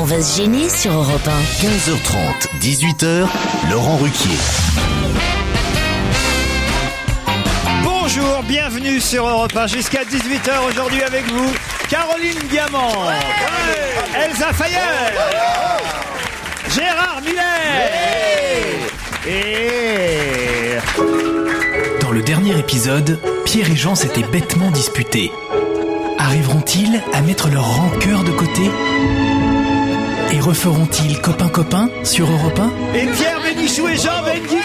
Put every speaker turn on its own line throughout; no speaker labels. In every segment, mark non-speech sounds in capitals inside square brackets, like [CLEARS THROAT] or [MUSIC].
On va se gêner sur Europe 1.
15h30, 18h, Laurent Ruquier.
Bonjour, bienvenue sur Europe 1 jusqu'à 18h aujourd'hui avec vous, Caroline Diamant, Ouais. Elsa Fayer, Gérard Miller et
Dans le dernier épisode, Pierre et Jean s'étaient bêtement disputés. Arriveront-ils à mettre leur rancœur de côté Et referont-ils copain-copain sur Europe 1
et Pierre Bénichou et Jean Benguigui.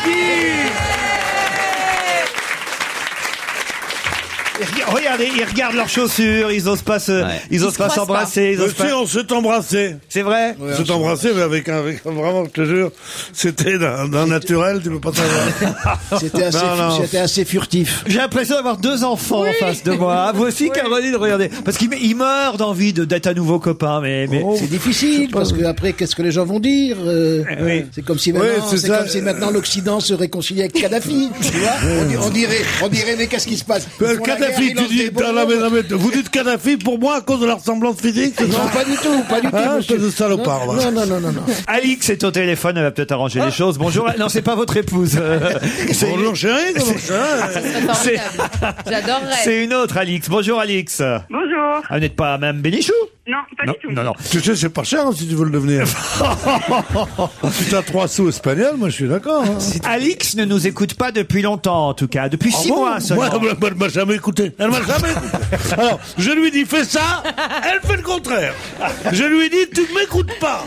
Et rega- Regardez, ils regardent leurs chaussures, ils osent pas se, ils osent pas s'embrasser, ils
Mais
osent
si,
pas.
on s'est embrassé.
C'est vrai.
On s'est embrassé, mais avec un, avec un- vraiment, je te jure, c'était d'un d'un naturel, tu peux pas
[LAUGHS]
savoir.
C'était
[LAUGHS]
assez,
Non, non.
c'était assez furtif.
J'ai l'impression d'avoir deux enfants en face de moi. Ah, Vous aussi, Caroline, regardez. Parce qu'ils ils meurent d'envie de- d'être à nouveau copains, mais, mais...
C'est difficile parce que après, qu'est-ce que les gens vont dire euh,
Eh oui.
C'est comme si
Oui,
maintenant,
c'est
c'est
ça.
comme si maintenant l'Occident se réconciliait avec
[LAUGHS]
Kadhafi. tu vois on, di- on dirait, on dirait, mais qu'est-ce qui se passe Ils
Bah,
Euh,
font la guerre,
Kadhafi,
ils
tu
lancent des
dis,
bombes.
non, non, mais- non, mais vous dites Kadhafi pour moi à cause de la ressemblance physique, c'est
Non,
ça
pas du tout, pas du tout.
Ah,
monsieur.
espèce de salopard,
non,
va.
non, non, non, non, non.
[LAUGHS] Alix est au téléphone, elle va peut-être arranger les choses. Bonjour. Non, c'est pas votre
[LAUGHS]
épouse. Euh, c'est-
Ah.
Ah,
Bonjour chérie, comment ça va
c'est-
J'adorerais.
C'est une autre, Alix. Bonjour, Alix.
Bonjour.
Ah, vous n'êtes pas même Bénichou
Non, pas
Non,
du tout.
non, non.
Tu sais, c'est pas cher hein, si tu veux le
[LAUGHS]
devenir. si t'as trois sous espagnols, moi je suis d'accord. hein.
Alix ne nous écoute pas depuis longtemps, en tout cas. Depuis
Ah
six
bon
mois seulement.
Moi, elle m'a- elle m'a jamais écouté. Elle m'a jamais écouté. Alors, je lui dis, fais ça, elle fait le contraire. Je lui dis, tu ne m'écoutes pas.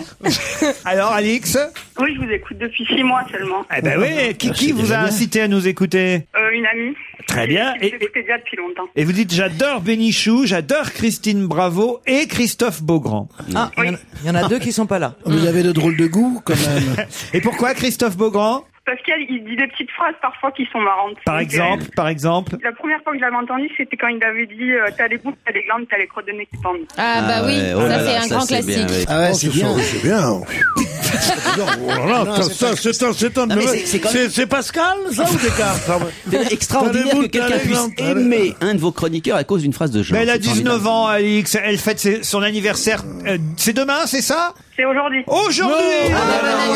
Alors, Alix
Oui, je vous écoute depuis six mois seulement.
Eh ben
Ah,
Ah,
oui, qui, qui vous a incité à nous écouter
Euh, une amie.
Très bien.
Je
Et,
vous écoutais déjà depuis longtemps.
et vous dites, j'adore Bénichou, j'adore Christine Bravo et Christophe Beaugrand.
Ah, il y en a- il y, en a deux qui sont pas là.
Vous avez de drôles de goût quand même.
[LAUGHS] Et pourquoi Christophe Beaugrand
Parce qu'il dit des petites phrases parfois qui sont marrantes.
Par
Donc,
[LAUGHS] exemple,
euh,
par exemple.
La première fois que je l'avais entendu, c'était quand il avait dit euh, T'as les boucles, t'as les glandes, t'as les crottes de nez qui pendent.
Ah bah oui,
Ouais, oh là
ça
là,
c'est un grand
c'est
classique.
bien, ouais.
Ah ouais, c'est
Ce
bien.
soir, C'est bien. Oh là là,
Non,
putain,
c'est
ça,
pas-
c'est un, c'est un de
Non, mais
mes-
c'est- c'est quand
C'est c'est Pascal, ça, ou Descartes ça, ouais.
C'est extraordinaire
Allez-vous,
que quelqu'un
allez-vous,
puisse
allez-vous.
aimer.
un de vos chroniqueurs à cause d'une phrase de Jean.
Mais elle a
C'est
19
formidable.
ans, Alix. Elle fête ses- son anniversaire. euh, c'est demain, c'est ça
C'est aujourd'hui.
Aujourd'hui Ah,
Ah.
Bon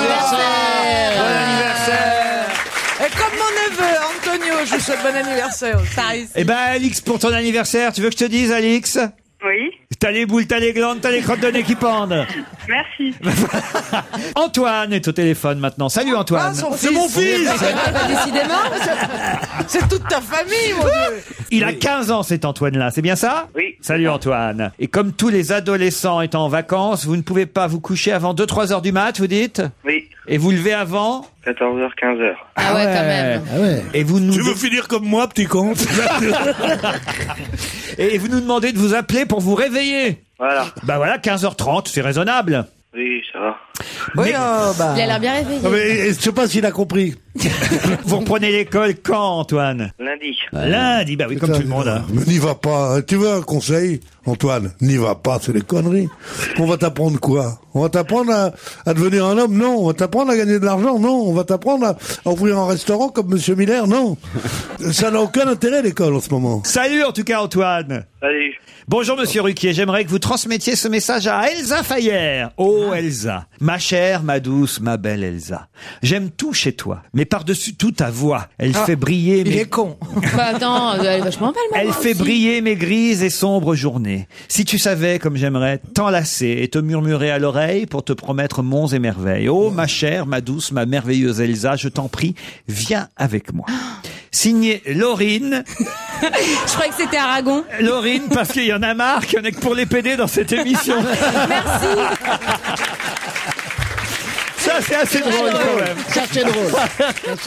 anniversaire
Et comme mon neveu, Antonio, je vous souhaite bon anniversaire.
Ça réussit.
Eh ben, Alix, pour ton anniversaire, tu veux que je te dise, Alix
Oui.
T'as les boules, t'as les glandes, t'as les crottes de nez
[LAUGHS]
qui pendent.
Merci.
Bah,
Antoine est au téléphone maintenant. Salut
Ah,
Ah,
Antoine.
C'est mon fils
[LAUGHS]
bah,
Décidément,
C'est toute ta famille, mon Dieu
Il a 15 ans cet Antoine-là, c'est bien ça
Oui.
Salut Antoine. Et comme tous les adolescents étant en vacances, vous ne pouvez pas vous coucher avant 2-3 heures du mat, vous dites
Oui,
Et vous levez avant
14h, 15h.
Ah ouais, quand même.
Ah ouais.
Et vous nous,
Tu veux finir comme moi, petit con
[LAUGHS]
[LAUGHS]
et vous nous demandez de vous appeler pour vous réveiller.
Voilà.
Bah voilà, 15h30, c'est raisonnable.
Oui, ça va.
Oui, oh, bah.
Il a l'air bien réveillé.
Non, mais je sais pas s'il a compris.
Vous reprenez l'école quand, Antoine
Lundi.
Lundi, bah oui, comme tout le monde. hein.
Mais n'y va pas. hein. Tu veux un conseil, Antoine N'y va pas, c'est des conneries. On va t'apprendre quoi On va t'apprendre à, à devenir un homme Non. On va t'apprendre à gagner de l'argent Non. On va t'apprendre à, à ouvrir un restaurant comme Monsieur Miller Non. Ça n'a aucun intérêt l'école en ce moment.
[LAUGHS] Salut en tout cas Antoine.
Salut.
Bonjour Monsieur Ruquier, j'aimerais que vous transmettiez ce message à Elsa Fayer.
Ah.
Oh Elsa, ma chère, ma douce, ma belle Elsa. J'aime tout chez toi, mais par-dessus tout ta voix. Elle
Ah.
fait briller
Ah, Il
mes...
est con.
Bah attends,
euh,
elle est vachement belle, maman,
Elle fait
aussi.
briller mes grises et sombres journées. Si tu savais comme j'aimerais t'enlacer et te murmurer à l'oreille pour te promettre monts et merveilles. Oh, ma chère, ma douce, ma merveilleuse Elsa, je t'en prie, viens avec moi. Signé
[LAUGHS]
Laurine.
Je croyais que c'était Aragon.
Laurine, parce qu'il y en a marre qu'il n'y en a que pour les PD dans cette émission.
Merci.
Ça, c'est assez drôle quand même.
Ça c'est drôle.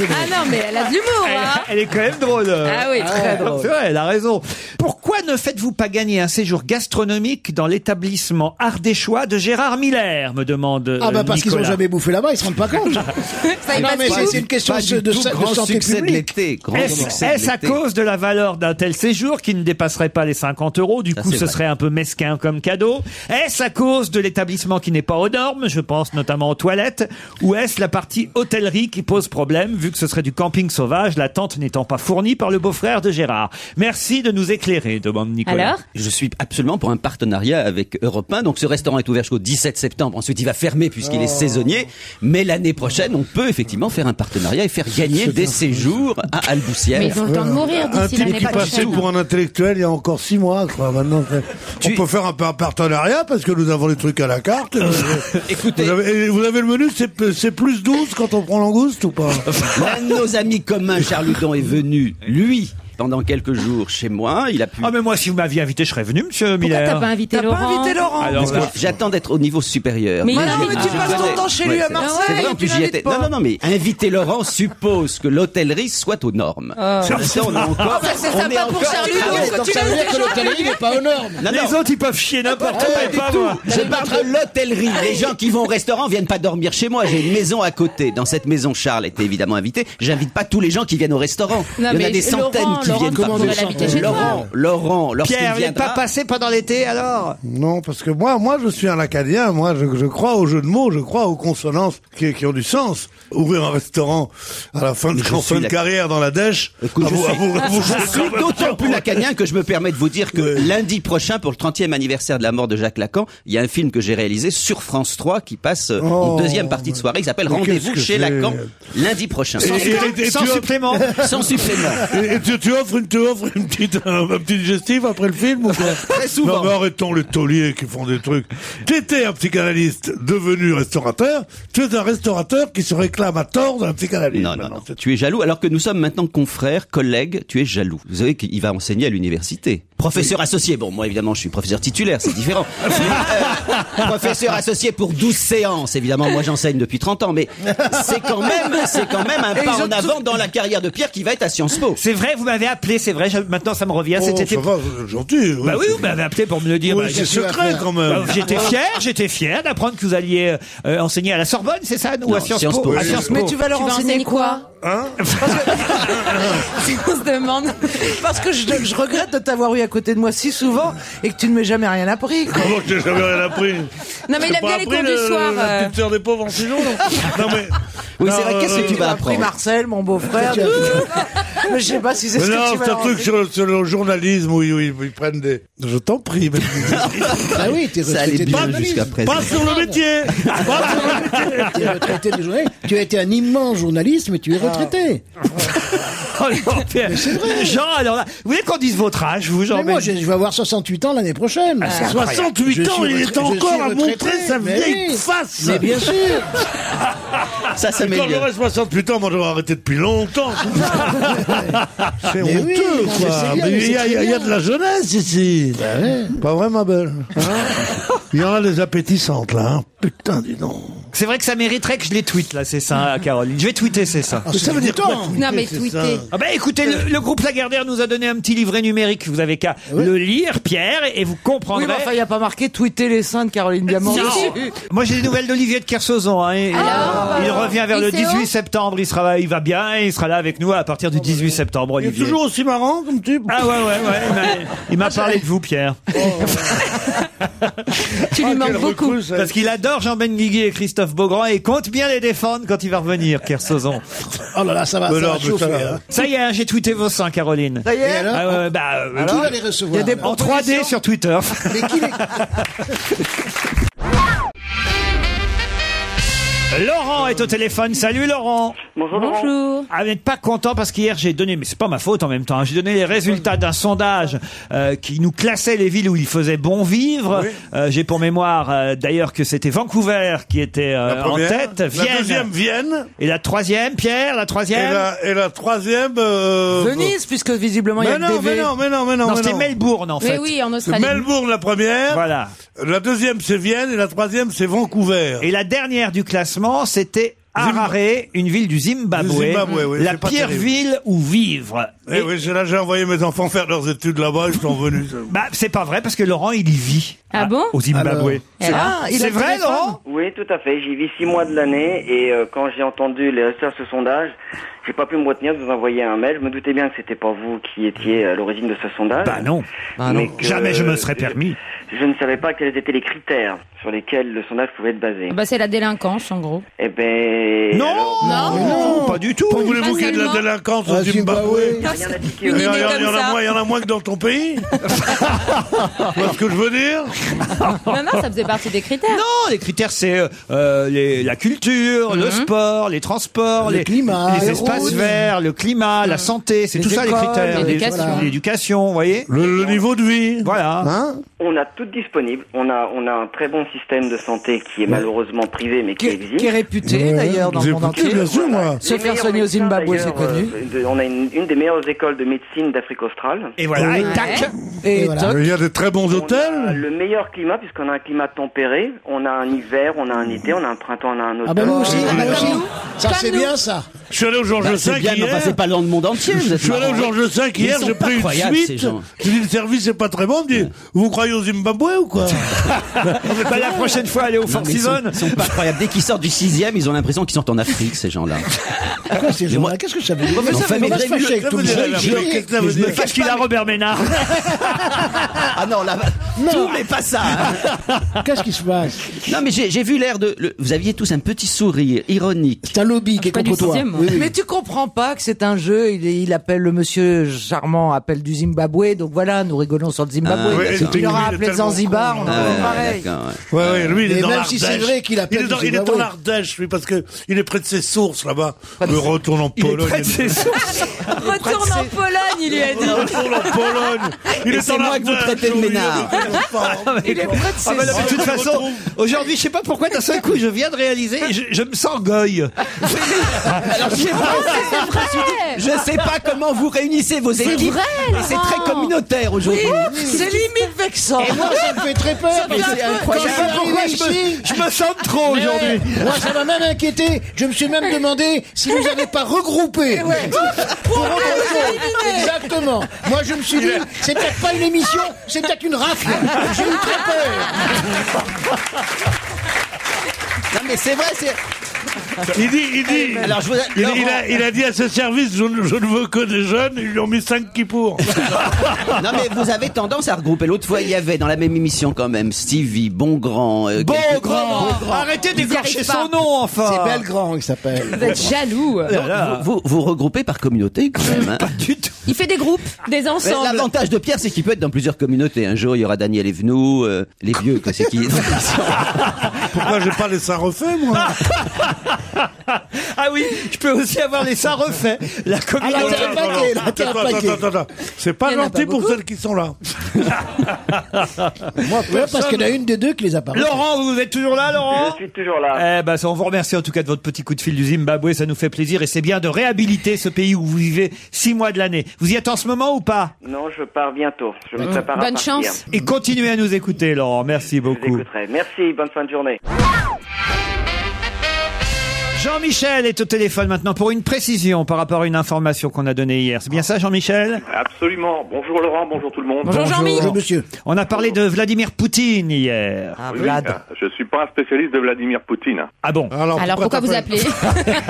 Ah non, mais elle a de l'humour,
Elle,
hein.
elle est quand même drôle. euh.
Ah oui, très
C'est vrai, elle a raison. Pour Pourquoi ne faites-vous pas gagner un séjour gastronomique dans l'établissement ardéchois de Gérard Miller me demande euh,
Ah bah parce qu'ils ont
Nicolas.
jamais bouffé là-bas, ils se rendent
[LAUGHS]
pas compte.
est
non
pas
mais
si
c'est
ouf.
c'est une question
Pas
de,
du
de
tout
sa- de
grand
santé
succès de
publique.
Est-ce est-ce à cause de la valeur d'un tel séjour qui ne dépasserait pas les 50 euros Du coup,
c'est
ce
vrai.
serait un peu mesquin comme cadeau. Est-ce à cause de l'établissement qui n'est pas aux normes Je pense notamment aux toilettes. Ou est-ce la partie hôtellerie qui pose problème vu que ce serait du camping sauvage, la tente n'étant pas fournie par le beau-frère de Gérard Merci de nous éclairer, demande Nicolas.
Alors Je suis absolument pour un partenariat avec Europe 1. Donc ce restaurant est ouvert jusqu'au 17 septembre. Ensuite, il va fermer puisqu'il
Oh.
est saisonnier. Mais l'année prochaine, on peut effectivement faire un partenariat et faire gagner des séjours à Alboussière.
Mais ils ont le temps de mourir
Un
d'ici
type
l'année
qui passait
prochaine.
pour un intellectuel il y a encore six mois, quoi. Maintenant, c'est- on peut faire un peu un partenariat parce que nous avons les trucs à la carte.
Euh,
[LAUGHS] Écoutez, vous avez, et vous avez le menu, c'est c'est plus 12 quand on prend l'angouste
[LAUGHS]
ou pas
L'un de nos amis communs, Charles Ludon, est venu, lui, pendant quelques jours chez moi. Il a pu. Ah,
mais moi, si vous m'aviez invité, je serais venu, monsieur
Miller.
t'as pas invité
T'as pas
Laurent
invité Laurent
Ah,
Alors,
Parce que-
là, j'attends d'être au niveau supérieur.
Mais
Moi,
non,
j'ai-
mais
je
tu passes ton
connais.
temps chez lui à
c'est vrai.
Marseille
C'est vrai,
et
en
tu
plus, j'y
l'invites
étais.
pas.
Non, non, non, mais inviter Laurent suppose que l'hôtellerie soit aux normes.
Ah.
Ça, on est encore.
Ça, c'est
on
sympa
est
pour
encore-
Charles Ludon,
Ah ouais,
quand
donc
tu
ça veut
laisses
dire que
les gens
l'hôtellerie n'est pas aux normes. Non,
Les
non.
autres, ils peuvent chier n'importe où,
Pas
mais
du
pas
tout.
moi.
Je parle de l'hôtellerie. Les gens qui vont au restaurant viennent pas dormir chez moi. J'ai une maison à côté. Dans cette maison, Charles était évidemment invité. J'invite pas tous les gens qui viennent au restaurant.
Non,
Il y en
mais
a des
Laurent,
centaines qui
Laurent,
viennent
tu
par
pourrais
jour.
l'inviter chez toi.
Laurent, Laurent, lorsqu'il
Pierre, il n'est
viendra-
pas passé pendant l'été alors
Non, parce que moi, moi, je suis un lacadien. Moi, je, je crois aux jeux de mots, je crois aux consonances qui, qui ont du sens. Ouvrir un restaurant à la fin de,
Mais je
en fin
suis
de
lac-
carrière dans la dèche.
Écoute,
à
je
vous- à
suis,
vous- à vous-
je suis d'autant plus lacanien que je me permets de vous dire que lundi prochain, pour le 30e anniversaire de la mort de Jacques Lacan, il y a un film que j'ai réalisé sur France 3 qui passe euh, en
Oh,
deuxième partie de soirée qui s'appelle
mais qu'est-ce
Rendez-vous
que
chez
c'est
Lacan lundi prochain.
Et- et- et- et tu offres-
Sans
[LAUGHS]
supplément.
Et, et tu, tu offres une, tu offres une petite, un, un petit digestif après le film ou quoi
[LAUGHS] Très souvent.
Non mais arrêtons les tauliers qui font des trucs. T'étais un psychanalyste devenu restaurateur. Tu es un restaurateur qui se réclame à tort d'un psychanalyste.
Non, non, non. Tu es jaloux alors que nous sommes maintenant confrères, collègues, tu es jaloux. Vous savez qu'il va enseigner à l'université. Professeur associé. Bon, moi évidemment, je suis professeur titulaire, c'est
[LAUGHS]
différent. Mais, euh, professeur associé pour 12 séances. Évidemment, moi j'enseigne depuis 30 ans, mais c'est quand même c'est quand même un
Et ils
pas
ont
en avant dans la carrière de Pierre qui va être à Sciences Po.
C'est vrai, vous m'avez appelé, c'est vrai, je- maintenant ça me revient. C'était
Oh, ça va, gentil.
Bah oui, vous m'avez appelé pour me le dire.
Oui,
Bah,
c'est
qu'est-ce que tu
secret,
vas faire
quand même.
Bah, j'étais
Voilà.
fier, j'étais fier d'apprendre que vous alliez euh, enseigner à la Sorbonne, c'est ça
Ah,
Ou
Non,
à Sciences
Sciences
Po,
Po.
À
Oui.
Sciences
Mais
Po.
tu vas leur
Tu vas
enseigner
enseigner
quoi
Hein
[LAUGHS] Si on se demande.
Parce que je, je regrette de t'avoir eu à côté de moi si souvent et que tu ne m'aies jamais rien appris. quoi.
Comment que j'ai jamais rien appris
Non, mais il
J'ai
aime
pas
bien les
appris
cours du
le-
soir,
La
euh.
petite sœur des pauvres en six
[LAUGHS]
jours, non, Non, mais.
Oui,
Non,
c'est vrai, qu'est-ce
euh,
que tu vas
Appris
apprendre
Marcel,
[LAUGHS]
mon beau-frère. Mais je sais pas Ah, si c'est
Mais
ce
non,
que tu vas
c'est un
leur
truc
enseigner.
sur le, sur le journalisme où ils, où ils- ils prennent des. Je t'en prie, [LAUGHS] mais.
Ah oui, t'es
Ça allait
retraité
bien
de Ah,
jusqu'à présent.
Pas sur le métier Pas sur le métier
T'es retraité de journaliste. Tu as été un immense journaliste, mais
Ah.
tu es retraité.
Oh, non, Pierre. Jean, alors là, vous voulez qu'on dise votre âge, vous, Jean
Mais moi,
mais-
je, je vais avoir 68 ans l'année prochaine.
Ah, c'est
Incroyable.
68
Je
ans,
suis
il est
retra- je
encore
suis
à
retraité,
montrer sa
mais
vieille
oui.
face. [LAUGHS]
Mais bien sûr.
[LAUGHS]
Ça, ça
Quand
m'énerve.
j'aurai 68 ans, moi j'aurais arrêté depuis longtemps [LAUGHS] C'est
Mais
honteux,
oui, non, mais
quoi
c'est bien,
Mais il y, a-
c'est
il y a- il y a
très
de la jeunesse ici Pas vrai, ma belle Hein Il y en a des appétissantes, là. hein. Putain, dis donc
C'est vrai que ça mériterait que je les tweete, là, c'est ça, hein, Caroline. Je vais tweeter, c'est ça.
Mais Ah, Ça veut dire quoi
Non, mais
c'est
tweeter.
ça
Ah bah écoutez, le, le groupe Lagardère nous a donné un petit livret numérique. Vous avez qu'à
Ah
le lire, Pierre, et vous comprendrez.
Oui, mais enfin, il n'y a pas marqué tweeter les seins de Caroline Diamant.
Non. Moi j'ai des nouvelles d'Olivier de Kersauzon.
Ah,
hein, et-
bah
il revient vers
il
le
s'est
18
haut
septembre. Il sera, il va bien. Et il sera là avec nous à partir du 18 septembre.
Il est
Olivier.
toujours Ah, aussi marrant comme tu
Ah ouais ouais ouais.
[LAUGHS]
il m'a- Il m'a parlé de vous, Pierre,
Ah,
Tu
Oh,
lui manques beaucoup.
parce qu'il adore Jean Benguigui et Christophe Beaugrand et il compte bien les défendre quand il va revenir, Kersauzon.
Oh là là, ça va, ça
Mais non,
va
mais
chauffer.
ça va.
hein.
Ça y est, hein, j'ai tweeté vos seins, Caroline.
Ça y
Et
est
alors
Ah ouais, ouais, bah, euh,
Qui va
tout-
les recevoir alors
en 3D sur Twitter.
Mais qui les-
[LAUGHS]
Laurent est au téléphone. Salut Laurent.
Bonjour, Laurent.
Bonjour.
Ah, vous n'êtes pas content parce qu'hier j'ai donné, mais c'est pas ma faute en même temps, hein, j'ai donné les résultats d'un sondage euh, qui nous classait les villes où il faisait bon vivre. Euh, j'ai pour mémoire euh, d'ailleurs que c'était Vancouver qui était euh,
La
en
première.
tête, Vienne
La deuxième, Vienne.
et la troisième, Pierre, la
Et
troisième.
la, et la troisième... euh,
Venise, puisque visiblement il y a
Mais
le
non,
DV.
mais non, mais non, mais non,
non,
mais
c'était
non.
Melbourne en
Mais
fait.
oui, en
C'est
Australie.
Melbourne la première,
Voilà.
la deuxième c'est Vienne et la troisième c'est Vancouver.
Et la dernière du classement, c'était Harare, une ville du Zimbabwe,
Du Zimbabwe, oui,
la
c'est pas
pire
terrible.
ville où vivre.
Eh oui, c'est là j'ai envoyé mes enfants faire leurs études là-bas, ils sont
[LAUGHS]
venus.
Bah, c'est pas vrai, parce que Laurent, il y vit.
Ah bon
Au Zimbabwe.
Alors
C'est-
Ah, il a
c'est
le
vrai,
téléphone
Laurent
Oui, tout à fait. J'y vis six mois de l'année et euh, quand j'ai entendu les résultats de ce sondage, j'ai pas pu me retenir de vous envoyer un mail. Je me doutais bien que c'était pas vous qui étiez à l'origine de ce sondage.
Bah non.
Mais que-
Jamais je me serais permis.
Je ne savais pas quels étaient les critères sur lesquels le sondage pouvait être basé.
Ah
Bah, c'est la délinquance, en gros.
Eh ben.
Non
non,
pas du tout.
Comment voulez-vous
Pas
qu'il y ait de la
seulement.
délinquance
Ah,
au Zimbabwe Eh, Il y en
Une
a-
idée
il y en
comme
a
ça.
moins- il y en a moins que dans ton pays
Ah,
Tu vois ce que je veux dire
Non, non, ça faisait partie des critères.
Non, les critères, c'est euh, euh, les- la culture, le sport, les transports,
Le
les,
climat,
les
les
espaces
routes.
verts, le climat, la santé, c'est
Les
tout ça les
écoles,
critères. Les-
l'éducation.
L'éducation, vous voyez
le, niveau de vie. Hein
Voilà.
On a tout disponible. On a, on a un très bon système de santé qui est malheureusement privé mais qui, existe.
[LAUGHS] Qui est réputé d'ailleurs dans le monde entier. Se
Les
faire
meilleurs
soigner au
médecins,
Zimbabwe, c'est
d'ailleurs,
connu.
euh, de- on a une, une des meilleures écoles de médecine d'Afrique australe.
Et
voilà, et
tac
Et toc.
Il y a des très bons
On a
hôtels
le meilleur climat, puisqu'on a un climat tempéré, on a un hiver, on a un été, on a un printemps, on a un automne. Euh,
Ah bah nous aussi, ah bah nous aussi. Ça
Comme
c'est
nous.
bien ça.
Je suis allé au Georges
Bah, c'est
V
bien, mais
hier.
enfin, c'est pas dans le monde entier, vous
Je
êtes
suis allé au
marrant.
Georges V
Ils
hier,
sont
j'ai
pas
pris une
croyables, ces
suite.
gens.
J'ai dit le service c'est pas très bon. Il me dit, vous croyez au Zimbabwe ou
[LAUGHS]
quoi
Bah, la prochaine fois, allez au Four
Non, mais ils sont,
Seasons.
ils sont pas incroyables. Dès qu'ils sortent du sixième, ils ont l'impression qu'ils sortent en Afrique, ces
[LAUGHS]
gens-là.
Pourquoi ces
Mais
gens-là
moi-
Qu'est-ce que ça veut
Ouais,
dire
mais ça
Enfin,
veut
mais
dire-
on va se fâcher avec
ça
tout
veut
le
dire-
monde.
ça veut dire-
Qu'est-ce que ça
Mais
veut
je me
dire
fâche
qu'il a Robert Ménard.
[LAUGHS] Ah non, là, tous mais pas ça. hein.
Qu'est-ce qui se passe
Non, mais j'ai j'ai vu l'air de. le- vous aviez tous un petit sourire ironique.
C'est un lobby qui est contre toi. Oui, oui.
Mais tu comprends pas que c'est un jeu. Il, est- il appelle le monsieur charmant, appelle du Zimbabwe. Donc voilà, nous rigolons sur le
Ah,
Zimbabwe.
ouais, d'accord.
il aura
Il est
appelé le
tellement
Zanzibar, on en
Ah ouais,
fait pareil.
d'accord, ouais.
Ouais, ouais, lui, il est
Mais
dans
même si
l'Ardèche.
c'est vrai qu'il appelle
Il est dans,
du
il est dans
Zimbabwe.
l'Ardèche, lui, parce que il est près de ses sources là-bas. Le retourne en
Il est
Pologne.
près de ses sources.
[LAUGHS] Retourne en Pologne, il lui a dit.
retourne en Pologne.
Ah,
Il
Et
est
c'est
dans
moi que vous
l'Ardèche.
traitez de
oui,
ménard.
il est dans l'Ardèche.
Il est près de ses
Ah bah là, mais de toute
Je me
façon, aujourd'hui, je sais pas pourquoi, d'un seul coup, je viens de réaliser, je, je me sens goy. Ah,
Alors, je sais pas, Ah, je sais pas comment vous réunissez vos
C'est
équipes.
vrai,
mais c'est très
Laurent.
communautaire aujourd'hui.
C'est limite vexant.
Et moi, ça me fait très peur.
Mais c'est incroyable.
Quand je suis
Pourquoi
arrivé
je me,
ici,
je me sens trop aujourd'hui
Ouais, Moi, ça m'a même inquiété. Je me suis même demandé si nous n'avez pas regroupé. Pour autre chose. Exactement. Moi, je me suis dit, c'est peut-être pas une émission, c'est peut-être une rafle. J'ai eu très peur.
Non, mais c'est vrai, c'est.
Il dit, il dit.
Alors, je vous.
Il,
Laurent,
il a, il a dit à ce service, je, ne- je ne veux que des jeunes, ils lui ont mis 5 qui pour.
Non mais vous avez tendance à regrouper. L'autre fois, il y avait dans la même émission quand même Stevie, Bongrand, euh,
Bon
quelques-
grand Arrêtez d'écorcher son nom, enfin
C'est Belgrand qui s'appelle.
Vous êtes
Oh
jaloux.
Vous, vous, vous regroupez par communauté quand même. hein.
Du tout.
Il fait des groupes, des
Mais
ensembles.
L'avantage de Pierre, c'est qu'il peut être dans plusieurs communautés. Un jour, il y aura Daniel Evenou, euh, les vieux, que c'est qui est dans l'émission.
Pourquoi j'ai pas les seins refaits, moi
Ah oui, je peux aussi avoir les seins refaits. La
Ah,
communauté.
là, t'as un paquet, là, t'as un
Attends,
paquet.
attends, attends, attends. C'est
Il
pas
y en a
gentil
pas
pour
beaucoup.
celles qui sont là.
Moi, peur parce qu'il y en a une des deux qui les a pas.
Laurent, vous êtes toujours là, Laurent
Je suis toujours là.
Eh ben, ça, on vous remercie en tout cas de votre petit coup de fil du Zimbabwe, ça nous fait plaisir et c'est bien de réhabiliter ce pays où vous vivez six mois de l'année. Vous y êtes en ce moment ou pas
Non, je pars bientôt. Je me prépare à
Bonne
partir.
chance.
Et continuez à nous écouter, Laurent. Merci
Je vous
beaucoup.
écouterai. Merci, bonne fin de journée.
Jean-Michel est au téléphone maintenant pour une précision par rapport à une information qu'on a donnée hier. C'est bien ça, Jean-Michel
Absolument. Bonjour Laurent, bonjour tout le monde.
Bonjour, Jean-Mi.
Bonjour, monsieur.
On a parlé de Vladimir Poutine hier.
Ah,
Oui,
Vlad.
euh, je suis pas un spécialiste de Vladimir Poutine. hein.
Ah bon
Alors pourquoi vous appelez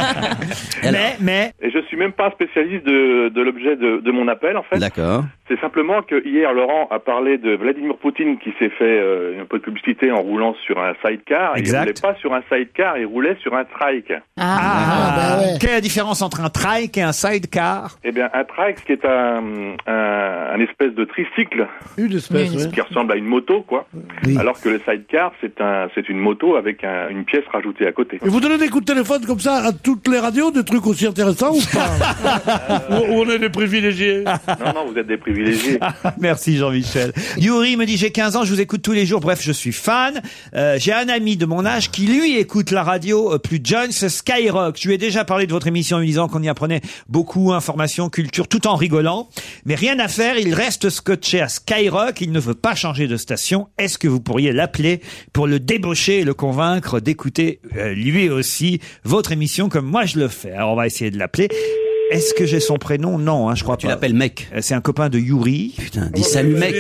[LAUGHS]
Mais, mais,
Et je suis même pas un spécialiste de, de l'objet de, de mon appel, en fait.
D'accord.
C'est simplement que hier, Laurent a parlé de Vladimir Poutine qui s'est fait euh, un peu de publicité en roulant sur un sidecar. Il
Exact.
roulait pas sur un sidecar, il roulait sur un trike.
Ah,
Ah,
bah ouais.
quelle est la différence entre un trike et un sidecar
Eh bien, un trike, qui est un, un, un espèce de tricycle
Une espèce,
Une
ouais.
qui ressemble à une moto, quoi.
Oui.
Alors que le sidecar, c'est un, c'est une moto avec un- une pièce rajoutée à côté.
Et vous donnez des coups de téléphone comme ça à toutes les radios, des trucs aussi intéressants ou pas Ou ou on est des privilégiés
non, non, vous êtes des privilégiés.
[LAUGHS] Merci Jean-Michel. Yuri me dit j'ai 15 ans, je vous écoute tous les jours. Bref, je suis fan. Euh, j'ai un ami de mon âge qui lui écoute la radio euh, plus jeune, c'est Skyrock. Je lui ai déjà parlé de votre émission en lui disant qu'on y apprenait beaucoup information, culture, tout en rigolant. Mais rien à faire, il reste scotché à Skyrock. Il ne veut pas changer de station. Est-ce que vous pourriez l'appeler pour le débaucher et le convaincre d'écouter euh, lui aussi votre émission comme moi je le fais Alors, On va essayer de l'appeler. Est-ce que j'ai son prénom Non, hein, je crois pas. Tu l'appelles
mec.
C'est un copain de Yuri.
Putain, dis Oh, salut mec.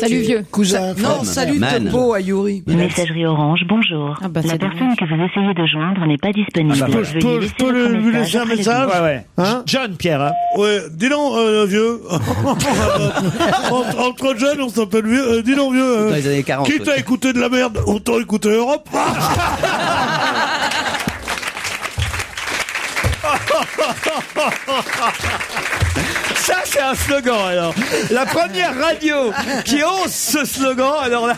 Salut vieux.
Cousin,
non,
frère,
salut
man.
Topo à Yuri.
Messagerie Orange, bonjour.
Ah bah,
la personne que vous essayez de joindre n'est pas disponible.
Je peux, je peux- je peux lui- lui laisser un message Hein
John, Pierre.
ouais, dis donc, euh, vieux. [LAUGHS] entre, entre jeunes, on s'appelle vieux. Euh, dis donc, vieux. euh,
Dans les années 40,
quitte à
ouais.
écouter de la merde, autant écouter Europe. [LAUGHS]
Ça, c'est un slogan, alors. La première radio qui ose ce slogan, alors là,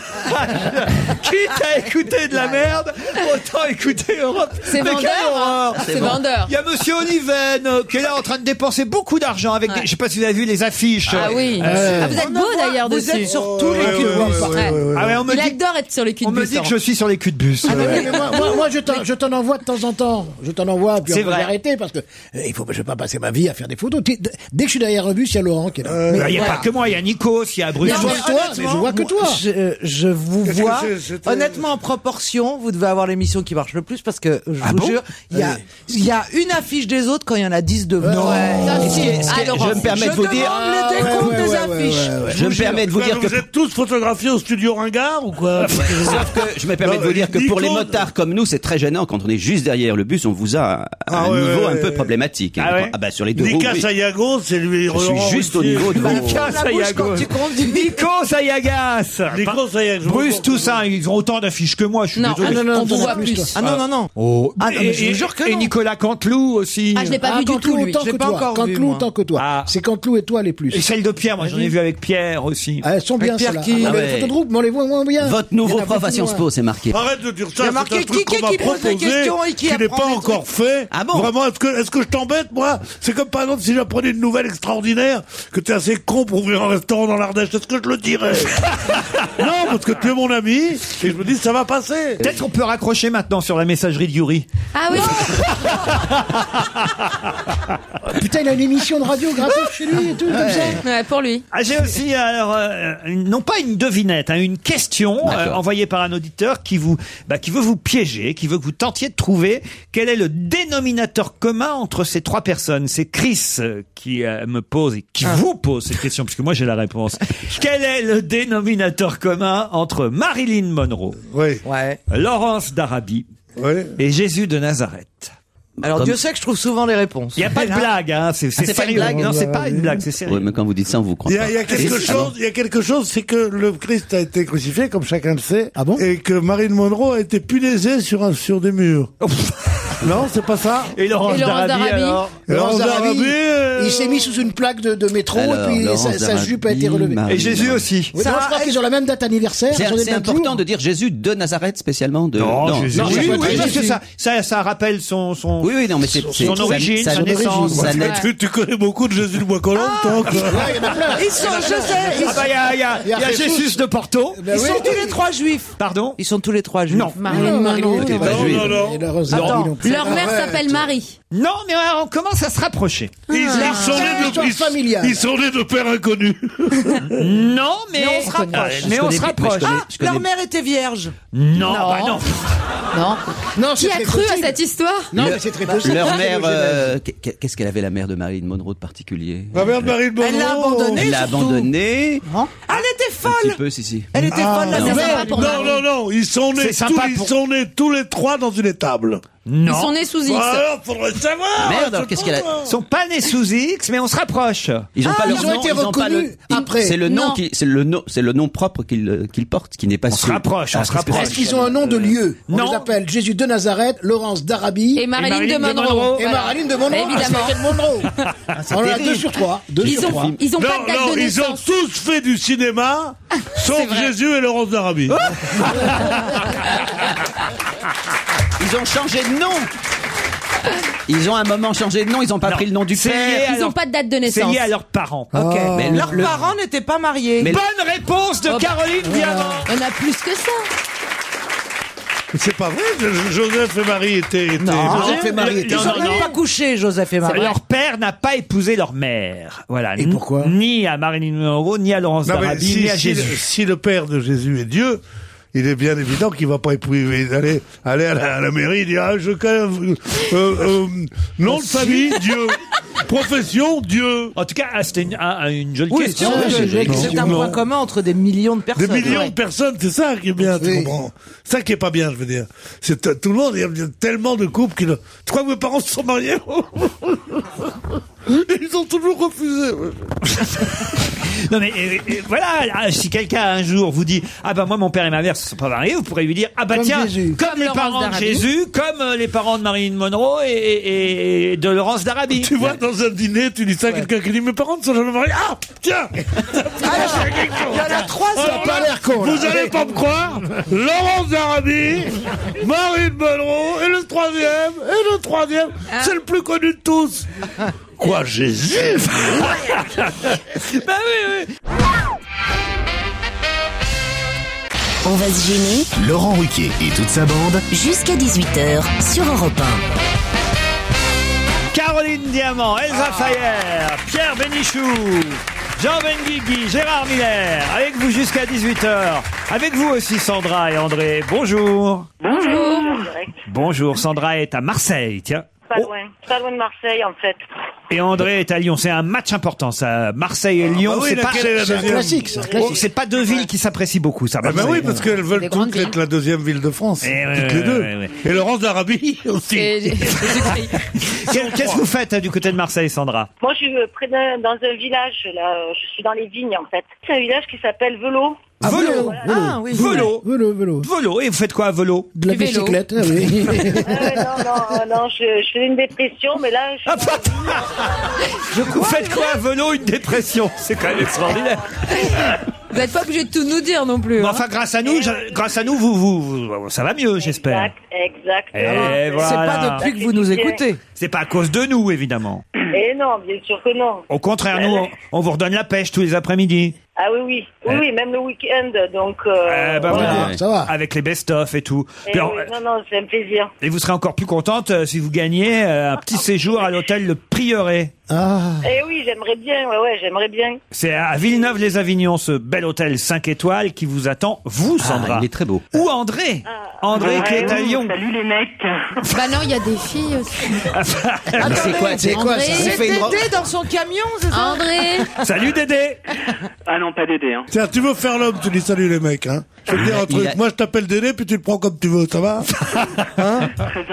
[LAUGHS] quitte à écouter de la merde, autant écouter Europe.
C'est
Mais quelle
vendeur, hein.
horreur.
C'est C'est bon. vendeur.
Il y a monsieur Oliven euh, qui est là en train de dépenser beaucoup d'argent avec des- je sais pas si vous avez vu les affiches.
Ah oui.
Euh,
Ah, vous êtes beau d'ailleurs
vous
dessus.
êtes sur tous les Ouais, culs de ouais, bus. ouais, ouais, ouais, Ah ouais, on me
Il
dit-
adore être sur les culs
on
de
me
bus,
dit que
Laurent.
je suis sur les culs de bus.
Ah, mais oui,
Ouais.
mais moi, moi- moi, je t'en- je t'en envoie de temps en temps. Je t'en envoie, puis
C'est
on va
vrai.
arrêter parce que euh, il faut, je vais pas passer ma vie à faire des photos. Tu- d- Dès que je suis derrière un bus, il y a Laurent qui est là.
Euh, Il
Mais
n'y a
voilà.
pas que moi, il y a Nikos, il y a Bruno.
Mais je vois que toi, mais je vois que toi.
Je, Euh, je vous
Qu'est-ce que
vois.
c'est- c'était-
Honnêtement, en proportion, vous devez avoir l'émission qui marche le plus parce que je vous jure, il y, a- il y a une affiche des autres quand il y en a 10 devant.
Non.
Et ce qui est- ce qui est-
je me permets de vous dire.
demande le décompte des affiches.
Je me permets de vous dire que.
Vous êtes tous photographiés au studio Ringard ou
[LAUGHS]
quoi
Sauf que je me permets de vous dire que pour les motards comme nous, c'est très gênant quand on est juste derrière le bus, on vous a à
Ah
un
ouais,
niveau
ouais,
un peu
ouais.
problématique. hein.
Ah ouais
Ah bah sur les deux roues.
Nika
oui.
Sayago, c'est lui.
Je suis juste au niveau
Bah,
de vos-
Nikos Ayagas. [LAUGHS] Nikos Ayagas.
Nikos Ayagas, je
Bruce
vous-
Toussaint, ils ont autant d'affiches que moi, je suis
Non,
désolé.
ah non, non, On vous voit plus, plus. Ah non, non, non.
Oh.
Ah non, mais je
et,
vous jure que
et
non.
Nicolas Canteloup aussi.
Ah, je l'ai pas
Ah,
vu du
Cantelou
tout, lui.
autant
Je l'ai
que
pas
toi.
encore
Cantelou
vu, moi.
autant que toi. C'est Cantelou et toi les plus.
Ah. Et celle de Pierre, moi j'en ai vu avec Pierre aussi.
Elles sont bien celles-là. Ah, mais les photos de groupe, mais on les voit moins bien.
Votre
Il
nouveau
y en a
prof à
beaucoup hein.
Sciences
moins.
Po, c'est marqué.
Arrête de dire ça,
Il y a
c'est
marqué
un
qui-
truc qu'on
qui-
m'a
qui pose des
proposé,
questions et qui
n'est
apprend
pas
des
encore fait.
Ah
Vraiment, est-ce que, est-ce que je t'embête, moi C'est comme par exemple si j'apprenais une nouvelle extraordinaire, que t'es assez con pour ouvrir un restaurant dans l'Ardèche, est-ce que je
[LAUGHS]
le dirais Non, parce que tu es mon ami, et je me dis, ça va passer.
Peut-être qu'on peut raccrocher maintenant sur la messagerie de Yuri.
Ah
[LAUGHS]
oui.
Oh, Putain, il a une émission de radio gratuite chez lui et tout, comme ça.
Ouais, pour lui.
Ah, j'ai aussi, alors, euh, une- non pas une devinette, hein, une question euh, envoyée par un auditeur qui, vous, bah, qui veut vous piéger, qui veut que vous tentiez de trouver quel est le dénominateur commun entre ces trois personnes. C'est Chris euh, qui euh, me pose et qui vous pose cette question, puisque moi j'ai la réponse. quel est le dénominateur commun entre Marilyn Monroe, Laurence d'Arabie et Jésus de Nazareth
Alors Dieu sait que je trouve souvent les réponses.
Il n'y a pas de blague, hein, c'est c'est
Ah, c'est pas une
sérieux.
blague
Non, c'est
Ah,
pas une blague, c'est
Ah,
sérieux.
Oui, mais quand vous dites ça, on vous croit.
Il y, a,
pas.
il y a quelque
Et- ah bon
chose, il y a quelque chose, c'est que le Christ a été crucifié, comme chacun le sait, et que Marine Monroe a été punaisée sur un, sur des murs. non, c'est pas ça.
Et
Et Laurence Darabi.
Et Laurence Darabi, euh,
il s'est mis sous une plaque de, de métro
Alors,
et puis
Laurence
sa, sa
Darabi,
jupe a été relevée.
Marie Et Jésus Monroe. aussi.
Oui,
Ça,
moi, je crois qu'ils ont la même date anniversaire. ils ont
C'est
des
c'est
dates
important de dire Jésus de Nazareth spécialement. De...
Non, Jésus.
ça
oui,
peut
oui,
être Oh, Jésus.
parce que ça, ça, ça rappelle son, son,
Oui, oui, non, mais c'est-
son,
c'est-
son
ça-
origine,
ça-
sa
son
naissance.
origine,
sa
ouais.
naissance.
Tu, tu connais beaucoup de Jésus de Bois-Colombes, toi quoi.
Ils sont, je sais. ils
Ah bah, il y a, il y a-
sont-
il y a Jésus de Porto.
Ils sont tous les trois juifs.
Pardon
Ils sont tous les trois juifs. ben Ah
Marilyn
Non.
Monroe.
T'es pas juif.
Et la Rose
Attends,
Darabi non plus.
Leur mère
Ah ouais.
s'appelle Marie.
Non, mais euh, on commence à se rapprocher.
Ils, ils sont
Ah.
nés de,
Histoire
ils-
familiale.
ils sont nés de pères inconnus.
Non, mais,
Mais on se
Ah,
rapproche.
Mais on se rapproche.
Ah, leur mère était vierge.
Non, bah non.
Non.
Non,
Qui a cru à cette histoire
Non, mais c'est très possible.
Leur
C'est
mère,
le Genève.
euh, qu'est- qu'est-ce qu'elle avait la mère de Marilyn Monroe de particulier
La mère de Marine Monroe.
Elle l'a abandonnée.
Elle l'a Hein
surtout.
abandonnée.
Elle était
Un petit
folle.
peu, si, si.
Elle était folle. la
non.
mère.
Ah. non, non, non, non, ils sont nés,
C'est sympa
tous, ils
pour-
sont nés tous les trois dans une étable.
Non.
Ils sont nés sous X.
Ah, alors, faudrait savoir.
Merde,
c'est
qu'est-ce
pas
qu'elle a-
moi.
Ils sont pas nés sous X, mais on se rapproche.
Ils ont
Ah,
pas leur
ils ont
nom,
été
ils ont pas
reconnus
le- Ah,
après.
C'est le nom
Non.
qui, c'est le nom, c'est le nom propre qu'il euh, qu'il porte, qui n'est pas. Ah,
On se rapproche, on se
Est-ce
rapproche.
qu'ils ont un nom de lieu On
Non.
les appelle Jésus de Nazareth, Laurence d'Arabie
Et Marilyn de
Marilyn de
Monroe.
Monroe.
et Marilyn de Monroe.
Évidemment.
Ah, c'est Monroe. On en a deux sur trois. Deux
Ils
sur trois.
ont, ils ont pas
non,
de date
non,
de
ils ont
naissance. Ah,
tous fait du cinéma, sauf Jésus et Laurence d'Arabie.
Ils ont changé de nom. Ils ont à un moment changé de nom. Ils n'ont pas
Non.
pris le nom du
C'est lié
père.
à
Ils ont
leur-
pas de date de
C'est
naissance.
lié à leurs parents.
Ok.
Mais le-
Leurs
le-
parents n'étaient pas mariés.
Mais-
Bonne réponse
Oh, bah,
de Caroline Diamant.
On a plus que ça.
C'est pas vrai, Jo- Joseph et Marie étaient. étaient-
Non,
Ah, Joseph et Marie
Ils
étaient-
sont
Non,
même
non.
pas couchés, Joseph et Marie.
Leur père n'a pas épousé leur mère. Voilà.
Et pourquoi
Ni à Marilyn Monroe, ni à Laurence
Non, mais
d'Arabie,
si,
ni à
si le-
Jésus.
si le père de Jésus est Dieu, il est bien évident qu'il va pas épouser. Aller,
Ah, [LAUGHS]
aller à, la, à la mairie et dire ah, Je connais. euh, euh, nom de euh, famille, Dieu.
Profession, Dieu. En tout cas, ah, c'était une, ah, une jolie
Oui,
question.
c'est vrai,
Une jolie
c'est- c'est un
question.
point commun entre des millions de personnes.
Des millions
Ouais.
de personnes, c'est ça qui est bien, tu comprends Ça qui est pas bien, je veux dire. C'est t- tout le monde, il y a- il y a tellement de couples qui... ne- Tu crois que mes parents se sont mariés [LAUGHS] Ils ont toujours refusé.
Non mais et- et voilà, ah, si quelqu'un un jour vous dit ah ben moi mon père et ma mère se sont pas mariés, vous pourrez lui dire ah bah
Comme
tiens
Jésus.
comme,
Comme
les
Laurence
parents de
d'Arabie.
Jésus, comme euh, les parents de Marilyn Monroe
[LAUGHS]
et, et- et de Laurence d'Arabie.
Tu vois, dans un dîner, tu dis ça à quelqu'un qui dit mes parents ne sont jamais mariés. Ah,
[LAUGHS]
tiens Oh
Il y en a trois, ça a pas l'air con, là.
Vous allez pas me croire Laurence d'Arabie, Marine Monroe, et le troisième, et le troisième, c'est le plus connu de tous Quoi, Jésus
Ah,
Ah,
Bah oui, oui.
On va se gêner.
Laurent Ruquier et toute sa bande.
Jusqu'à 18h sur Europe
Caroline Diamant,
Ah.
Elsa Fayer, Pierre Bénichou, Jean Benguigui, Gérard Miller, avec vous jusqu'à 18h. Avec vous aussi Sandra et André. Bonjour.
Bonjour. Direct.
Bonjour, Sandra est à Marseille, tiens.
Pas loin. Pas loin de Marseille, en fait.
Oh.
Et André est à Lyon. C'est un match important, ça. Marseille et Lyon,
bah oui,
c'est pas,
laquelle est la C'est un deuxième classique, c'est un classique.
Oh, c'est pas deux villes qui s'apprécient beaucoup, ça.
Ah bah
Marseille
oui,
et
parce
Lyon.
qu'elles veulent toutes être la deuxième ville de France. toutes les
Eh ouais,
deux.
ouais, ouais.
Et Laurence d'Arabie aussi. [LAUGHS]
Qu'est- Qu'est-ce que vous faites euh, du côté de Marseille, Sandra
Moi, je suis euh, près d'un dans un village, là. euh, Je suis dans les vignes, en fait. C'est un village qui s'appelle Velo.
Velo.
Ah,
oui. Velo.
Velo, vélo.
Velo. Et vous faites quoi à Velo
De la
Du vélo.
bicyclette, ah
[LAUGHS]
oui.
Euh, non, non, non, je, je faisais une dépression, mais là, je
Ah,
suis
Vous faites quoi à Velo Une dépression. C'est quand même extraordinaire.
Vous n'êtes pas obligé de tout nous dire non plus.
Mais enfin, grâce à nous,
euh,
je- grâce à nous, vous, vous, vous- ça va mieux, j'espère. Et
Exactement.
voilà. C'est pas à cause de nous, évidemment.
Et Eh non, bien sûr que non.
Au contraire, nous, on, on vous redonne la pêche tous les après-midi.
Ah oui, oui, oui,
Eh.
oui, même le week-end, donc. euh,
bah,
Eh ben
voilà.
voilà. Avec les best-of et tout.
Eh
Puis on-
oui, non, non, c'est un plaisir.
Et vous serez encore plus contente euh, si vous gagnez euh, un petit séjour à l'hôtel Le Prieuré.
Eh oui, j'aimerais bien, ouais, ouais, j'aimerais bien.
C'est à Villeneuve-les-Avignon, ce bel hôtel 5 étoiles qui vous attend, vous, Sandra. il est très beau. Ou André.
Ah.
André qui est à Lyon.
Salut les mecs.
Bah non, il y a des filles aussi.
Ah.
c'est quoi, c'est quoi, ça
C'est
On fait une ro-
Dédé dans son camion, c'est
Ah.
ça
André
Salut Dédé
Ah non, pas d'aider. Hein.
Tiens, tu veux faire l'homme, tu dis salut les mecs. Hein. Je vais te dire un
Il
truc.
a-
Moi, je t'appelle Dédé, puis tu le prends comme tu veux,
[LAUGHS]
ça va hein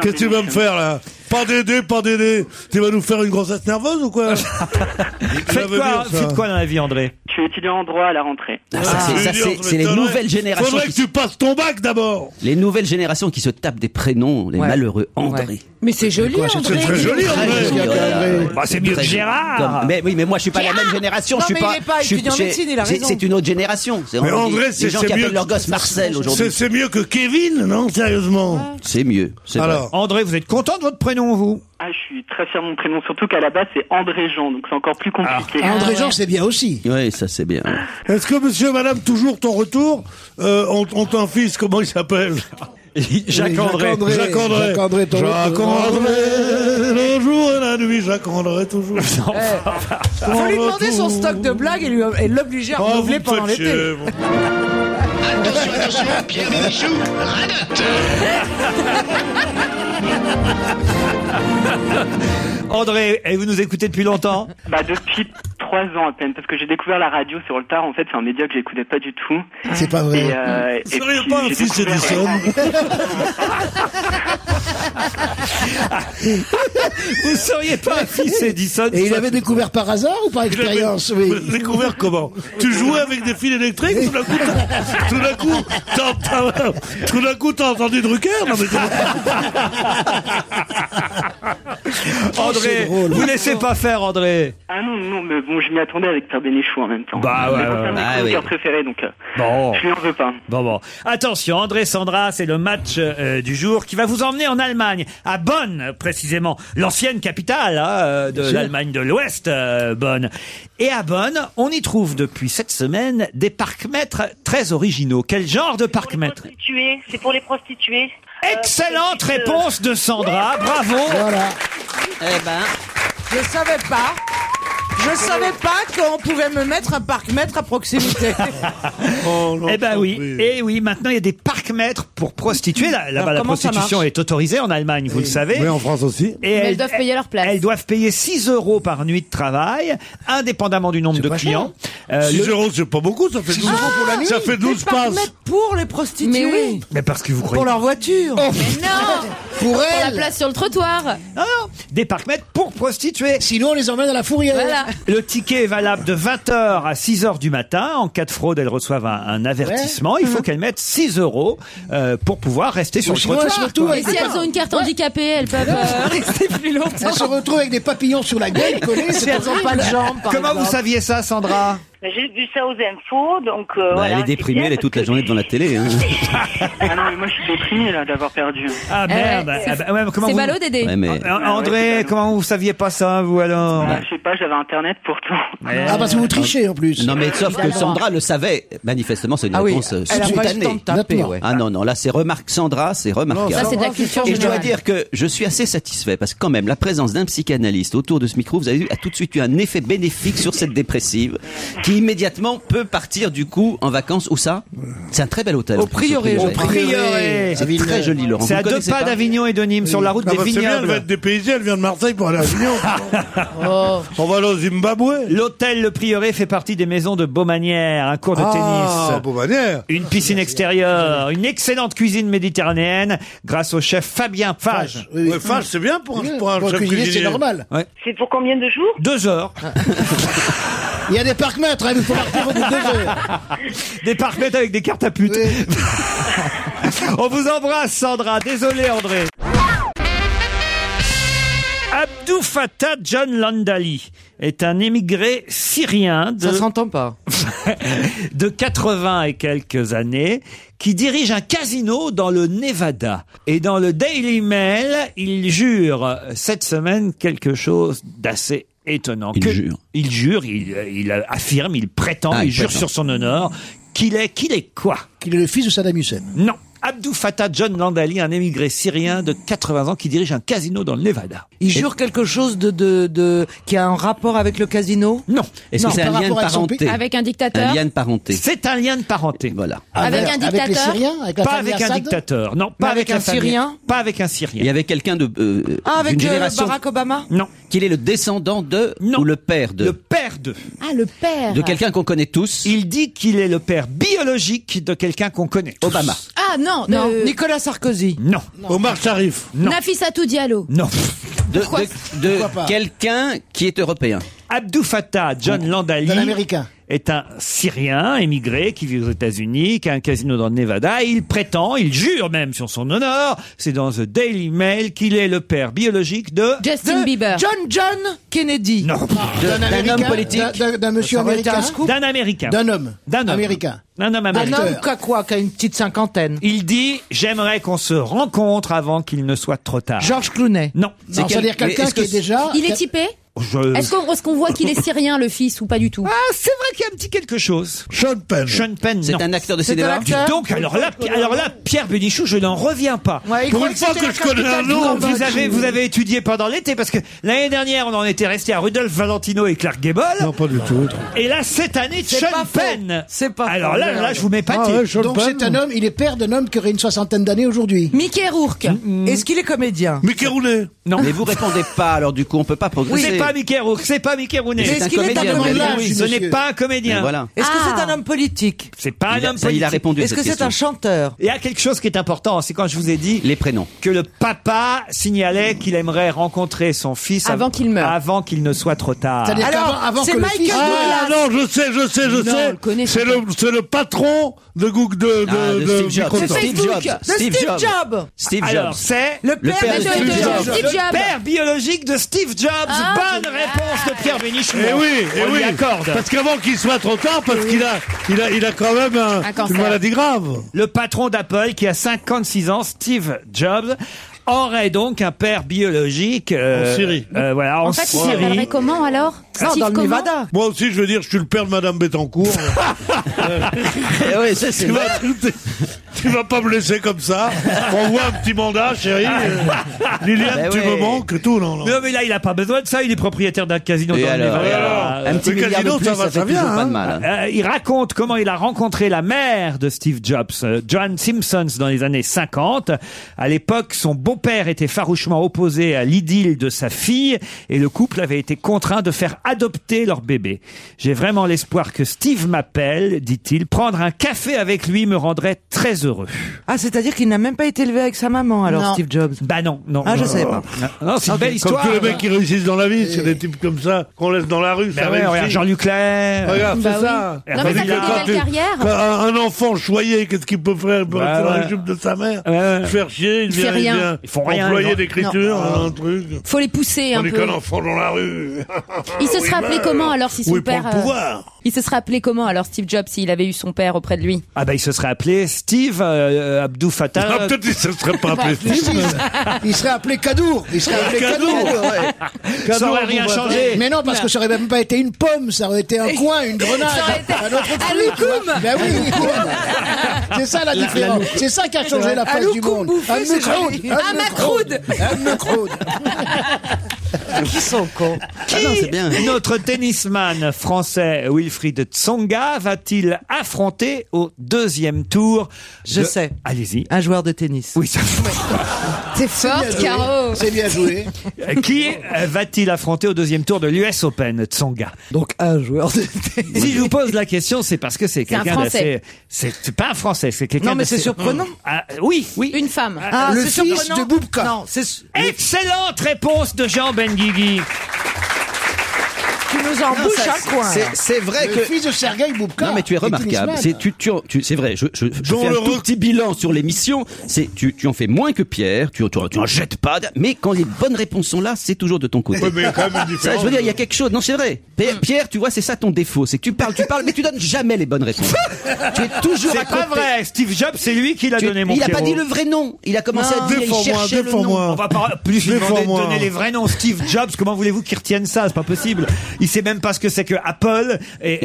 Qu'est-ce que tu vas me faire là Pas Dédé, pas Dédé. Tu vas nous faire une grossesse nerveuse ou
[LAUGHS]
quoi
Faites quoi, faites quoi dans la vie, André Ah.
Je suis étudiant en droit à la rentrée.
ça, c'est- ça, c'est- c'est les nouvelles générations
Faudrait
qui
que tu passes ton bac d'abord.
Les nouvelles générations qui se tapent des prénoms, les
Ouais.
malheureux André.
Mais c'est joli, André.
Très joli, André.
Très joli, André.
Bah, c'est mieux que Gérard. Mais oui, mais moi je suis pas la même génération.
Non,
je suis
mais
pas.
il est pas
je suis-
étudiant en
j'ai-
médecine, il a
c'est-
raison.
C'est une autre génération. C'est
Mais
on dit-
André,
les
c'est
gens
c'est
qui
mieux.
appellent leur gosse Marcel
C'est
aujourd'hui.
c'est mieux que Kevin, non Sérieusement.
C'est mieux. c'est vrai.
Alors.
André, vous êtes content de votre prénom, vous
Ah, je suis très fier de mon prénom, surtout qu'à la base c'est André Jean, donc c'est encore plus compliqué.
Ah.
André-Jean, c'est bien aussi.
Oui, ça c'est bien.
Est-ce que monsieur, madame, toujours ton retour euh, ont, ont un fils, comment il
[LAUGHS]
s'appelle
Jacques André.
Jacques André.
Jacques André, ton
Jacques
retour.
André, le jour et la nuit, Jacques André,
[LAUGHS]
toujours.
Eh. Faut lui demander son stock de blagues et, lui- et l'obliger à
Oh, vous
renouveler
me
pendant
faites
l'été.
chier, vous.
Attention, attention, Pierre Bénichou,
[LAUGHS] André, et vous nous écoutez depuis longtemps
Bah depuis trois ans à peine, parce que j'ai découvert la radio sur le tard. En fait, c'est un média que j'écoutais pas du tout.
C'est pas vrai.
Et, euh,
Vous
et
seriez
puis,
pas un
j'ai
fils
découvert-
Edison
[LAUGHS] Vous seriez pas un fils Edison
Et il avait découvert par hasard ou par expérience oui.
[LAUGHS] Découvert comment Tu jouais avec des fils électriques Tout d'un coup,
[LAUGHS]
t'as- tout d'un coup, t'as- t'as- tout d'un coup, t'as entendu Drucker Non mais
[LAUGHS] André, vous laissez pas faire, André.
Ah non, non, mais bon, je m'y attendais avec Pierre Bénichou en même temps.
Bah ouais,
Mais bon,
ouais,
c'est un de mes
ouais. Ah
chroniqueurs
oui.
préférés, donc euh,
Bon.
je lui en veux pas.
Bon, bon. Attention, André Sandra, c'est le match euh, du jour qui va vous emmener en Allemagne, à Bonn, précisément, l'ancienne capitale hein, euh, de
Bien sûr.
l'Allemagne de l'Ouest, euh, Bonn. Et à Bonn, on y trouve depuis cette semaine des parcs-mètres très originaux. Quel genre de parcs-mètres
Prostituées, C'est pour les prostituées. Euh,
Excellente réponse de Sandra, bravo
Voilà.
Eh ben,
Je savais pas. Je savais pas qu'on pouvait me mettre un parc-mètre à
[LAUGHS]
proximité.
eh ben oui, et oui, maintenant il y a des parcs-maîtres pour prostituer. Là- Là-bas, la
comment ça
prostitution
marche
est autorisée en Allemagne, vous le savez.
Oui, en France aussi.
Et elles, doivent payer leur place. Elles doivent payer 6 euros par nuit de travail, indépendamment du nombre de clients. Euh,
6 euros, c'est pas beaucoup, ça fait 12
Ah,
euros pour la nuit. Ça fait 12 passes.
pour les prostituées. Mais oui. Oh.
Mais parce que vous croyez.
Pour leur voiture.
Mais non
Pour
la
elle.
place sur le trottoir
Non, Des parcs-mètres pour prostituer.
Sinon, on les emmène à la fourrière.
Voilà.
Le ticket est valable de 20h à 6h du matin. En cas de fraude, elles reçoivent un, un avertissement. Il faut qu'elles mettent 6 euros euh, pour pouvoir rester sur le trottoir. quoi.
Et si elles ont une carte handicapée, elles peuvent euh,
[LAUGHS]
rester plus longtemps.
Elles se retrouvent avec des papillons sur la gueule collés.
Si elles ont pas de jambes, par
Comment vous
exemple.
saviez ça, Sandra
Mais J'ai vu ça aux infos, donc euh,
Bah,
voilà.
elle est
c'est
déprimée,
bien
elle est
parce
toute la
que-
journée devant la télé.
[LAUGHS]
hein.
Ah non, mais moi je suis déprimé là d'avoir perdu.
Euh,
Ah
Eh
merde
ouais, c'est-
Ah bah, ouais, mais comment
c'est
vous-
ballot d'aider. Ouais, mais-
Ah, André, comment vous saviez pas ça, vous alors
Ah, je sais pas, j'avais internet pourtant.
Ah, parce que vous trichez en plus.
Non mais sauf que
Évidemment.
Sandra le savait. Manifestement, c'est une
Ah oui,
réponse euh,
elle a pas eu le
spontanée.
temps de taper, ouais.
Ah non non, là c'est remarque Sandra, c'est remarquable.
Ça, c'est de la culture
Et je dois
générale.
dire que je suis assez satisfait parce que quand même la présence d'un psychanalyste autour de ce micro, vous avez vu, a tout de suite eu un effet bénéfique sur cette dépressive qui immédiatement peut partir du coup en vacances. Où ça C'est un très bel hôtel.
Au
en plus,
Prieuré.
Prieuré.
Au Prieuré.
euh, C'est très joli Laurent.
C'est
Vous
à deux
connaissez
pas d'Avignon et de Nîmes, sur la route
Ah
des
bah, c'est bien, elle va
vignobles.
être dépaysée, elle vient de Marseille pour aller à Avignon. On va aller au Zimbabwe.
L'hôtel Le Prieuré fait partie des maisons de Beaumanière, un cours de
Ah,
tennis. Une piscine extérieure, une excellente cuisine méditerranéenne grâce au chef Fabien Fage.
Ouais, Fage, c'est bien pour un, pour un
Pour
chef
cuisiner,
cuisinier.
c'est normal. Ah.
Ouais.
C'est pour combien de jours
Deux heures.
[LAUGHS] Il y a des parcs-mètres, il faut partir au bout de deux heures.
[LAUGHS] Des parfaits avec des cartes à pute. [LAUGHS] On vous embrasse, Sandra. Désolé, André. Abdou Fattah John Landali est un émigré syrien de...
Ça s'entend pas.
de 80 et quelques années qui dirige un casino dans le Nevada. Et dans le Daily Mail, il jure euh, cette semaine quelque chose d'assez étonnant.
Il
Que-
jure.
Il jure, il, euh, il affirme, il prétend,
Ah,
il,
il
jure
prétend.
sur son honneur qu'il est, qu'il est quoi
Qu'il est le fils de Saddam Hussein.
non. Abdou Fattah John Landali, un émigré syrien de 80 ans qui dirige un casino dans le Nevada.
Il jure quelque chose de, de, de- qui a un rapport avec le casino
Non.
Est-ce que c'est un lien de parenté
Avec un dictateur.
Un lien de parenté.
C'est un lien de parenté.
Voilà.
Avec un
Avec les
dictateur.
Syriens Avec la
Pas
famille
avec un
Assad
dictateur, non. Pas
Mais
avec,
avec un
la famille-
Syrien
Pas avec un Syrien.
Il y avait quelqu'un de euh,
Ah, avec
d'une
euh,
génération
Barack Obama
Non.
qu'il est le descendant de ou le père de
Le père de.
Ah, le père.
de quelqu'un qu'on connaît tous.
Il dit qu'il est le père biologique de quelqu'un qu'on connaît. tous.
Obama.
Ah non,
Non.
de...
Nicolas Sarkozy.
Non.
Omar Sharif.
Non.
Nafissatou Diallo.
Non.
De,
Pourquoi
de- de quelqu'un qui est européen.
Abdou Fattah John Landali.
D'un Américain.
est un Syrien émigré qui vit aux États-Unis, qui a un casino dans le Nevada. Et il prétend, il jure même sur son honneur, c'est dans The Daily Mail qu'il est le père biologique de.
Justin
De
Bieber.
John John Kennedy.
Non.
De-
Ah, D'un
D'un
Américain,
homme politique.
d'un- D'un d'un monsieur
Ça aurait été
américain.
un scoop.
D'un Américain.
D'un homme.
D'un homme.
Américain.
D'un homme
Un
américain.
homme qui a quoi Qui a une petite cinquantaine.
Il dit J'aimerais qu'on se rencontre avant qu'il ne soit trop tard.
Georges Clooney.
Non.
C'est
Non,
quel-
C'est-à-dire
mais
quelqu'un
est-ce
qui
que
est déjà.
Il est typé
Je-
Est-ce qu'on est-ce qu'on voit qu'il est syrien, le fils, ou pas du tout
Ah, c'est vrai qu'il y a un petit quelque chose.
Sean Penn.
Sean Penn,
C'est
non.
un acteur de
C'est un
cinéma.
acteur.
Dis donc, alors là, alors là, Pierre Bénichou, je n'en reviens pas.
Ouais, il
Pour
croit
une fois
c'était
que
la
je connais
capitale
un
du
nom,
Cambodge.
Vous avez, vous avez étudié pendant l'été parce que l'année dernière, on en était resté à Rudolf Valentino et Clark Gable.
Non, pas du tout.
Et là, cette année,
C'est
Sean
pas faux.
Penn.
C'est pas
Alors
faux,
là,
merde.
là, je vous mets pas
Ah
de-
ouais, Sean
Donc
Penn.
c'est un homme, il est père d'un homme qui aurait une soixantaine d'années aujourd'hui.
Mickey Rourke.
Mm-hmm.
Est-ce qu'il est comédien
Mickey Roulet.
Non.
Mais vous répondez pas, alors du coup on peut pas progresser.
C'est pas Mickey Rourke, c'est pas Mickey Rooney.
Mais
Est-ce
un
qu'il est un
comédien,
comédien
mais oui.
Ce n'est pas un comédien.
Mais voilà.
Est-ce que
Ah.
c'est un homme politique
C'est pas
Il
un
a,
homme
ça, il a
politique.
répondu à
Est-ce
cette
que c'est
question.
un chanteur
Il y a quelque chose qui est important, c'est quand je vous ai dit
Les prénoms.
que le papa signalait qu'il aimerait rencontrer son fils
Avant
av-
qu'il meure.
Avant qu'il ne soit trop tard.
C'est-à-dire
Alors,
qu'avant avant
c'est
que
Michael
le fils.
Ah non, je sais, je sais, je
Non, on le connaît,
sais. C'est
ce
le, c'est le patron de Google, de, de,
Ah, de Steve Jobs.
Microsoft.
C'est Steve
Facebook,
Jobs.
de Steve Jobs.
Steve
Alors,
Jobs.
c'est
Le père,
père
de,
de
Steve
Steve
Jobs.
Jobs.
Steve Jobs.
père biologique de Steve Jobs.
Ah,
Bonne
génial.
réponse de Pierre Bénichou.
Eh oui, eh
On
oui.
lui accorde.
Parce qu'avant qu'il soit trop tard, parce qu'il a, il a, il a quand même un-
Un cancer.
une maladie grave.
Le patron d'Apple, qui a 56 ans, Steve Jobs, aurait donc un père biologique. euh,
En Syrie.
euh, voilà, en,
En fait, il
Syrie.
s'appellerait comment alors
Non,
Steve
dans le
comment
Nevada.
Moi aussi, je veux dire, je suis le père de Madame
[LAUGHS]
Bettencourt.
Eh ouais, ça, c'est
tu,
vrai.
vas, tu vas pas me laisser comme ça. On voit un petit mandat, chérie. Euh, Liliane,
Ben
tu
ouais.
me manques, tout, non, non.
Non mais là il a pas besoin de ça, il est Ah, propriétaire d'un casino
Et
dans le
alors
Nevada.
Un petit
Mais
milliard de
Casino,
plus, ça fait toujours pas de mal.
Euh, il raconte comment il a rencontré la mère de Steve Jobs, euh, Joan Simpsons, dans les années 50. À l'époque, son beau-père était farouchement opposé à l'idylle de sa fille et le couple avait été contraint de faire adopter leur bébé. J'ai vraiment l'espoir que Steve m'appelle, dit-il. Prendre un café avec lui me rendrait très heureux.
Ah, c'est-à-dire qu'il n'a même pas été élevé avec sa maman, alors
Non.
Steve Jobs
Bah non, non.
Ah, je savais pas.
Non, non, c'est une
Ok.
belle histoire.
Comme tous les mecs qui réussissent dans la vie, c'est des types comme ça qu'on laisse dans la rue.
Ben
ça
ouais,
réussit.
regarde, Jean-Luc Lair.
Regarde,
Bah
c'est
oui.
ça.
Non, mais ça fait des
Quand
belles
tu-
carrières.
quand Bah, Un, un enfant choyé, qu'est-ce qu'il peut faire Il peut
Ouais,
rester dans
ouais.
les jupes de sa mère,
Ouais.
faire chier, Bah il,
Il
vient,
fait rien.
il vient
Ils font rien,
employé
non.
d'écriture,
Non.
un truc.
Faut les pousser un
On est
peu.
qu'un enfant dans la rue.
Il se serait
Oui,
appelé
mais-
comment alors si son
Oui,
père
prends le
euh,
pouvoir.
Il se serait appelé comment alors Steve Jobs s'il avait eu son père auprès de lui
Ah bah il se serait appelé Steve euh, euh, Abdou Fattah.
Ah, peut-être il se serait pas
[LAUGHS] Bah,
appelé
Si, si, Il serait appelé Cadour. Il serait appelé Cadour.
Cadour.
ouais.
Ça aurait rien
Cadour,
changé.
Mais non, parce que ça aurait même pas été une pomme, ça aurait été un coin, une grenade.
Ça aurait été
un
un
autre fruit, tu vois.
loukoum.
Ben oui. C'est ça la
La- la
différence.
loukoum.
C'est ça qui a changé la
Un
face du
loukoum
monde.
bouffé, c'est
mecroud,
joli.
Ah,
un
Un
mecroud. Un mecroud.
[LAUGHS] Qui sont cons
Ah
[LAUGHS] Notre tennisman français Wilfried Tsonga va-t-il affronter au deuxième tour
Je
de-
sais.
Allez-y.
Un joueur de tennis.
Oui, ça.
[LAUGHS] C'est
bien joué. C'est bien joué.
Euh, Qui euh, va-t-il affronter au deuxième tour de l'US Open Tsonga
Donc un joueur
[LAUGHS]
de tennis.
Si je vous pose la question, c'est parce que c'est
C'est un
quelqu'un
Français.
d'assez. C'est c'est pas un français, c'est [LAUGHS] quelqu'un.
Non, mais c'est
d'assez-
surprenant.
Ah, oui, oui.
Une femme.
Ah,
Le
c'est
fils
surprenant.
de Boubka. [LAUGHS]
Non, c'est.
Excellente réponse de Jean Benguigui.
Tu nous en
Non,
bouches
ça,
un coin.
c'est- c'est vrai
le
que-
fils de Sergei Boubka.
Non, mais tu es
est
remarquable.
tennisman.
C'est tu, tu, tu- c'est vrai. Je, je, je
Dont
fais un
le
tout
rec-
petit bilan sur l'émission. C'est tu, tu en fais moins que Pierre. Tu, tu, tu en jettes pas. Mais quand les bonnes réponses sont là, c'est toujours de ton côté.
Ouais, mais il y a quand même une
Ça,
différence.
je veux dire, il y a quelque chose. Non, c'est vrai. Pierre, Pierre, tu vois, c'est ça ton défaut, c'est que tu parles, tu parles, mais tu donnes jamais les bonnes
[LAUGHS]
réponses. tu es toujours
C'est
à
pas
côté.
vrai. Steve Jobs, c'est lui qui l'a
Tu es-
donné mon
il a pas
Pierrot.
dit le vrai nom. Il a commencé
Ah,
à dire, il cherchait le nom.
On va pas plus lui
Défends-moi.
demander de donner les vrais noms. Steve Jobs, comment voulez-vous qu'il retienne ça C'est pas possible. Il sait même pas ce que c'est que Apple et, et-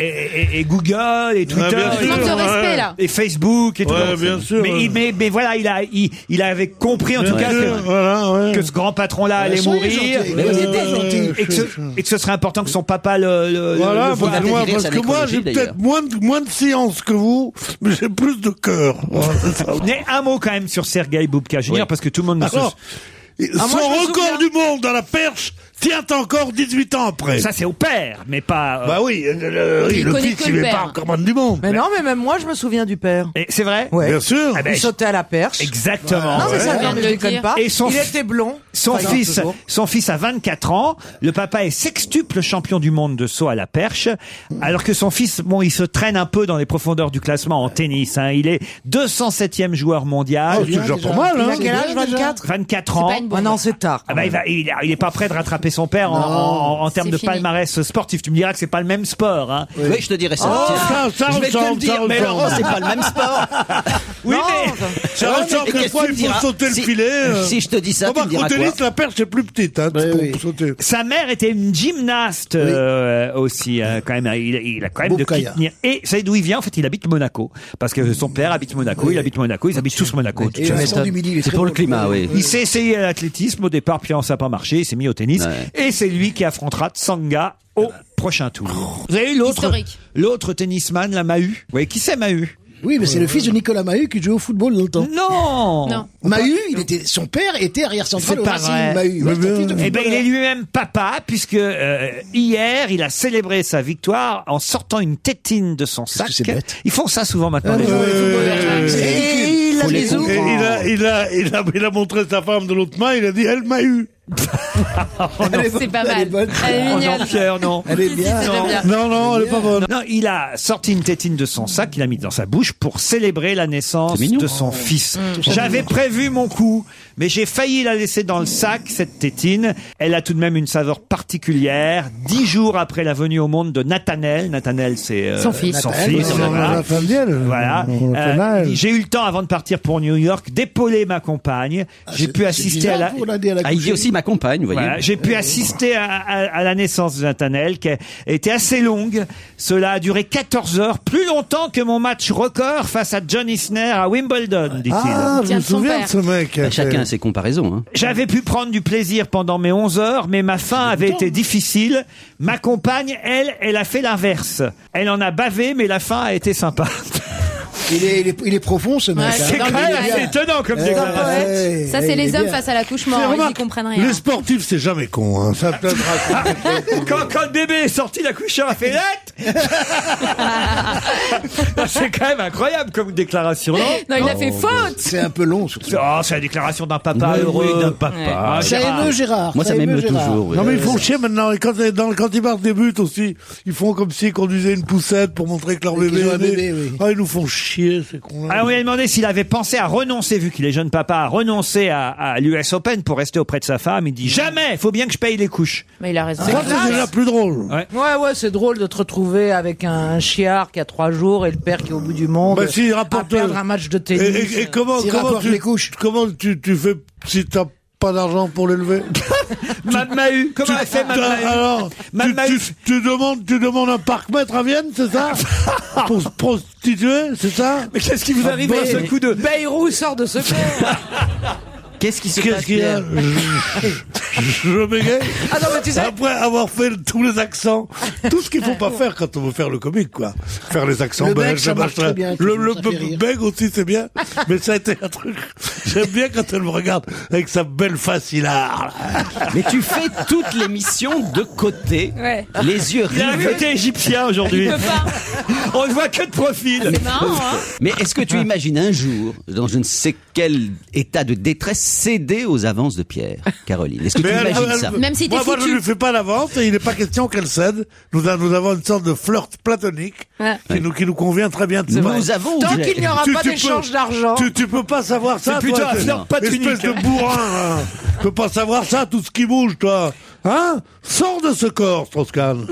et- et Google et Twitter.
bien
et,
sûr, Manque de respect, ouais. là.
et Facebook et tout.
Ouais,
Non,
bien
c'est-
sûr.
Mais, il- mais, mais voilà, il a, il, il avait compris en
Bien
tout cas
sûr,
que, que ce grand patron-là allait
soyez
mourir.
gentil. Mais vous êtes
Euh,
gentil.
et, que ce, et que ce serait important que son papa le, le,
Voilà,
Euh, le voie.
parce que moi, parce que moi, j'ai peut-être moins de, moins de science que vous, mais j'ai plus de
[LAUGHS]
cœur. Voilà, c'est ça.
Mais un mot quand même sur Sergei Boubka Junior parce que tout le monde ne se-
Alors,
Ah,
son
moi, je me
record du monde à la perche tient encore 18 ans après.
Ça, c'est au père, mais pas.
Bah oui, euh, le, oui, le fils, il n'est pas encore man du monde.
Mais non, mais même moi, je me souviens du père.
Et c'est vrai Ah ben,
Ouais.
Bien sûr.
il sautait à la perche.
Exactement.
Non, mais ça, non, mais je déconne pas.
Et son
il
fi-
était blond.
Son
Enfin,
fils,
toujours.
son fils a 24 ans. Le papa est sextuple champion du monde de saut à la perche. Alors que son fils, bon, il se traîne un peu dans les profondeurs du classement en tennis. hein. Il est 207e joueur mondial.
Ah, c'est déjà pas mal, hein.
Il a quel âge, 24
24 ans.
Ah non, c'est tard.
Ah bah, il, va- il- il est pas prêt de rattraper son père en, en- en termes
c'est
de
fini.
palmarès sportif. Tu me diras que c'est pas le même sport. Hein.
Oui, je te dirais ça.
Oh,
Tiens.
ça, ça
je vais te
ressemble,
le dire,
ça
mais
ressemble.
Laurent, c'est pas le même
[LAUGHS]
sport.
Oui,
mais
Ça ressemble que fois, il faut sauter le filet. euh.
Si je te dis ça,
Remarque,
tu me diras
au tennis,
quoi
la perche est plus petite, hein, pour sauter.
Sa mère était une gymnaste euh, aussi, euh, quand même. Il, il a quand même de qui
Boukaya.
tenir. Et vous savez d'où il vient En fait, il habite Monaco. Parce que son père habite Monaco, il habite Monaco, ils habitent tous Monaco.
euh,
de toute
Et
façon.
Vincent Dumilly, il est
C'est
très
pour le
bon.
climat, oui.
Il s'est essayé à l'athlétisme au départ, puis on ça n'a pas marché, il s'est mis au tennis. Et c'est lui qui affrontera Tsanga au prochain tour. Vous avez eu l'autre l'autre tennisman, la Mahu Vous voyez qui c'est Euh, Mahu
Oui, mais c'est le fils de Nicolas Mahut qui jouait au football longtemps.
Non,
non. Mahut, il était, son père était arrière central au Racing. Mahut, Ouais, c'est un fils de
Eh ben, il est
footballeur.
lui-même papa, puisque euh, hier, il a célébré sa victoire en sortant une tétine de son sac. Ils font ça souvent
Ah,
maintenant. les gens.
Euh, Et
Faut les
Et
comprendre.
il a, il a, il a, il a montré sa femme de l'autre main, il a dit, elle m'a eu.
C'est pas mal. Elle est
Oh non,
mignonne.
Pierre, non.
Elle est bien.
c'est
Non.
bien.
Non, non, elle est pas bonne.
Non, il a sorti une tétine de son sac, il a mis dans sa bouche pour célébrer la naissance de son fils.
Mmh.
J'avais prévu mon coup, mais j'ai failli la laisser dans le sac, cette tétine. Elle a tout de même une saveur particulière. Dix jours après la venue au monde de Nathanaël. Nathanaël, c'est euh,
Son fils.
Son
Nathanaël,
fils,
oui,
voilà.
oui, Mmh. oui, Nathanaël.
Voilà.
Oui,
Euh, j'ai eu le temps avant de partir pour New York d'épauler ma compagne. J'ai pu assister à la.
Ah, bizarre pour l'aider à la
Ah, il dit
coucher. Euh.
aussi ma compagne, vous voyez.
Voilà, j'ai pu assister à, à- à la naissance de Nathanaël, qui a été assez longue. Cela a duré 14 heures, plus longtemps que mon match record face à John Isner à Wimbledon, dit-il.
Ah, je me souviens de ce mec.
Bah, chacun ces comparaisons. hein.
J'avais pu prendre du plaisir pendant mes 11 heures, mais ma faim avait été difficile. Ma compagne, elle, elle a fait l'inverse. Elle en a bavé, mais la faim a été sympa.
Il est, il est, il est profond ce mec.
Ouais,
hein.
c'est
Dans
quand
le
même
délire.
assez étonnant comme
Eh,
déclaration.
ouais,
Ça,
ouais,
c'est
il
les
est
hommes
bien.
face à l'accouchement.
Fais
hein, Ils y
remarque,
comprennent rien.
Les sportifs, c'est jamais con. Hein. Ça peut être-
[LAUGHS] quand, quand le bébé est sorti, l'accoucheur a
[LAUGHS]
fait net C'est quand même incroyable comme déclaration, non
Non, il a fait faute.
C'est un peu long, surtout. c'est la déclaration d'un papa
Oui,
heureux.
oui, d'un papa.
Ah,
Ça
Gérard.
émeut
Gérard,
Moi, ça ça émeut m'émeut Gérard. toujours, oui.
Non, mais ils font
Ouais.
chier maintenant. Et quand, dans, quand ils partent des buts aussi, ils font comme s'ils conduisaient une poussette pour montrer que leur
Et qu'ils
bébé
ont un
est né.
bébé, oui.
Ah, ils nous font chier, ces cons-là.
Alors, on lui a demandé s'il avait pensé à renoncer, vu qu'il est jeune papa, à renoncer à, à l'US Open pour rester auprès de sa femme. Il dit jamais, faut bien que je paye les couches.
Mais il a raison.
plus drôle.
Ouais,
ouais, c'est drôle de te retrouver avec un chiard qui a trois jours et le père qui est au bout du monde.
Bah, s'il rapporte- euh,
à perdre un match de
Et,
tennis.
et- et comment,
S'il
comment,
rapporte
tu,
les coups.
comment tu, tu fais si t'as pas d'argent pour
[LAUGHS]
l'élever
Mme Mahu, comment elle fait, Mme Mahu
Alors, tu, tu- tu demandes, tu demandes un parc-mètre à Vienne, c'est
[LAUGHS]
ça Pour se prostituer, c'est ça Ah, bah,
Mais qu'est-ce qui vous
arrive à ce coup
de
Bayrou
[LAUGHS]
sort de ce père.
Qu'est-ce qui se
Qu'est-ce qu'il y a Je, je- je bégaye.
Ah non, mais tu sais-
Après avoir fait le- tous les accents, tout ce qu'il faut pas faire quand on veut faire le comique, quoi. Faire les accents
Le bec,
belges,
ça marche
machin.
très bien,
Le,
ça
le
fait rire.
bec aussi, c'est bien. [LAUGHS] Mais ça a été un truc. J'aime bien quand elle me regarde avec sa belle face hilar.
Mais tu fais toute l'émission de côté,
Ouais.
les yeux
Il y a un
rivés.
côté
égyptien aujourd'hui.
Il peut
On ne voit que de profil.
C'est marrant,
hein
Mais est-ce que tu imagines un jour, dans je ne sais quel état de détresse, céder aux avances de Pierre, Caroline Est-ce que
Mais
tu
elle-
imagines
elle-
ça
moi, moi, je ne lui fais pas l'avance et il n'est pas question qu'elle cède. Nous, a- nous avons une sorte de flirt platonique
Ouais.
qui, nous, qui nous convient très bien. de
Nous
ce moment.
avons-
Tant qu'il n'y aura
Tu-
pas
tu
d'échange
peux-
d'argent.
Tu, tu peux pas savoir
C'est
ça.
plutôt
toi,
un
t'es-
flirt platonique.
Espèce de bourrin. hein. Tu peux pas savoir ça, tout ce qui bouge, toi. Hein Sors de ce
[LAUGHS]
corps, Strauss-Kahn.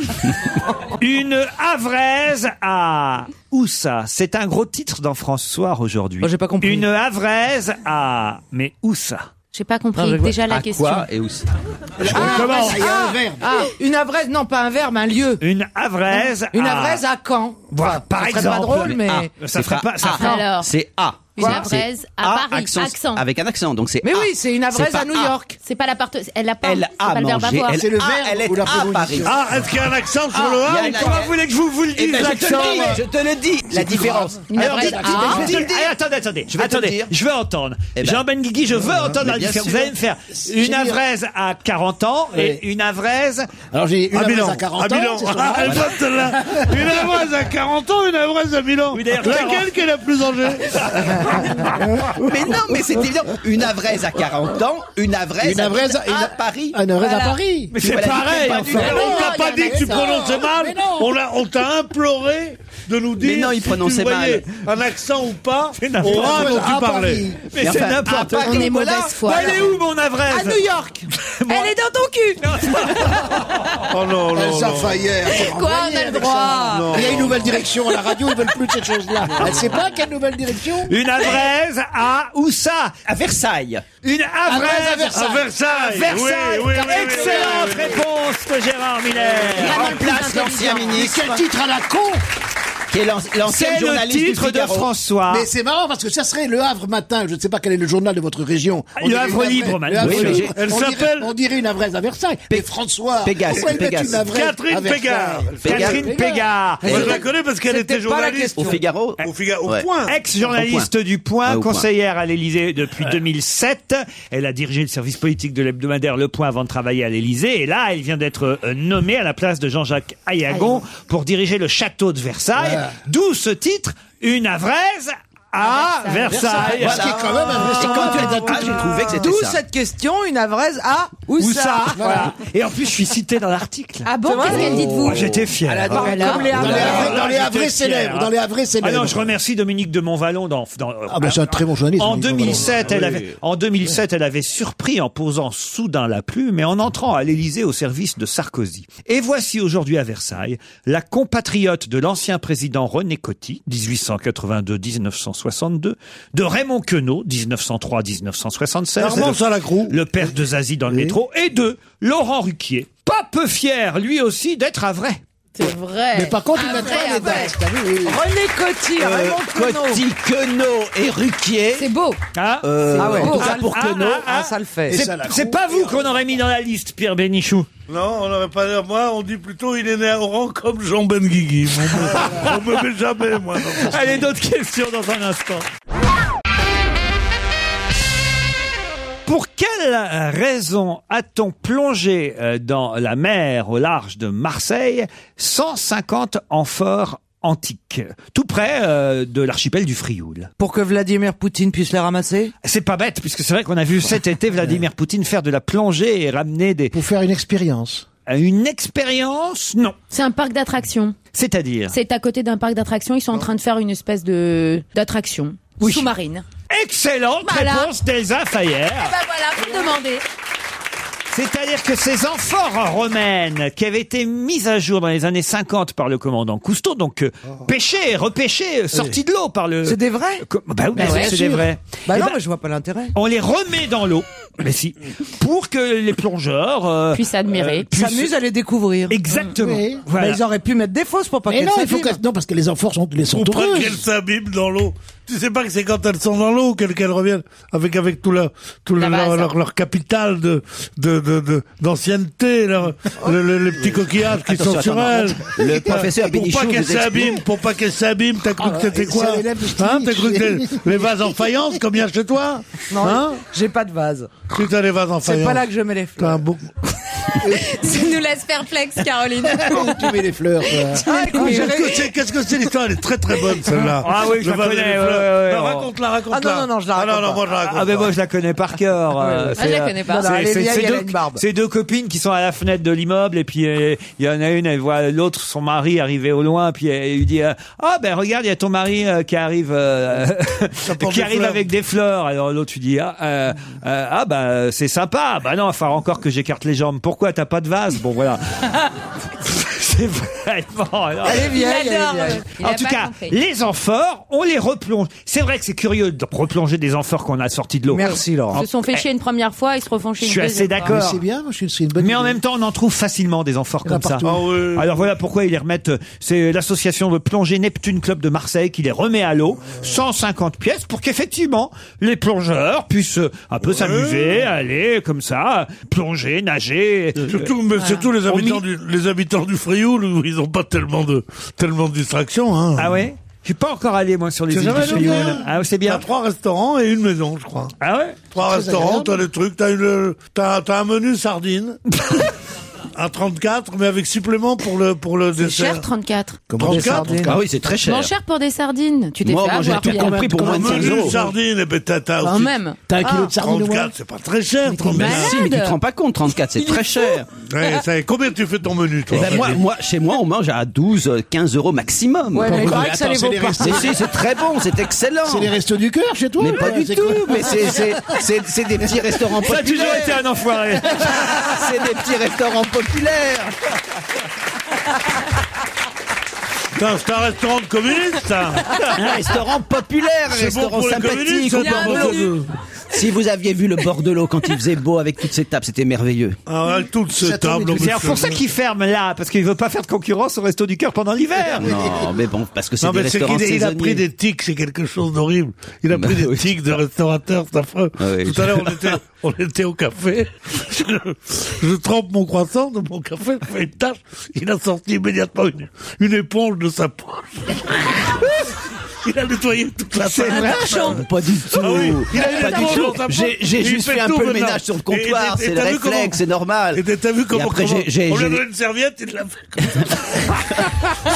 Une havraise à où ça C'est un gros titre dans François aujourd'hui.
Oh,
J'ai pas compris. Une havraise à mais où ça
J'ai pas compris déjà la question.
et où ça
Comment
ah, ah, une avraise, non pas un verbe, un lieu.
Une havraise.
Une
à-
avraise à Caen.
Voilà, par
ça serait
exemple.
pas drôle, mais.
Ah, ça ferait pas. Ça
Ah.
ferait-
Alors.
C'est A.
Une
Quoi
abraise
C'est
à Paris,
accent-
accent.
Avec un accent, donc c'est
Mais
A.
oui,
c'est une
abraise pas A.
C'est pas la partie. Elle a pas.
Elle
c'est
a
pas le verbe
mangé,
avoir.
elle a- elle est à Paris.
Ah, est-ce qu'il y a un accent sur le A
il y a
Mais
un
comment
accent.
voulez que je Ah, vous, vous le
Eh
dise,
ben, je te
l'accent,
le
moi
dis, Je te le dis, la différence.
Alors, dites-
dites- dites-
dites- dites-
dites-
dites- allez, attendez, attendez.
Je
Je
vais
vais
te le
attendez.
dire.
Je veux entendre.
Eh ben.
Jean Ben Guigui, je veux
Ah,
entendre
mais
la
bien
différence.
sûr.
Vous allez me faire
J'ai
une
bien.
avraise à 40 ans et une avraise.
Alors j'ai
À Milan. À Milan. Ah, elle doit être là. Une avraise à 40 ans, une avraise à Milan.
d'ailleurs,
Laquelle
40.
qui est la plus âgée
Mais non, mais c'est évident. Une avraise à 40 ans, une avraise,
Une avraise
à,
à-
à Paris.
Une avraise à Paris.
Mais c'est pareil, enfin.
Alors, on t'a pas dit que tu prononçais mal. On l'a- on t'a imploré de nous dire
Mais non, il
si tu
prononçait
voyais
mal. Ah,
un accent ou pas
n'importe
au rat
quoi.
dont
Ah,
À
tu parlais.
Paris. Mais c'est n'importe quoi. Bah,
On est mauvaise foi,
Elle est
alors.
où, mon avraise
À New
[LAUGHS]
York. Elle est dans ton cul. [LAUGHS]
Oh non, non,
Ça
non.
faillit hier.
Quoi, on a le droit
Il y a une nouvelle direction à la radio, ils veulent plus de cette chose-là. Elle sait pas quelle nouvelle direction
Une avraise à où ça
À Versailles.
Une
Avraise à
avraise
Versailles.
À Versailles.
Oui, oui, oui, oui,
Excellente réponse de Gérard Miller.
remplace l'ancien ministre.
Quel titre à la con
Qui est l'an- l'ancien
C'est le
journaliste du
titre de
Figaro.
François.
Mais c'est marrant parce que ça serait Le Havre matin. Je ne sais pas quel est le journal de votre région.
Le
dirait
Havre
une avraise-
libre,
Le
madame.
Havre
Oui, mais
libre.
j'ai- Elle
On dirait-
s'appelle-
On dirait une avraise à Versailles. Mais François.
Pégase,
Ah, pourquoi ils mettent
Pégase.
une avraise
Catherine
à Versailles
Pégard.
Catherine Pégard.
Moi, je la connais parce qu'elle était journaliste.
Au Figaro.
Au Figaro. Au
Ouais.
point.
Ex-journaliste du Point,
Ouais, au Point.
conseillère à l'Élysée depuis 2007. Elle a dirigé le service politique de l'hebdomadaire Le Point avant de travailler à l'Élysée. Et là, elle vient d'être euh, nommée à la place de Jean-Jacques Ayagon pour diriger le château de Versailles. D'où ce titre, une avraise
Ah,
à Versailles.
Versailles. Ce qui est quand même un
Et quand tu as dit A, j'ai trouvé que
D'où
c'était ça.
cette question, une avraise à où
Où ça
ça
Voilà. Et en plus, je suis cité dans l'article.
Ah bon,
Qu'est-ce qu'elle dit de vous
Ah, J'étais fier.
Comme les
Dans les
Havrais.
Havrais- Dans les
j'étais
Havrais
fier.
célèbres. Dans les Havrais
Ah non,
célèbres.
je remercie Dominique de Montvalon dans, dans-
Ah ben, c'est un très bon journaliste,
En
Dominique de
2007, elle
Montvalon.
avait,
Oui.
en 2007, elle avait surpris en posant soudain la plume et en entrant à l'Élysée au service de Sarkozy. Et voici aujourd'hui à Versailles la compatriote de l'ancien président René Coty, 1882-1962, de Raymond Queneau, 1903-1976,
Armand Salacrou.
le père de Zazie dans le métro, et de Laurent Ruquier, pas peu fier lui aussi d'être à vrai.
C'est vrai.
Mais par contre,
Ah,
ils mettent
vrai,
pas
ah,
les
vrai.
dates. t'as vu, oui.
René Coty,
Euh,
Raymond Queneau.
Coty, Queneau et Ruquier. C'est
beau.
Ah,
Ah ouais,
En tout
ça
cas
le-
pour
ah,
Queneau.
ah, ah, ça le fait.
C'est- C'est pas vous qu'on aurait mis dans la liste, Pierre Bénichou.
Non, on n'aurait pas dit moi, on dit plutôt il est né à Oran comme Jean Benguigui. on
[LAUGHS]
me met jamais, moi.
Allez, d'autres questions dans un instant. Pour quelle euh, raison a-t-on plongé euh, dans la mer au large de Marseille 150 amphores antiques, tout près euh, de l'archipel du Frioul
Pour que Vladimir Poutine puisse les ramasser
C'est pas bête, puisque c'est vrai qu'on a vu cet été [LAUGHS] Vladimir Poutine faire de la plongée et ramener des... Pour faire une expérience. Une expérience Non.
C'est un parc d'attractions.
C'est-à-dire
C'est à côté d'un parc d'attractions. Ils sont en train de faire une espèce de d'attraction
Oui.
sous-marine.
Excellente
Voilà.
réponse d'Elsa Fayer.
Eh ben voilà, vous
[LAUGHS]
demandez.
C'est-à-dire que ces amphores romaines qui avaient été mises à jour dans les années 50 par le commandant Cousteau, donc euh, pêchées, repêchées, sorties de l'eau par le...
Oh. C'est des vrais
Co- Bah oui,
Bah
c'est-
ouais,
c'est
sûr.
des vrais.
Bah
Eh
non,
ben,
mais je vois pas l'intérêt.
On les remet dans l'eau, mais si, pour que les plongeurs... euh,
Puissent
euh,
admirer.
puissent-
S'amusent à les découvrir.
Exactement.
Oui.
Voilà.
Mais ils auraient pu mettre des fausses pour pas
Mais
qu'elles
non, il faut
s'abîment.
que- non, parce que les enfants sont, les sont
Ou pas
heureux.
qu'elles s'abîment dans l'eau. Tu sais pas que c'est quand elles sont dans l'eau qu'elles qu'elles reviennent avec avec tout leur tout le- leur, leur, leur capital de de de- de- d'ancienneté, leur- le- le- les petits coquillages qui
Attention,
sont sur
attends,
elles.
le
Euh,
professeur
pour
Bénichou
pas qu'elles
nous explique.
s'abîment, pour pas qu'elles s'abîment. T'as cru
Ah,
que c'était
c'est
quoi
l'élève de
Hein
Stevie.
T'as cru que les, les vases en faïence comme il y a chez toi
Non,
Hein
j'ai pas de vase.
Tu t'as les vases en faïence.
C'est pas là que je mets les
T'as un beau-
Tu nous laisses perplexe,
[LAUGHS]
Caroline.
Tu mets les fleurs.
[LAUGHS]
Ah, écoute, Qu'est-ce que c'est Qu'est-ce que c'est l'histoire Elle est très très bonne celle-là.
Ah oui, je
Le
la
Valérie
connais.
Fleur.
ouais, ouais,
Non,
ouais.
Raconte-la, raconte-la.
Ah non, non, non, je la
Ah
raconte
non, non,
pas.
moi je la raconte.
Ah ben
pas.
moi je la connais par cœur. euh,
ouais.
c'est,
Ah, je la
euh,
connais pas. Non, non,
c'est-
elle est
c'est-
vieille,
c'est
elle a
deux-
une barbe.
C'est deux copines qui sont à la fenêtre de l'immeuble et puis euh, il y en a une, elle voit l'autre, son mari arriver au loin, puis elle, elle lui dit euh, ah ben regarde il y a ton mari euh, qui arrive
[LAUGHS]
euh,
porte
[LAUGHS] qui
des
arrive
fleurs.
avec des fleurs. Alors l'autre lui dit ah euh, euh, ah bah c'est sympa. Bah non, enfin encore que j'écarte les jambes. Pourquoi t'as pas de vase Bon voilà. [LAUGHS] c'est vraiment. euh, alors-
[LAUGHS] Elle est vieille,
Il adore,
elle est vieille.
euh, il
en
a
tout
pas
cas,
compris.
les amphores, on les replonge. C'est vrai que c'est curieux de replonger des amphores qu'on a sortis de l'eau.
Merci, Laurent.
Ils se sont fait
Eh,
chier une première fois, ils se refont chier
Je
une
suis
deuxième
assez
fois.
d'accord.
C'est bien, moi, je suis- c'est une bonne
Mais en même temps, on en trouve facilement des amphores
Il y en a
comme ça.
partout. Ah
Alors voilà pourquoi ils les remettent. euh, C'est l'association de plongée Neptune Club de Marseille qui les remet à l'eau. 150 pièces pour qu'effectivement les plongeurs puissent euh, un peu s'amuser, aller comme ça, plonger, nager.
Surtout, mais surtout les
On
habitants
mit-
du les habitants du Frioul où ils ont pas tellement de tellement de distractions. Hein.
Ah ouais Je suis pas encore allé moi sur les
C'est
îles du
jamais
Frioul.
bien.
Ah c'est
T'as
bien.
trois restaurants et une maison, je crois.
Ah ouais
Trois
Très
restaurants,
agréable.
t'as des trucs, t'as une t'as t'as un menu
[LAUGHS]
sardine. Un 34, mais avec supplément pour le, pour le
C'est
dessert.
cher 34.
Comment des 34, sardines
Ah oui, c'est très cher.
Moins cher pour des sardines. Tu t'es
Moi,
fait
moi, j'ai
avoir.
tout
Pierre.
compris pour moins de 5
Menu
euros.
sardine, et ben t'as, t'as
Quand
aussi-
même.
T'as un kilo de sardines au moins
34, c'est pas très cher.
t'es
Mais
malade.
si, mais tu te rends pas compte, 34, c'est très cher.
Ouais, ça- combien tu fais ton menu, toi
Eh ben, moi, moi, chez moi, on mange à 12, euh, 15 euros maximum.
Ouais, mais il paraît que ça
attends,
les
c'est
vaut
les
pas.
restes.
Mais si, c'est très bon, c'est excellent.
C'est les restos du cœur chez toi
Mais
là,
pas du
c'est
tout,
quoi
mais c'est- c'est c'est- c'est des petits restaurants
Ça a toujours été
populaires.
un enfoiré.
[LAUGHS] C'est des petits restaurants populaires.
Putain, C'est un restaurant de communistes, ça.
[LAUGHS] Un restaurant populaire, un
C'est bon
restaurant
pour les
sympathique.
communistes,
au
c'est pas
bord de
bon
l'eau.
pour-
Si vous aviez vu le Bordelot quand il faisait beau avec toutes ces tables, c'était merveilleux.
Ah, ouais, toutes ces
J'attends, mais
tables. on
tu-
C'est
me
pour ça
fait-
qu'il ferme là, parce qu'il veut pas faire de concurrence au Resto du Cœur pendant l'hiver.
Non, Oh, mais bon, parce que c'est
Non,
des
mais c'est
restaurants
qu'il il a pris
saisonniers.
des tics, c'est quelque chose d'horrible. Il
[LAUGHS]
a
Bah
pris des
oui.
tics de restaurateur, c'est affreux.
Ah oui.
Tout à l'heure, on était, on était au café. Je, je trempe mon croissant dans mon café, je fais une tache. Il a sorti immédiatement une, une éponge de sa poche. [LAUGHS] Il a nettoyé toute
Bah,
la table.
Pas du tout.
Ah oui, il a eu
pas
des
du
trous dans
tout.
sa poche.
J'ai j'ai
Il
juste
fait
fait un
tout
peu le
maintenant.
ménage sur le
Et- et-
comptoir,
et
c'est le
t'as vu comment-
réflexe, c'est normal.
Et t'as- t'as vu comment,
après,
comment-
j'ai- j'ai-
on lui a
j'ai-
donné une serviette, il l'a fait comme ça.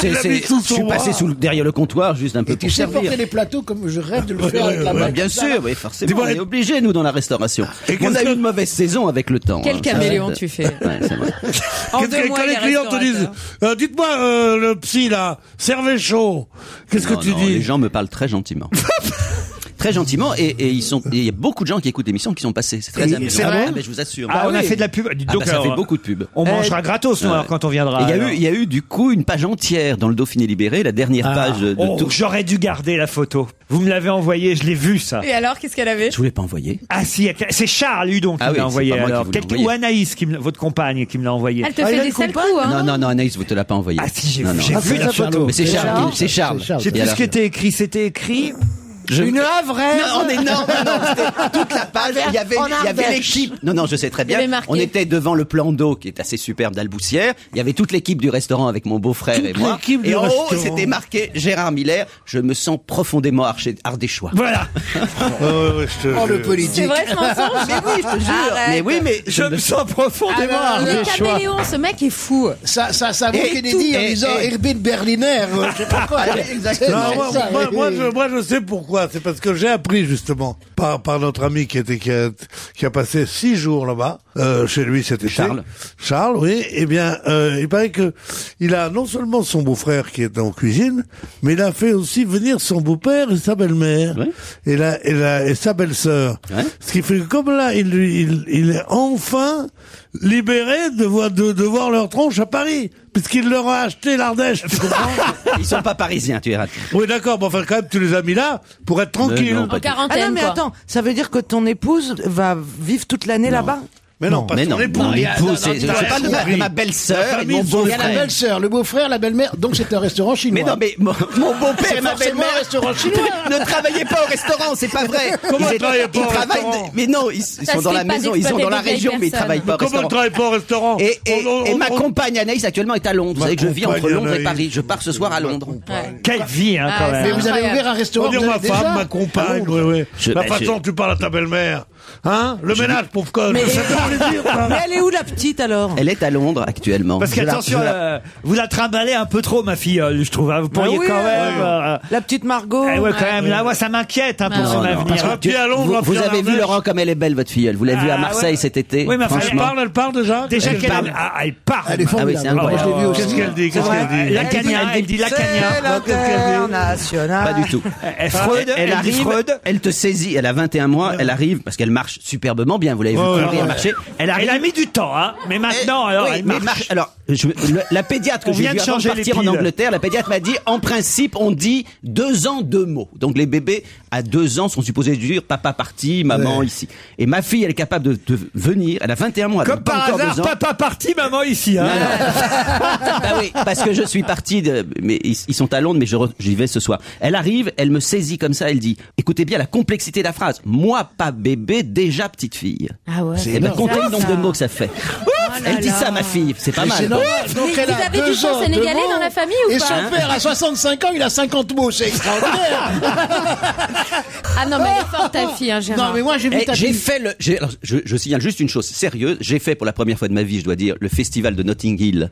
[LAUGHS] C'est-
il l'a
c'est-
mis sous
Je
son
suis passé
bras.
sous le- derrière le comptoir juste un peu
Et tu
pour
sais porter
servir.
les plateaux comme je rêve de le
Ouais,
faire avec la
ouais,
Bah,
main.
bien
comme ça,
sûr,
là.
oui, forcément.
Dis-moi,
On est obligé, nous, dans la restauration.
Et
on
qu'est-ce
a eu
que-
une mauvaise saison avec le temps.
Quel
hein,
caméléon
ça, c'est-
tu fais.
Ouais, c'est vrai.
Qu'est-ce que- quand les clients te disent euh, Dites-moi, euh, le psy là, servez chaud. Qu'est-ce que
Non,
tu
non,
dis [LAUGHS]
Les gens me parlent très gentiment. très gentiment, et, et ils sont, et il y a beaucoup de gens qui écoutent l'émission qui sont passés. C'est très
Et-
amusant.
c'est vrai
Ah, mais je vous assure.
Ah, on a fait de la pub. Dites
Ah,
donc,
bah, ça
hein.
fait
alors,
beaucoup de pub.
Eh,
on mangera gratos, nous, alors, quand on viendra,
Et Il y a
alors.
eu, il y a eu du coup une page entière dans le Dauphiné libéré, la dernière
Ah.
page de
Oh,
tout.
J'aurais dû garder la photo. Vous me l'avez envoyée, je l'ai vue ça.
Et alors, qu'est-ce qu'elle avait
Je voulais pas envoyer.
Ah si, c'est Charles Hudon qui
Ah
me
oui,
l'a
c'est
envoyé
pas moi qui
alors.
vous l'ai
Quelqu'un-
envoyé.
Ou Anaïs, qui me l'a- votre compagne, qui me l'a envoyé.
Elle te fait des sales coups, hein
Non, non, non, Anaïs, vous te l'a pas envoyé. Ah si, j'ai
j'ai vu la photo.
Mais c'est Charles, qui- c'est Charles.
J'ai
Et
plus ce
alors-
qui était écrit. C'était écrit.
Je-
Une havraise.
Non, on est- non, non, non, c'était toute la page. Il y avait,
En
il y avait
Ardèche.
l'équipe. Non, non, je sais très
Il y avait
bien.
marqué.
On était devant le plan d'eau qui est assez superbe d'Alboussière. Il y avait toute l'équipe du restaurant avec mon beau-frère et moi.
l'équipe
Et
du
en haut,
restaurant.
c'était marqué Gérard Miller. Je me sens profondément arché- ardéchois. [LAUGHS]
Voilà.
Oh, le politique. [LAUGHS]
C'est vrai ce
[LAUGHS]
mensonge
Mais oui, je te jure. Mais oui, mais je me sens profondément
Ah, non, non, le
ardéchois.
caméléon, ce mec est fou.
Ça, ça, ça vaut Kennedy en disant Herbin Berliner, euh, je sais pas quoi.
Non, moi,
Ça,
moi-
oui.
moi, je, moi, je sais pourquoi. C'est parce que j'ai appris justement par, par notre ami qui était qui a, qui a passé six jours là-bas euh, chez lui cet été. Charles. Charles, oui. Eh bien, euh, il paraît que il a non seulement son beau-frère qui est en cuisine, mais il a fait aussi venir son beau-père et sa belle-mère et la et la et sa belle-sœur. Ce qui fait que comme là, il lui- il, il est enfin libéré de voir de, de voir leur tronche à Paris, puisqu'il leur a acheté l'Ardèche. Tu comprends
[LAUGHS] Ils sont pas parisiens, tu es raté.
oui, d'accord, mais enfin, quand même, tu les as mis là pour être tranquille.
non, pas En du tout. quarantaine,
Ah non, mais
quoi.
attends, ça veut dire que ton épouse va vivre toute l'année là-bas
Mais non, pas
mais
ton
non,
époux.
mon
Il y a-
époux,
non, non,
Oh, c'est-
t'as
je
rien
parle de ma-
compris.
de ma belle-sœur
La
et
famille
mon
de son
Il y a la
beau-frère.
belle-sœur, le beau-frère, la belle-mère. Donc c'est un restaurant chinois.
Mais non, mais mon, mon beau-père
C'est
et ma
forcément
belle-mère
un restaurant chinois.
[LAUGHS] ne travaillaient pas au restaurant, c'est pas vrai.
Comment ils
étaient-
travaillaient pas au
travaillent-
restaurant
Mais non, ils, ils
se
sont dans
fait
la
pas
maison, ils sont
d'exploiter
dans la
des vieilles
région, mais ils travaillent pas au
Comment
restaurant.
ils travaillent pas au restaurant
Et, et-
On- on-
et
on-
ma
on-
compagne Anaïs actuellement est à Londres. Vous
Ma
savez que je vis entre
compagne
Londres et
Anaïs.
Paris. Je pars ce soir à Londres.
Quelle vie,
Ah,
hein,
quand même.
Mais vous avez ouvert un restaurant.
On dit
vous
ma
avez
femme,
déjà
ma compagne, oui, oui.
Je-
la
bah,
façon
je-
dont tu parles à ta belle-mère. Hein Le ménage, pauvre conne.
Mais-
Ça peut les dire, ça.
Mais elle est où la petite alors
Elle est à Londres actuellement.
Parce
Je la-
qu'attention,
je la-
euh, vous la trimballez un peu trop, ma fille, euh, je trouve. hein. Vous
Ah
Bah
pourriez
oui,
quand même.
ouais.
euh,
La petite Margot.
eh ouais, quand même, là, moi, ça m'inquiète hein, pour
Non,
son
non,
avenir.
parce que tu- vous, vous avez vu Laurent comme elle est belle, votre filleule. Vous l'avez vue
Ah,
à Marseille
ouais.
cet été.
Oui, mais enfin, elle
franchement.
parle,
elle parle déjà.
Déjà
Elle
qu'elle
parle.
Ah, elle parle.
Elle est formidable. Ah oui, c'est incroyable.
Ah, je l'ai vu aussi.
Qu'est-ce qu'elle dit Qu'est-ce
C'est
qu'elle
vrai.
dit
La cagna, elle dit la cagna.
C'est l'international.
Pas du tout.
Eh, Freud,
elle,
elle dit
arrive,
Freud.
elle te saisit, elle a 21 mois, elle arrive, parce qu'elle marche superbement bien, vous l'avez vu
Ouais, ouais,
courir,
ouais.
marcher. Elle arrive.
Elle a mis du temps, hein. Mais maintenant, alors,
Oui,
elle
mais
marche.
marche- Alors, je- le- la pédiatre que
On
j'ai
vient
vue
de
avant de
changer les
partir en
piles.
Angleterre, la pédiatre m'a dit, en principe, on dit deux ans, deux mots. Donc les bébés à deux ans sont supposés dire papa parti, maman ici. Et ma fille, elle est capable de, de venir, elle a 21 mois. elle
Comme
n'a pas
par
encore
hasard,
deux ans.
papa parti, maman ici. Hein.
Non, non.
[LAUGHS]
bah oui, parce que je suis parti de, mais ils, ils sont à Londres, mais je re- j'y vais ce soir. Elle arrive, elle me saisit comme ça, elle dit, écoutez bien la complexité de la phrase. Moi, pas bébé, déjà petite fille.
Ah ouais. Oh
Eh ben, comptez le nombre de mots que ça fait. elle
là
dit
là.
ça, ma fille, [LAUGHS] c'est pas
Mais c'est
mal.
normal. Donc
Mais
elle
vous
a
avez du
deux
sang
ans,
sénégalais
deux
dans la
mots,
famille ou
Et
pas
son père, à 65 ans, il a 50 mots. C'est extraordinaire.
Ah non, mais elle est forte ta fille, hein, Gérard.
Non, mais moi, j'ai vu
Eh,
ta
J'ai
fille.
fait le. j'ai- alors, je, je signale juste une chose sérieuse. J'ai fait pour la première fois de ma vie, je dois dire, le festival de Notting Hill,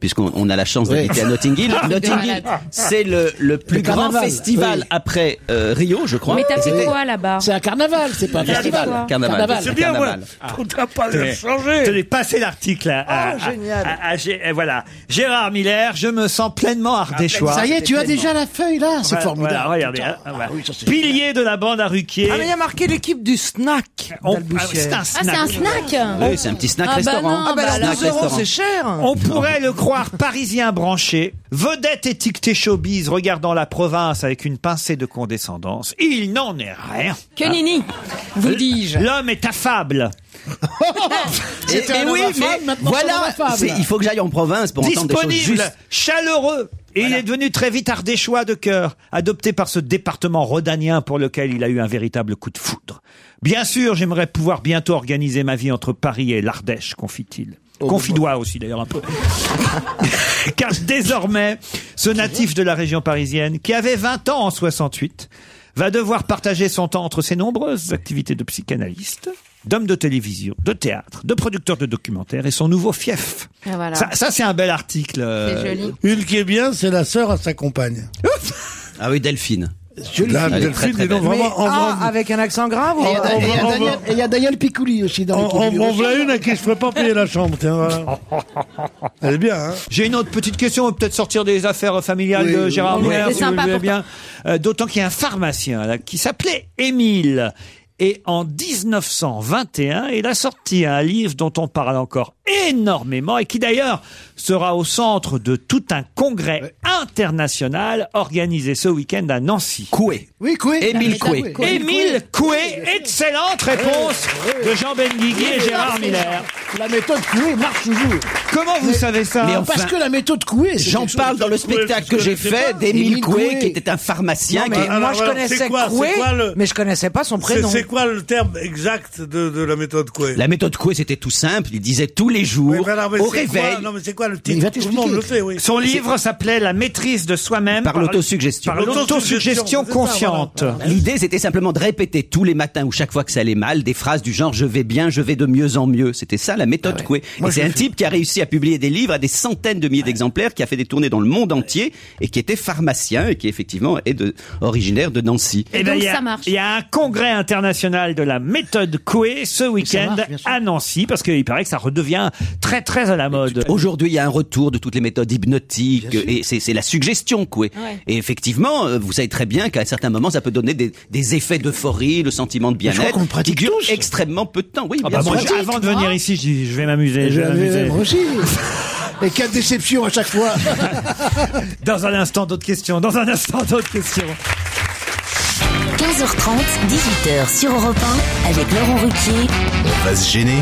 puisqu'on [LAUGHS] on a la chance
Oui. Ah,
d'habiter à Notting
[LAUGHS]
Hill.
Ah,
Notting Hill,
malade.
c'est le, le plus
Le
grand
carnaval,
festival
oui.
après euh, Rio, je crois.
Mais t'as
Et
fait
c'était-
quoi là-bas
C'est un carnaval, c'est pas un festival.
quoi
Carnaval.
C'est
C'est
bien,
bien,
voilà.
carnaval.
Ah.
On t'a pas
Tenez,
changé.
tenez, passez Ah, l'article. Ah, à- à-
Oh, génial.
à- à- Gé- eh, voilà. Gérard Miller, je me sens pleinement ardéchois.
Ah, Ça y est, tu as déjà la feuille là. C'est
Voilà,
formidable.
voilà, regardez,
Putain.
hein, voilà.
Ah oui, ça, c'est
Pilier de la bande à Ruquier.
Ah mais il y a marqué l'équipe du snack.
On-
d'Alboussière.
ah oui, c'est un
Ah, c'est un snack
Oui, c'est un petit snack
Ah bah
restaurant.
non,
Ah bah alors
Snack
12 euros
restaurant.
c'est cher.
On pourrait le croire parisien branché, vedette étiquetée showbiz, regardant la province avec une pincée de condescendance. Il n'en est rien.
Que nini
Euh,
Vous dis-je.
L'homme
[LAUGHS]
est affable.
Et-
C'était un
mais
homme
oui,
affable,
mais
maintenant, c'est un homme
voilà,
affable.
c'est- il faut que j'aille en province pour entendre des choses
disponible,
justes.
chaleureux. Et il est devenu très vite ardéchois de cœur, adopté par ce département rhodanien pour lequel il a eu un véritable coup de foudre. Bien sûr, j'aimerais pouvoir bientôt organiser ma vie entre Paris et l'Ardèche, confie-t-il.
Oh, bah.
Confidois aussi d'ailleurs un peu. [LAUGHS] Car désormais, ce natif de la région parisienne, qui avait 20 ans en 68, va devoir partager son temps entre ses nombreuses activités de psychanalyste, d'homme de télévision, de théâtre, de producteur de documentaires et son nouveau fief.
Ah, voilà.
Ça, ça, c'est un bel article. euh,
C'est joli.
Une qui est bien, c'est la sœur à sa compagne.
Ah oui, Delphine.
jolie Dame fille. Delphine, dis donc, vraiment,
Mais,
en-
ah,
en-
avec un accent grave ou-
Et il y a- et il y a-
en- en-
Daniel- Et il y a Daniel Picouli aussi
ah,
dans
On,
l'équipe
on,
du
on
Rocher.
voulait une à qui je ferais pas payer la chambre, tiens, voilà.
[LAUGHS]
Elle est bien, hein
J'ai une autre petite question, on va peut-être sortir des affaires familiales
Oui,
de
oui.
Gérard
Oui,
Miller,
c'est
si vous le
sympa
voulez
pour
bien. Euh, D'autant qu'il y a un pharmacien là, qui s'appelait Émile. Et en 1921, il a sorti un livre dont on parle encore énormément et qui d'ailleurs sera au centre de tout un congrès international organisé ce week-end à Nancy. Coué.
Oui, Coué.
Émile
Ah, mais
Coué.
t'as Coué.
Émile Coué. Excellente réponse de Jean Benguigui et
Oui,
Gérard
c'est
Miller.
ça. La méthode Coué marche toujours.
Comment vous savez ça
Mais enfin-
Parce que la méthode Coué, c'est
J'en
quelque chose
parle dans le
de-
spectacle que j'ai fait d'Émile Coué, qui était un pharmacien.
Non, mais
qui...
moi, je connaissais Coué, mais je connaissais pas son
C'est-
prénom.
C'est quoi le terme exact de, de la méthode Coué
La méthode Coué, c'était tout simple. Il disait tous les jours,
non, mais
au
c'est quoi-
réveil.
non, mais c'est quoi le
Mais il
titre
va
Tout le monde le fait, oui.
Son livre s'appelait La maîtrise de soi-même
par l'autosuggestion.
Par l'autosuggestion consciente.
L'idée, c'était simplement de répéter tous les matins ou chaque fois que ça allait mal, des phrases du genre je vais bien, je vais de mieux en mieux. C'était ça la méthode Coué. Et
Ah Moi,
c'est
je
un
le fais.
type qui a réussi à publier des livres à des centaines de milliers d'exemplaires, qui a fait des tournées dans le monde entier et qui était pharmacien et qui effectivement est de, originaire de Nancy.
Eh ben, il y a- Il y a un congrès international de la méthode Coué ce week-end à Nancy, parce qu'il paraît que ça redevient très très à la mode.
Aujourd'hui, il y a un retour de toutes les méthodes hypnotiques et c'est c'est la suggestion, quoi.
Ouais.
Et effectivement, euh, vous savez très bien qu'à certains moments, ça peut donner des, des effets d'euphorie, le sentiment de
Mais je crois
bien-être.
qu'on le
pratique extrêmement peu de temps. Oui,
Ah
bien
bah, moi,
sûr.
je- avant de
Hein
venir ici, je dis, je vais m'amuser, je vais m'amuser.
Moi aussi. Et quelle déception à chaque
[LAUGHS]
fois.
Oh, Dans un instant, d'autres questions. Dans un instant, d'autres questions.
15h30, 18h sur Europe 1 avec Laurent Ruquier.
On va se gêner.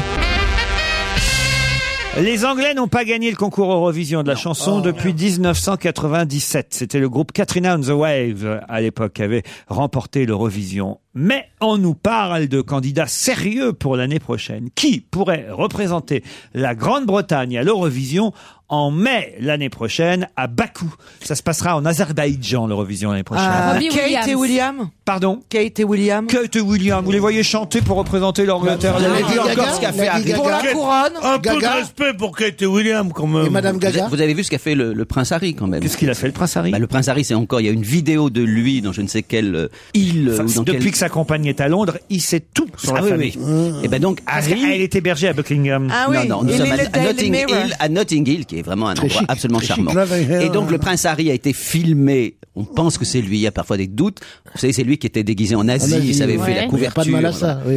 Les Anglais n'ont pas gagné le concours Eurovision de la chanson depuis 1997. C'était le groupe Katrina on the Wave euh, à l'époque qui avait remporté l'Eurovision. Mais on nous parle de candidats sérieux pour l'année prochaine. Qui pourrait représenter la Grande-Bretagne à l'Eurovision en mai l'année prochaine à Bakou Ça se passera en Azerbaïdjan l'Eurovision l'année prochaine.
Ah, Kate et William
Pardon
Kate et William
Kate et William, vous les voyez chanter pour représenter l'Angleterre à
Lady
l'Eurovision.
Gaga,
Encore ce qu'a fait
Lady
Harry.
Gaga. Pour la
Kate-
couronne,
Un peu de
Gaga.
respect pour Kate et William, quand même.
Vous avez- Vous avez vu ce qu'a fait le, le prince Harry quand même. Qu'est-ce
qu'il a fait le prince Harry
Le prince Harry, c'est encore. Il y a une vidéo de lui dans je ne sais quelle euh, île.
Enfin,
ou dans
depuis
quel-
que sa compagne est à Londres, il sait tout sur la
Ah oui,
famille.
oui. Et ben donc
Parce
Harry-
qu'elle est hébergée à Buckingham.
Ah
Non, non, nous sommes à, à Notting Hill, à Notting Hill, qui est vraiment un
Très
endroit
chic,
absolument
très chic.
charmant.
Notting Hill.
Et donc, le prince Harry a été filmé. On pense que c'est lui. Il y a parfois des doutes. Vous savez, c'est lui qui était déguisé en Asie.
En Asie,
il savait
ouais.
fait
Il y
la
a pas de
couverture.
mal à ça, oui,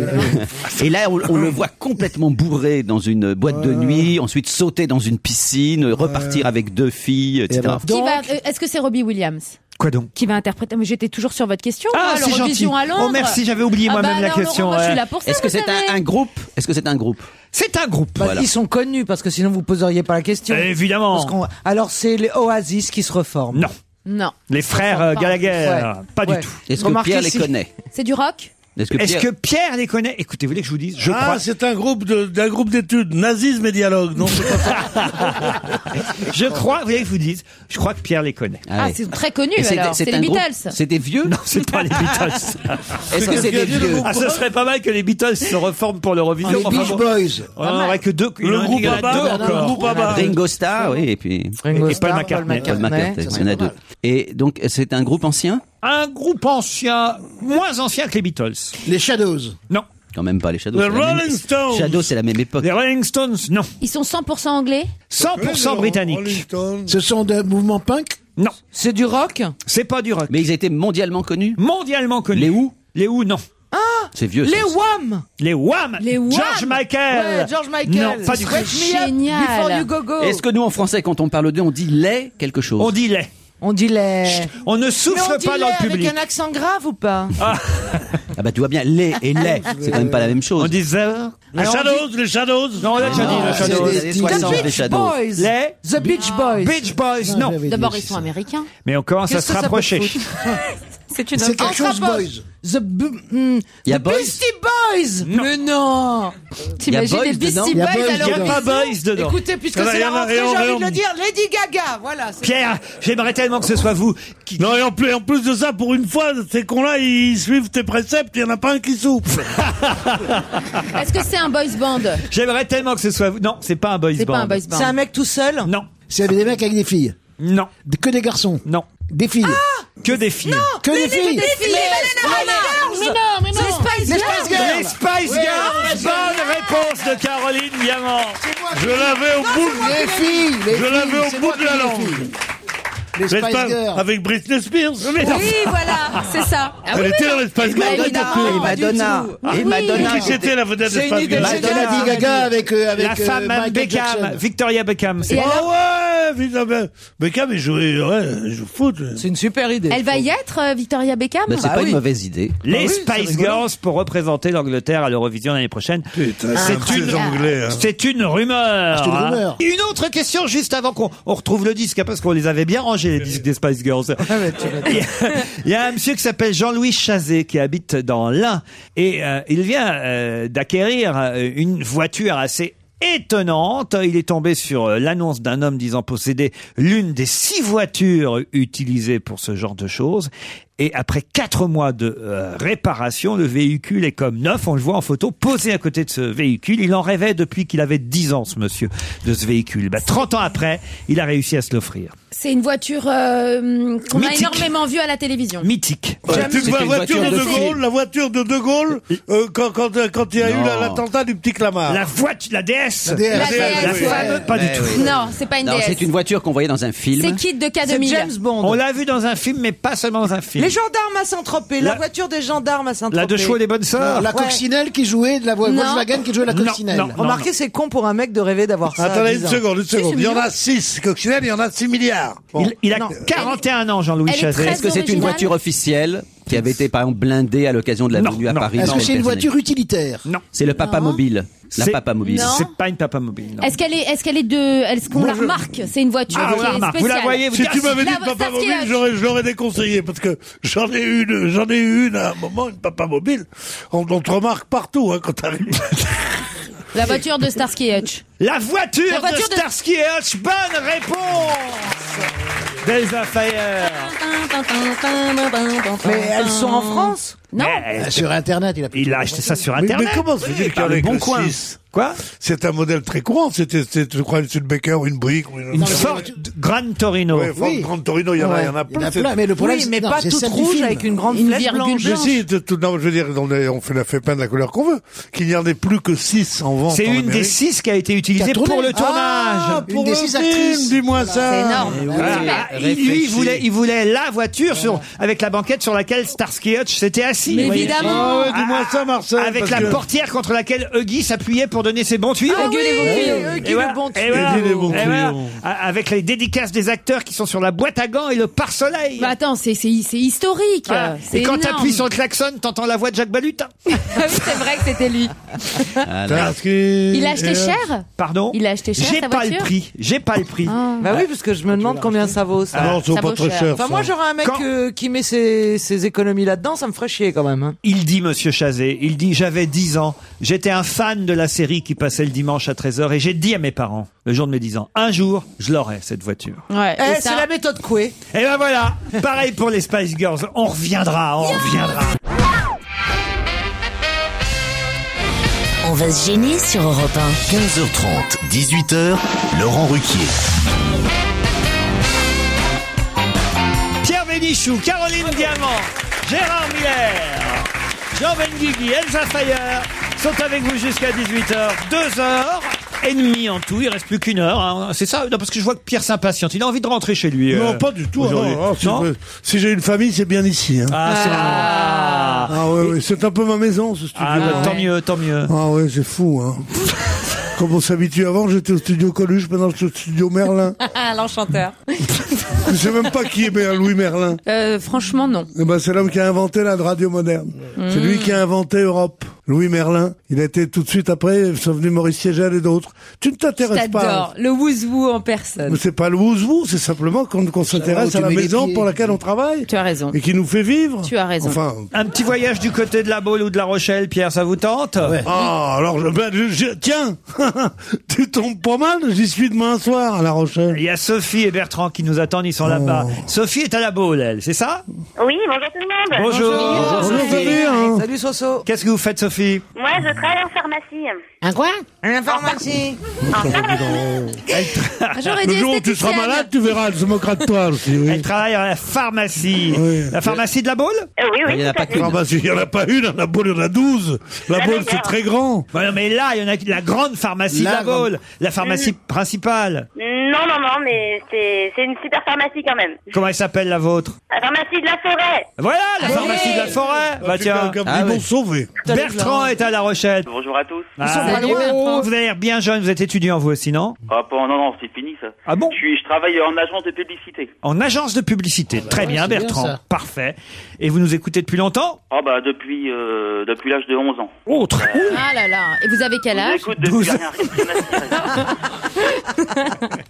[LAUGHS] Et là, on, on le voit complètement bourré dans une boîte de nuit, ensuite sauter dans une piscine, repartir avec deux filles, etc.
Qui va- euh, Est-ce que c'est Robbie Williams
Quoi donc
qui va interpréter Mais j'étais toujours sur votre question.
Ah,
quoi,
c'est
l'Eurovision
gentil.
à Londres.
Oh, merci, j'avais oublié
Ah
moi-même
bah
la
non,
question,
Laurent, moi, je suis
ouais.
là pour ça.
Est-ce que
vous
c'est
savez.
un, un groupe Est-ce que c'est un groupe
C'est un groupe.
Bah,
Voilà.
Ils sont connus parce que sinon vous poseriez pas la question.
Évidemment.
Parce qu'on- Alors c'est les Oasis qui se reforment.
Non.
Non.
Les frères euh, Gallagher,
Ouais.
pas
Ouais.
du tout.
Est-ce que Pierre les connaît
C'est du rock
Est-ce
Est-ce que Pierre les connaît Écoutez, vous voulez que je vous dise Je
ah,
crois.
c'est un groupe de- d'un groupe d'études, nazisme et dialogue, non c'est pas ça.
[LAUGHS] Je crois, vous voulez que je vous dise Je crois que Pierre les connaît.
Ah, c'est très connu
Et c'est-
alors.
c'est
C'est les
un groupe-
Beatles.
C'est des vieux
Non, c'est pas les Beatles.
[LAUGHS] Est-ce que c'est des vieux Ah,
Ah, ce serait pas mal que les Beatles se reforment pour l'Eurovision.
Les Beach
Boys. On en aurait que Ah, deux.
Le groupe
à
ABBA,
deux
on en a
encore.
un groupe ABBA. Ringo Starr, oui, et puis
Ringo Et Starr, Paul McCartney.
Paul
Ça,
McCartney,
c'est
il y en a
pas
deux. Et donc c'est un groupe ancien
Un groupe ancien, moins ancien que les Beatles.
Les Shadows.
Non.
Quand même pas les Shadows.
The
c'est la même-
Rolling Stones.
Shadows, c'est la même époque.
Les Rolling Stones, non.
Ils sont 100% anglais
100% britanniques.
Ce sont des mouvements punk
Non.
C'est du rock
C'est pas du rock.
Mais ils étaient mondialement connus
Mondialement connus.
Les Who Ah,
Les Who, non.
C'est vieux. ça.
Les Wham
Les Wham
Les Wham
George Michael
Ouais, George Michael.
Non, pas du tout.
Wake me up
Génial.
Before you go go.
Est-ce que nous en français, quand on parle d'eux, on dit les quelque chose
On dit les.
On dit les.
On ne souffle
Mais on dit
pas dans
les
le public.
Avec un accent grave ou pas
Ah bah tu vois bien, les et les,
Ah,
c'est quand même pas la même chose.
On dit The
Les Shadows, les Shadows.
Non, on l'a déjà dit, les
Ah, c'est
Shadows.
les années 60, les Shadows.
Les
The Beach Boys.
Beach Boys, non.
D'abord, ils sont américains.
Mais on commence à
Qu'est-ce que
se
ça peut
rapprocher.
foutre
C'est une
C'est quelque chose, boys. The, bu- hmm,
Y a
the
boys
Beastie Boys. Mais non.
T'imagines les Beastie Boys à
Il n'y a pas
l'Eurovision
Boys dedans.
Écoutez, puisque
Ah bah,
c'est
y
la
en a-
rentrée,
et
j'ai
on- et
envie
on-
de le dire. Lady Gaga, voilà. c'est-
Pierre, j'aimerais tellement que ce soit vous qui...
Non, et en plus, en plus de ça, pour une fois, ces cons-là, ils suivent tes préceptes, il n'y en a pas un qui souffle.
Est-ce que c'est un boys band
J'aimerais tellement que ce soit vous. Non, c'est pas un boys band.
C'est pas un boys band. C'est un
mec tout seul
Non.
C'est des mecs avec des filles
Non.
Que des garçons
Non. Ah
Des filles
Que des filles.
Que des filles
des filles,
Mais non, mais non, mais non
Les Spice
Les
Girls.
Spice Girls
Les Spice
Ouais,
Girls.
ouais,
Bonne réponse de Caroline Diamant.
Je l'avais au bout de
Les filles, les
Je l'avais
filles,
au
c'est
bout
moi
de la
qui les
langue.
filles. Les Spice
N'est-ce pas
Girls.
Avec Britney Spears.
Oui, voilà, c'est ça. Ah
Elle
oui,
était
oui,
dans
oui.
les Spice
Bah,
Girls.
évidemment,
Et
pas du
Madonna.
tout.
Ah
Et
oui.
Madonna.
Qui c'était la vedette des
C'est une
Spice
idée
Girls
géniale. Madonna.
Lady Gaga avec, euh, avec
La
euh,
femme
Michael
Beckham.
Jackson.
Victoria Beckham.
Oh
c'est-
ouais, putain, mais- Beckham, il joue, il- ouais, il joue au foot. C'est
une super idée.
Elle va y être, euh, Victoria Beckham
Bah, c'est Bah pas une oui. mauvaise
idée.
Ah
Les Spice Girls pour représenter l'Angleterre à l'Eurovision l'année prochaine.
c'est
C'est une,
des Anglais, hein.
c'est une rumeur.
C'est une
hein.
rumeur.
Une autre question juste avant qu'on on retrouve le disque, hein, parce qu'on les avait bien rangés, les disques des Spice Girls.
[LAUGHS] Ah
Il y a- Il y a un monsieur qui s'appelle Jean-Louis Chazet qui habite dans l'Ain et euh, il vient euh, d'acquérir euh, une voiture assez étonnante. Il est tombé sur euh, l'annonce d'un homme disant posséder l'une des six voitures utilisées pour ce genre de choses. Et après quatre mois de euh, réparation, le véhicule est comme neuf. On le voit en photo posé à côté de ce véhicule. Il en rêvait depuis qu'il avait 10 ans, ce monsieur, de ce véhicule. Bah, 30 ans après, il a réussi à se l'offrir.
C'est une voiture euh, qu'on a
Mythique.
énormément vue à la télévision.
Mythique.
Ouais, tu vois la voiture de De Gaulle, la voiture de De Gaulle, euh, quand, quand, euh, quand il y a eu
Non.
la- l'attentat du petit Clamart.
La voiture, la DS.
La DS,
La DS,
oui.
ouais.
Pas du tout.
Non, c'est pas une
Non,
DS.
c'est une voiture qu'on voyait dans un film.
C'est Kid de K2000.
On l'a vu dans un film, mais pas seulement dans un film.
Les gendarmes à Saint-Tropez, la...
La-
voiture des gendarmes à Saint-Tropez.
La deux chevaux des bonnes sœurs.
Non,
La
Ouais.
coccinelle qui jouait de la vo-
Non.
Volkswagen qui jouait de la
Non,
coccinelle.
non, Remarquez, c'est con pour un mec de rêver d'avoir ça. à
Attendez
10
une
ans.
seconde, une seconde. Il y en a 6
Ah,
coccinelles, il y en a 6 milliards. Bon.
Il, il a
Ah
Non.
41 ans, Jean-Louis
Elle est
Chazet.
très
Est-ce que c'est une
originale.
voiture officielle qui avait été par exemple blindée à l'occasion de la venue à Paris
Est-ce
dans
que
le
c'est une
Personnel
voiture utilitaire
Non.
C'est le papa mobile. La
C'est-
papa mobile.
Non.
C'est pas une papa mobile. non.
Est-ce qu'elle est, est-ce qu'elle est de, est-ce qu'on la remarque C'est une voiture
Ah,
qui
on la
est
remarque.
spéciale.
Vous la voyez, vous
Si
dites-
tu m'avais dit
La-
papa
Ah, bah, parce qu'il
mobile,
a-
j'aurais, je l'aurais déconseillé parce que j'en ai eu une, j'en ai eu une à un moment, une papa mobile. On, on te remarque partout, hein, quand t'arrives.
La voiture de Starsky et Hutch.
La voiture,
La voiture
de
de-
Starsky et Hutch. Bonne réponse d'Elsa Fayer.
Mais elles sont en France
Non.
Ah,
Eh,
Sur Internet, il a
Il a acheté ça sur
Mais, mais
Internet.
comment se fait-il qu'il y en ait
bon
que
coin.
six
Quoi
C'est un modèle très courant. C'était, c'était, je crois, une Studebaker ou une Buick. ou
Une sorte de Gran Torino.
Ouais, Ford
Oui.
Grand Torino, il y en a, il y en a
Il y en
plein.
a plein, mais le problème,
Oui,
c'est-
mais
non,
pas
c'est
toute
celle du
rouge
film.
avec une grande
Une
flèche
virgule
blanche.
Je sais, de tout, non, je veux dire, on, est- on fait, la fait peine la couleur qu'on veut. Qu'il n'y en ait plus que 6 en vente.
C'est
en
une des
Amérique.
six qui a été utilisée
Qui a tourné.
pour le tournage.
Ah, pour
Une des
le
six
film,
actrices.
dis-moi ça.
C'est énorme.
Voilà.
Super.
Ah, il- lui, il voulait, il voulait la voiture sur, avec la banquette sur laquelle Starsky Hutch s'était assis.
Mais
vous voyez.
évidemment.
Ah ouais, dis-moi ça, Marcel.
Avec
parce
la
que-
portière contre laquelle Huggy s'appuyait pour donner ses bons tuyaux.
Ah oui,
Huggy,
Et
le
voilà,
bon
et
tuyau.
voilà,
Huggy, le bon
et
tuyau.
voilà. A- Avec les dédicaces des acteurs qui sont sur la boîte à gants et le pare-soleil.
Bah attends, c'est c'est c'est historique.
Voilà.
C'est
Et quand
énorme.
t'appuies sur le klaxon, t'entends la voix de Jacques hein. Balutin.
Ah [LAUGHS] oui, c'est vrai que c'était lui.
Starsky
Il a acheté
et-
cher
Pardon
Il a acheté cher
J'ai
sa
pas le
voiture [LAUGHS]
prix. J'ai pas le prix.
Bah oui, parce que je me demande combien ça vaut ça.
Ah non, c'est
Ah. Ça
pas
vaut
très
cher.
cher.
Enfin, moi,
ça.
j'aurais un mec
Quand-
euh, qui met ses, ses économies là-dedans, ça me ferait chier quand même. hein.
Il dit, monsieur Chazet, il dit, j'avais 10 ans, j'étais un fan de la série qui passait le dimanche à 13h et j'ai dit à mes parents, le jour de mes 10 ans, un jour, je l'aurai, cette voiture.
Ouais.
Eh,
et
c'est
ça-
la méthode Coué.
Et ben voilà, pareil pour les Spice Girls, on reviendra, on reviendra.
On va se gêner sur Europe
15h30, 18h, Laurent Ruquier.
Pierre Bénichou, Caroline Diamant, Gérard Miller, Jean Benguigui, Elsa Fayer sont avec vous jusqu'à 18h, 2h et demie en tout, il reste plus qu'une heure, hein. c'est ça, non, parce que je vois que Pierre s'impatiente, il a envie de rentrer chez lui. euh,
Non, pas du tout.
aujourd'hui.
non, non, si
Non
je- si j'ai une famille, c'est bien ici. hein. Ah,
Ah, c'est-
ouais, ouais, c'est un peu ma maison, ce studio.
Ah, bah, tant mieux, tant mieux.
Ah ouais, c'est fou,
[LAUGHS]
hein. Comme on s'habitue avant, j'étais au studio Coluche, maintenant je suis au studio Merlin.
Ah, l'enchanteur.
Je sais même pas qui est Mer- Louis Merlin.
Euh, franchement, non.
Eh ben, c'est l'homme qui a inventé la radio moderne. C'est lui qui a inventé Europe. Louis Merlin. Il a été tout de suite après, sont venus Maurice Siegel et d'autres. Tu ne t'intéresses pas.
T'adores le wouzou en
Mais
personne.
c'est pas le wouzou, c'est simplement qu'on qu'on s'intéresse
Ah, tu
à la
mets les
maison
pieds.
pour laquelle on travaille
Tu as raison.
et qui nous fait vivre.
Tu as raison.
Enfin,
Un petit voyage du côté de la Baule ou de la Rochelle, Pierre, ça vous tente
Ah, alors, je- ben, je- je- tiens, [LAUGHS] tu tombes pas mal, j'y suis demain soir à La Rochelle. Oh.
Il y a Sophie et Bertrand qui nous attendent, ils sont là-bas. Sophie est à la Baule, elle, c'est ça
Oui, bonjour tout le monde.
Bonjour.
Bonjour, Sophie. hein.
Salut Soso.
Qu'est-ce que vous faites, Sophie
Moi, je travaille en pharmacie.
Un
Hein,
quoi
En pharmacie Ah,
Ah,
J'aurais
Le
dit
jour où tu seras
esthéticienne.
malade, tu verras, elle se moquera de toi aussi. Elle
travaille à la pharmacie. La pharmacie de la Baule
oui,
Euh, oui, Il y en a tout à pas fait. Ah, qu'une.
Pharmacie, il n'y en a pas une, à la Baule, il y en a douze. La Baule, c'est très grand.
Bah non, mais là, il y en a qui- la grande pharmacie
La
de la Baule,
grande-
la pharmacie
Mm.
principale.
Non, non, non, mais c'est c'est une super pharmacie quand même.
Comment elle s'appelle la vôtre
La pharmacie de la forêt.
Voilà,
Ah
la pharmacie de la
Ah,
forêt. Bah tiens,
comme des bons sauvés.
Bertrand est à La Rochelle.
Bonjour à tous.
Ah,
hein,
oh, vous avez l'air bien jeune, vous êtes étudiant vous aussi, non
Ah, bon, non, non, c'est fini ça.
Ah bon
je, suis, je travaille en agence de publicité.
En agence de publicité. Très
Ah bah ouais,
bien,
c'est bien,
Bertrand.
ça.
Parfait. Et vous nous écoutez depuis longtemps Oh,
Ah bah depuis, euh, depuis l'âge de 11 ans. Euh,
Autre.
Ah là là. Et vous avez quel
Je vous
âge
écoute depuis la dernière
[LAUGHS]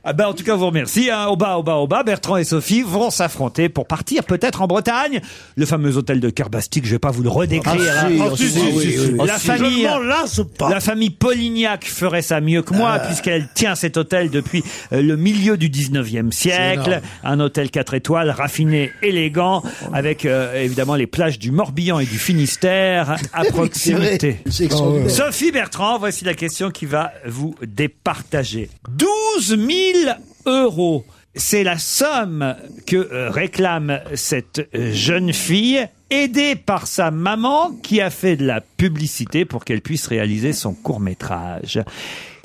Ah bah en tout cas, vous remercie. Hein. Au bas, au bas, au bas, Bertrand et Sophie vont s'affronter pour partir peut-être en Bretagne. Le fameux hôtel de Kerbastik, je vais pas vous le redécrire.
Ah,
hein.
si, ah, si, si, si, si.
La
Ah, si.
famille,
Je demande là,
la famille Polignac ferait ça mieux que
Ah.
moi puisqu'elle tient cet hôtel depuis euh, le milieu du 19e
énorme.
siècle. Un hôtel 4 étoiles, raffiné, élégant, avec euh, évidemment les plages du Morbihan et du Finistère à
Oui,
proximité.
c'est
Ah
vrai. C'est extraordinaire.
Sophie Bertrand, voici la question qui va vous départager. 12 000 euros, c'est la somme que euh, réclame cette euh, jeune fille, aidée par sa maman qui a fait de la publicité pour qu'elle puisse réaliser son court métrage.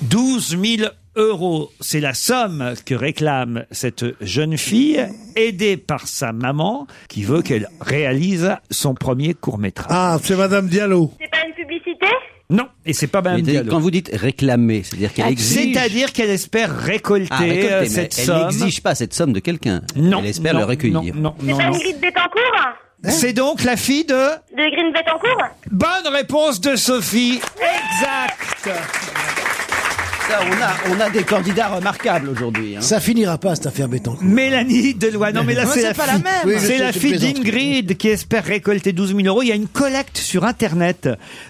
12 000 euros, c'est la somme que réclame cette jeune fille, aidée par sa maman qui veut qu'elle réalise son premier court métrage.
Ah, c'est Madame Diallo.
C'est pas une publicité
Non, et c'est pas Madame Diallo.
Quand vous dites réclamer, c'est-à-dire qu'elle
Ah,
exige.
C'est-à-dire qu'elle espère récolter,
Ah, récolter,
euh,
mais
cette
elle
somme.
n'exige pas cette somme de quelqu'un.
Non,
Elle espère
non,
le recueillir.
Non, Hein
C'est pas une grille Betancourt
C'est donc la fille de
De Green Betancourt
Bonne réponse de Sophie. Exact.
Ça, on a, on a des candidats remarquables aujourd'hui. hein.
Ça finira pas cette affaire béton.
Mélanie Deloy. Ah Non, mais là,
Ouais,
c'est
c'est
la,
pas la
fille-
même. Oui, je
c'est
sais,
la
je
fille
plaisante.
d'Ingrid qui espère récolter 12 000 euros. Il y a une collecte sur Internet.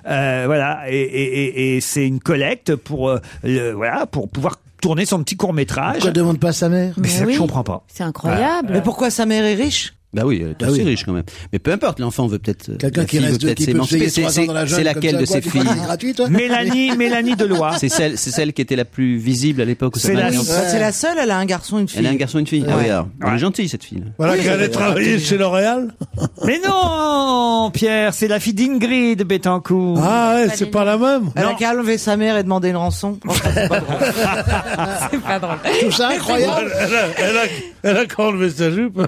Euh, voilà. Et, et- et- et c'est une collecte pour, euh, le- voilà, pour pouvoir tourner son petit court-métrage.
Pourquoi demande pas à sa mère
Bah, Mais ça, je comprends pas.
C'est
incroyable.
Mais pourquoi sa mère est riche
Bah oui, elle est assez riche quand même. Mais peu importe, l'enfant veut peut-être.
Quelqu'un
la
qui
fille
reste-
veut peut-être
qui peut
s'émanciper.
payer trois
C'est-
ans dans la
c'est-
jungle,
C'est
comme
laquelle
ça,
de
quoi,
ses
tu crois
filles
que c'est gratuit, toi Mélanie-
Mélanie Deloy.
C'est celle, c'est celle qui était la plus visible à l'époque. où sa
C'est la,
mère est enceinte.
c'est la seule, elle a un garçon, une fille.
Elle a un garçon et une fille. Ah
Ouais.
oui, alors, elle est gentille cette fille.
Voilà qu'elle allait travailler chez L'Oréal.
Mais non, Pierre, c'est la fille d'Ingrid Betancourt.
Ah ouais, c'est pas la même.
Elle a qu'à enlever sa mère et demander une rançon. Enfin, c'est pas
[LAUGHS]
drôle. [LAUGHS] c'est pas drôle.
Tout ça incroyable.
Elle a, elle a, elle a quand enlevé sa jupe.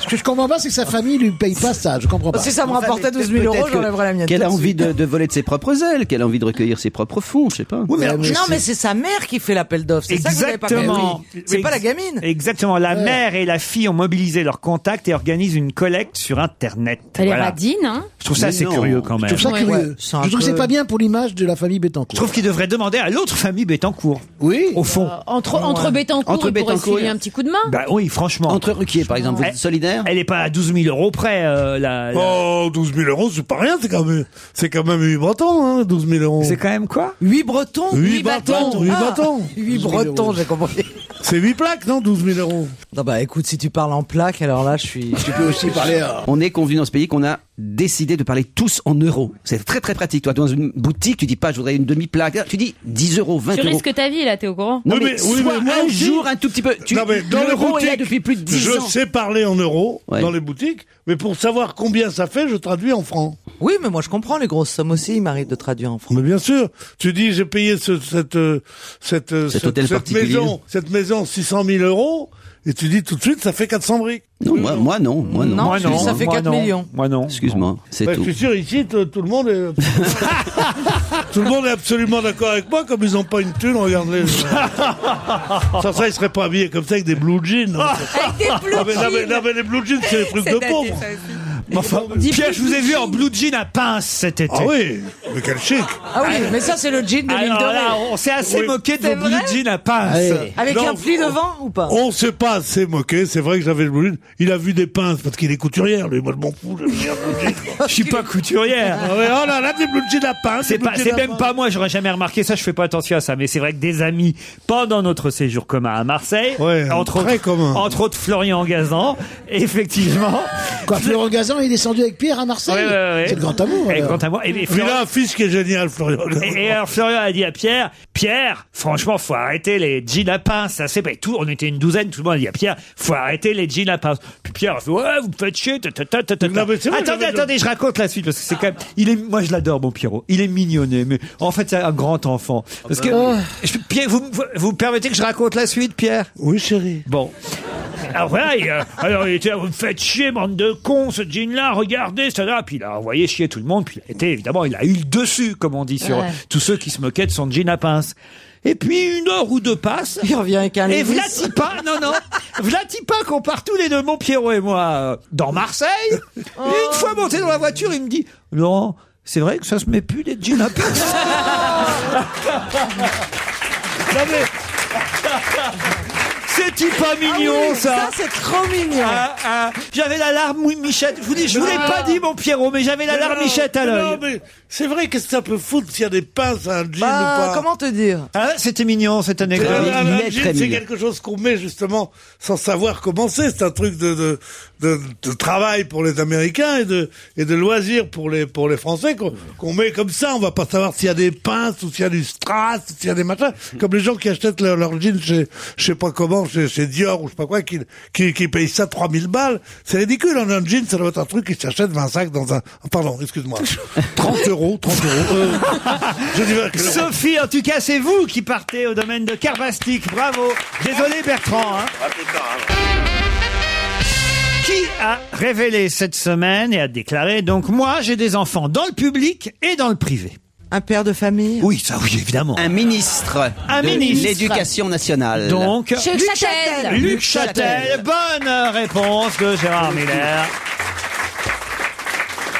Ce que je comprends pas, c'est que sa famille lui paye pas ça. Je comprends pas.
Oh, Si ça me rapportait 12 000
Peut-être
euros,
que-
j'enlèverais la mienne.
Qu'elle a
tout de
envie
suite.
de, de voler de ses propres ailes, qu'elle a envie de recueillir ses propres fonds, je sais pas.
non, mais c'est sa mère qui fait l'appel d'offres. C'est ça que vous avez pas compris.
Exactement.
C'est pas la
Ex-
gamine.
Exactement. La mère et la fille ont mobilisé leurs contacts et organisent une collecte sur Internet.
Elle est
Voilà.
radine, hein
Je trouve ça
Mais
assez
non.
curieux quand
Je
même.
Je trouve ça curieux. je trouve que c'est pas bien pour l'image de la famille
Je
Bétancourt.
trouve qu'il devrait demander à l'autre famille Bettencourt.
Oui.
Au fond.
Bah,
Entre, entre Bettencourt,
Entre
il pourrait se
Bettencourt
filer
et-
un petit coup de main.
Bah oui, franchement.
Entre Ruquier, par exemple, vous êtes solidaire
Elle n'est pas à 12 000 euros près, euh, la, la-
Oh, 12 000 euros, c'est pas rien, c'est quand même, c'est quand même 8 bretons, hein, 12 000 euros.
C'est quand même quoi
8 bretons.
Huit bâtons, huit bâtons.
8 Ah, bretons, j'ai compris.
C'est 8 plaques, non, 12 000 euros.
Non, bah écoute, si tu parles en plaques, alors là, je suis.
Tu peux aussi parler
euh,
à-
On est convenu dans ce pays qu'on a décidé de parler tous en euros. C'est très très pratique. Toi, dans une boutique, tu dis pas je voudrais une demi-plaque. Tu dis 10 euros, 20
Tu
euros.
risques ta vie, là, t'es au courant
Non,
Oui,
mais,
mais- oui,
sois
mais moi
un
aussi.
jour un tout petit peu. Tu,
non, mais dans les
l'euro est là
boutiques,
depuis plus de 10
je
ans.
sais parler en euros
Ouais.
dans les boutiques, mais pour savoir combien ça fait, je traduis en francs.
Oui, mais moi, je comprends les grosses sommes aussi. Il m'arrive de traduire en français.
Mais bien sûr, tu dis j'ai payé ce- cette euh, cette euh,
Cet
cette-
hôtel
cette
particulier.
maison cette maison 600 000 euros et tu dis tout de suite ça fait 400 briques.
Non, moi, moi non, moi non.
Non, Moi non, ça fait moi 4 non. millions.
Moi non.
Excuse-moi, c'est
Bah, je
tout.
suis sûr ici t- tout le monde est [LAUGHS] tout le monde est absolument d'accord avec moi comme ils n'ont pas une thune regardez. Sans ça ils seraient pas habillés comme ça avec des blue jeans.
[LAUGHS]
Avec des blue
Ah. Non, mais- non, mais-
jeans.
non, mais les blue jeans c'est les
[LAUGHS]
trucs
C'est
de
daté,
pauvres.
ça aussi.
Mais enfin, Pierre, je vous ai vu en blue jean à pince cet été.
Ah oui, mais quel chic.
Ah oui, mais ça, c'est le jean de l'île
Alors là,
dorée.
on s'est assez
Oui.
moqué de
C'est
vos blue
vrai
jean à pince.
Ouais.
Avec
Non,
un pli devant ou pas
On s'est pas assez moqué, c'est vrai que j'avais le blue jean. Il a vu des pinces parce qu'il est couturière, lui. Moi, je m'en fous, j'aime bien le blue jean.
Je suis pas couturière.
Ah ouais, oh là là, des blue jeans à pinces.
C'est
des blue
pas,
jeans
c'est
à
même
pinces.
pas moi, j'aurais jamais remarqué ça, je fais pas attention à ça, mais c'est vrai que des amis, pendant notre séjour commun à Marseille,
Ouais,
entre,
très
autres,
commun.
entre autres Florian Gazan, [LAUGHS] effectivement,
Quoi, Florent Gazan, il est descendu avec Pierre à Marseille.
Ouais, ouais, ouais.
C'est le grand amour.
Et
alors.
grand amour. Et- et
Il
Florian-
a un fils qui est génial, Florian.
Et, et alors Florian a dit à Pierre, Pierre, franchement, faut arrêter les jeans à pince. Ça c'est pas tout. On était une douzaine, tout le monde a dit à Pierre, faut arrêter les jeans à pince. Puis Pierre a fait, ouais, vous me faites chier. ta, ta, ta, ta, ta, ta.
vrai,
attendez,
j'avais-
attendez, je raconte la suite parce que c'est quand même. Il est, moi je l'adore, mon Pierrot. Il est mignonné, mais en fait c'est un grand enfant. Parce que Je- Pierre, vous, vous- vous me permettez que je raconte la suite, Pierre
Oui, chérie.
Bon. Alors voilà, il, euh, alors il était là, vous me faites chier, bande de cons, ce jean-là, regardez, ça là. Puis il a envoyé chier tout le monde, puis il a été, évidemment, il a eu le dessus, comme on dit, sur
Ouais.
tous ceux qui se moquaient de son jean à pince. Et puis une heure ou deux passent. Il revient avec
un
Et
Levis.
Vlatipa, Ah, non, non, Vlatipa qu'on part tous les deux, mon Pierrot et moi, euh, dans Marseille. Et
Oh.
une fois monté dans la voiture, il me dit, Laurent, c'est vrai que ça se met plus des jeans à
[LAUGHS]
pince. Non, mais- C'est-il pas mignon,
Ah oui,
ça
ça, c'est trop mignon. Ah.
Ah, ah. J'avais la larme oui, michette. Je vous, dis- je vous l'ai
Non.
pas dit, mon Pierrot, mais j'avais la
Mais
larme
non,
michette à
mais
l'œil.
non, mais c'est vrai, qu'est-ce que ça peut foutre s'il y a des pinces à un jean ou
Bah,
pas
comment
te dire
Ah, C'était mignon, cette anecdote.
Un- un jean, c'est quelque chose qu'on met justement sans savoir comment c'est. C'est un truc de, de, de- de travail pour les Américains et de, et de loisir pour les, pour les Français qu'on qu'on met comme ça. On va pas savoir s'il y a des pinces ou s'il y a du strass, ou s'il y a des machins. Comme les gens qui achètent leur, leur jean chez, je sais pas comment, chez, chez Dior ou je sais pas quoi, qui, qui, qui payent ça 3000 balles. C'est ridicule. En un jean, ça doit être un truc qui s'achète 25 dans un, ah, pardon, excuse-moi. 30 euros, 30 euros.
[LAUGHS]
Euh, [LAUGHS] je dis,
Sophie, en tout cas, c'est vous qui partez au domaine de Carbastic. Bravo. Désolé, Bertrand. hein.
Ah, c'est pas grave.
Qui a révélé cette semaine et a déclaré donc moi j'ai des enfants dans le public et dans le privé.
Un père de famille
Oui, ça oui, évidemment.
Un ministre
Un
de
ministre.
l'éducation nationale.
Donc
Luc Châtel.
Luc Châtel. Bonne réponse de Gérard Miller.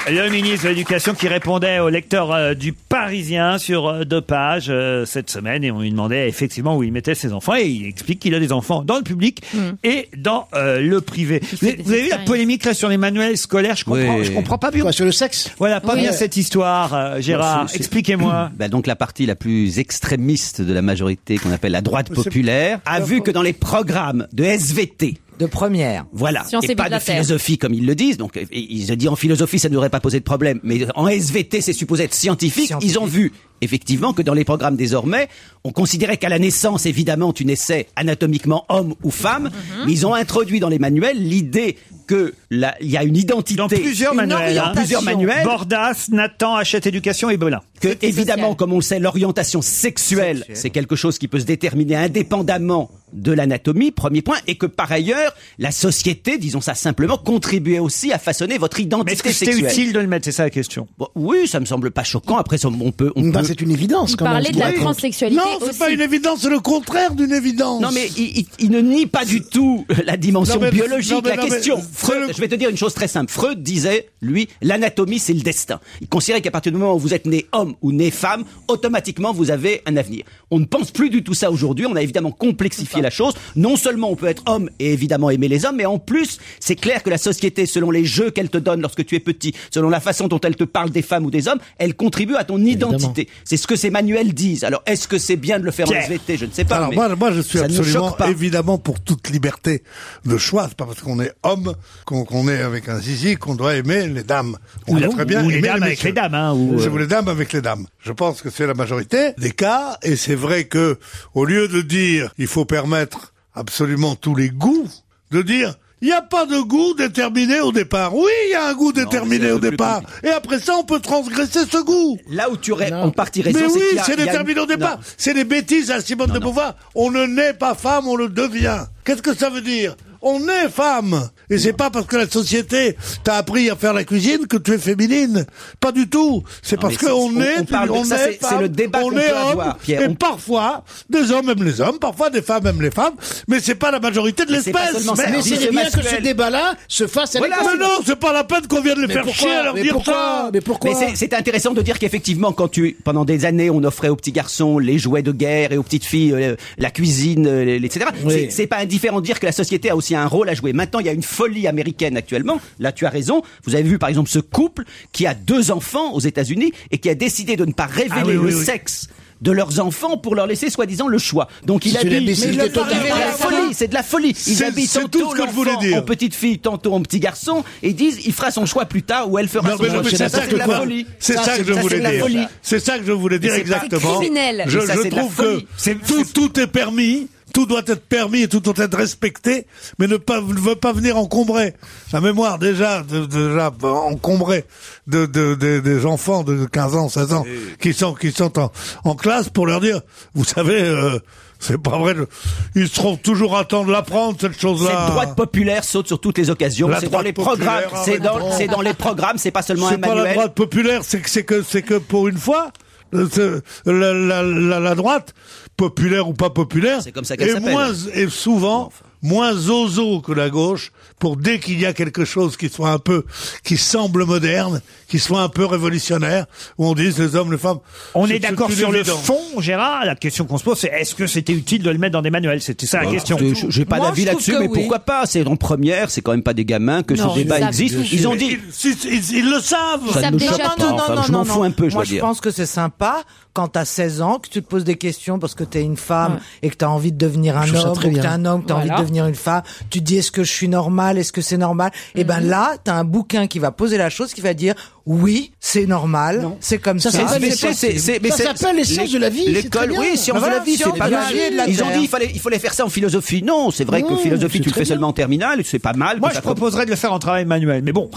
Le ministre de l'Éducation qui répondait au lecteur euh, du Parisien sur euh, deux pages euh, cette semaine et on lui demandait effectivement où il mettait ses enfants et il explique qu'il a des enfants dans le public
Mm.
et dans euh, le privé. Vous, avez- vous avez vu la polémique là sur les manuels scolaires Je comprends,
Oui.
je comprends pas bien.
sur le sexe
Voilà, pas
Oui.
bien cette histoire, euh, Gérard.
Bon, c'est- c'est- [CLEARS THROAT]
Expliquez-moi.
Bah, donc la partie la plus extrémiste de la majorité qu'on appelle la droite populaire a vu que dans les programmes de SVT
de première,
voilà,
Science et
et pas
vie de la
de
Terre.
philosophie comme ils le disent. Donc et- et ils se disent en philosophie ça ne devrait pas poser de problème, mais en SVT c'est supposé être scientifique. Ils ont vu effectivement que dans les programmes désormais, on considérait qu'à la naissance évidemment tu naissais anatomiquement homme ou femme,
Mhm.
mais ils ont introduit dans les manuels l'idée que la- il y a une identité dans
Plusieurs manuels. hein.
plusieurs manuels
Bordas, Nathan, Hachette Éducation et Belin.
que évidemment, comme on le sait, l'orientation sexuelle, c'est quelque chose qui peut se déterminer indépendamment de l'anatomie, premier point, et que par ailleurs, la société, disons ça simplement, contribuait aussi à façonner votre
Mais est-ce
identité
que c'était
sexuelle.
utile de le mettre C'est ça la question.
Bon, Bah, oui, ça me semble pas choquant. Après, ça, on peut, on peut-
Bah, c'est une évidence.
Il quand même, parlait ce de qu'il la raconte. transsexualité
Non, c'est
aussi.
pas une évidence, c'est le contraire d'une évidence.
Non mais il, il- il ne nie pas du tout [LAUGHS] la dimension
Non, mais-
biologique.
non, mais-
la
non, mais-
question.
c'est
Freud, je vais te dire une chose très simple. Freud disait, lui, l'anatomie c'est le destin. Il considérait qu'à partir du moment où vous êtes né homme ou né femme, automatiquement vous avez un avenir. On ne pense plus du tout ça aujourd'hui. On a évidemment complexifié la chose. Non seulement on peut être homme et évidemment aimer les hommes, mais en plus c'est clair que la société, selon les jeux qu'elle te donne lorsque tu es petit, selon la façon dont elle te parle des femmes ou des hommes, elle contribue à ton identité. C'est ce que ces manuels disent. Alors est-ce que c'est bien de le faire en
Pierre.
SVT Je ne sais pas.
Alors
mais
moi, moi, je suis
ça ne me
absolument
choque pas.
évidemment pour toute liberté de choix. C'est pas parce qu'on est homme qu'on qu'on est avec un zizi qu'on doit aimer les dames. On
Ou
doit
Ah non,
très bien
ou les
aimer
dames avec
messieurs.
les dames, hein, ou,
Je
euh,
vous les dames avec les dames. Je pense que c'est la majorité des cas et c'est vrai que au lieu de dire il faut permettre absolument tous les goûts, de dire il n'y a pas de goût déterminé au départ. Oui, il y a un goût déterminé au départ. Et après ça, on peut transgresser ce goût.
Là où tu on partirait
Mais
sans, c'est
oui,
qu'il y a-
c'est
il y a
déterminé au
une-
départ.
Non.
C'est des bêtises à Simone de Beauvoir. On ne naît pas femme, on le devient. Qu'est-ce que ça veut dire On est femme. Et c'est pas parce que la société t'a appris à faire la cuisine que tu es féminine. Pas du tout. C'est
Non,
parce
mais c'est-
qu'on
on-
est,
on parle de
on
ça,
est
c'est- c'est le
femme,
débat
on
qu'on
est
peut
homme.
avoir, Pierre.
et
On-
parfois, des hommes aiment les hommes, parfois des femmes aiment les femmes, mais c'est pas la majorité de
Mais c'est pas
l'espèce.
seulement ça, Mais c'est c'est bien que masculin. ce débat-là se fasse avec
Voilà,
les
mais non, c'est pas la peine qu'on vienne les
Mais
faire
pourquoi
chier à leur
Mais
dire
pourquoi
ça.
Mais pourquoi
Mais c'est- c'est intéressant de dire qu'effectivement, quand tu pendant des années, on offrait aux petits garçons les jouets de guerre et aux petites filles euh, la cuisine, euh, les- etc.
Oui.
C'est- C'est pas indifférent de dire que la société a aussi un rôle à jouer. Maintenant, il y a une folie américaine actuellement. Là, tu as raison. Vous avez vu par
Ah
exemple ce couple qui a deux enfants aux États-Unis et qui a décidé de ne pas révéler
oui,
le
oui, oui.
sexe de leurs enfants pour leur laisser soi-disant le choix. Donc il
C'est une
habille.
imbécilité
Mais le-
totale.
mais de la folie, c'est de la folie. Ils
C'est-
habillent
c'est
tantôt
tout ce que je voulais
l'enfant
dire.
en petite fille, tantôt en petit garçon, et disent il fera son choix plus tard ou elle fera
Non,
son
mais
choix.
non, mais
plus
c'est
tard.
ça
c'est
que
de la
quoi
folie.
C'est ça que je
c'est
voulais
de la
dire.
folie.
C'est ça que je voulais dire
Mais c'est pas- c'est
exactement.
criminel.
Je,
Mais ça,
je
c'est de la
trouve que
folie. C'est-
tout, tout est permis. Tout doit être permis et tout doit être respecté, mais ne pas ne veut pas venir encombrer la mémoire déjà de- déjà bah, encombrée de, de- de- des enfants de 15 ans, 16 ans qui sont qui sont en, en classe pour leur dire vous savez euh, c'est pas vrai le- ils se trouvent toujours à temps de l'apprendre cette chose-là.
Cette droite populaire saute sur toutes les occasions.
La
C'est dans
droite
les programmes.
populaire,
C'est dans,
arrêtons.
c'est dans les programmes. C'est pas seulement un
C'est pas la
manuel.
droite populaire, c'est que c'est que c'est que pour une fois. euh, c'est- La, la- la- la droite, populaire ou pas populaire, est,
comme ça qu'elle s'appelle.
moins et souvent moins zozo que la gauche pour dès qu'il y a quelque chose qui soit un peu, qui semble moderne, qui soit un peu révolutionnaire, où on dise les hommes, les femmes.
On
c'est-
est d'accord
c'est une
sur le
évidence.
fond, Gérard. La question qu'on se pose, c'est est-ce que c'était utile de le mettre dans des manuels C'était ça la
Bah,
question.
écoutez, je- J'ai pas d'avis là-dessus, mais pourquoi pas C'est en première, c'est quand même pas des gamins que
Non,
ce débat
ils savent
existe.
déjà.
Ils ont dit.
Ils, ils- ils le savent.
Ça ne nous choque pas, enfin, je m'en fous un peu, je
Moi,
dois
je
dire.
pense que c'est sympa quand t'as 16 ans, que tu te poses des questions parce que t'es une femme et que t'as envie de devenir un
Je trouve ça
homme,
très
ou que t'es
bien.
un homme, que t'as envie de
Voilà.
devenir une femme. Tu te dis est-ce que je suis normal, est-ce que c'est normal Et
Mhm.
ben là, t'as un bouquin qui va poser la chose, qui va dire oui, c'est normal, c'est comme ça.
Ça s'appelle Mais les c'est- possibles. c'est- mais Ça c'est- s'appelle les sciences de la vie, c'est très
L'école,
bien.
oui, sciences de la vie, c'est pas mal.
Ils ont dit il fallait, il fallait faire ça en philosophie. Non, c'est vrai que
Non,
philosophie,
c'est
tu le
très
fais seulement en terminale, c'est pas mal.
Moi, je proposerais de le faire en travail manuel,
[LAUGHS]
mais bon.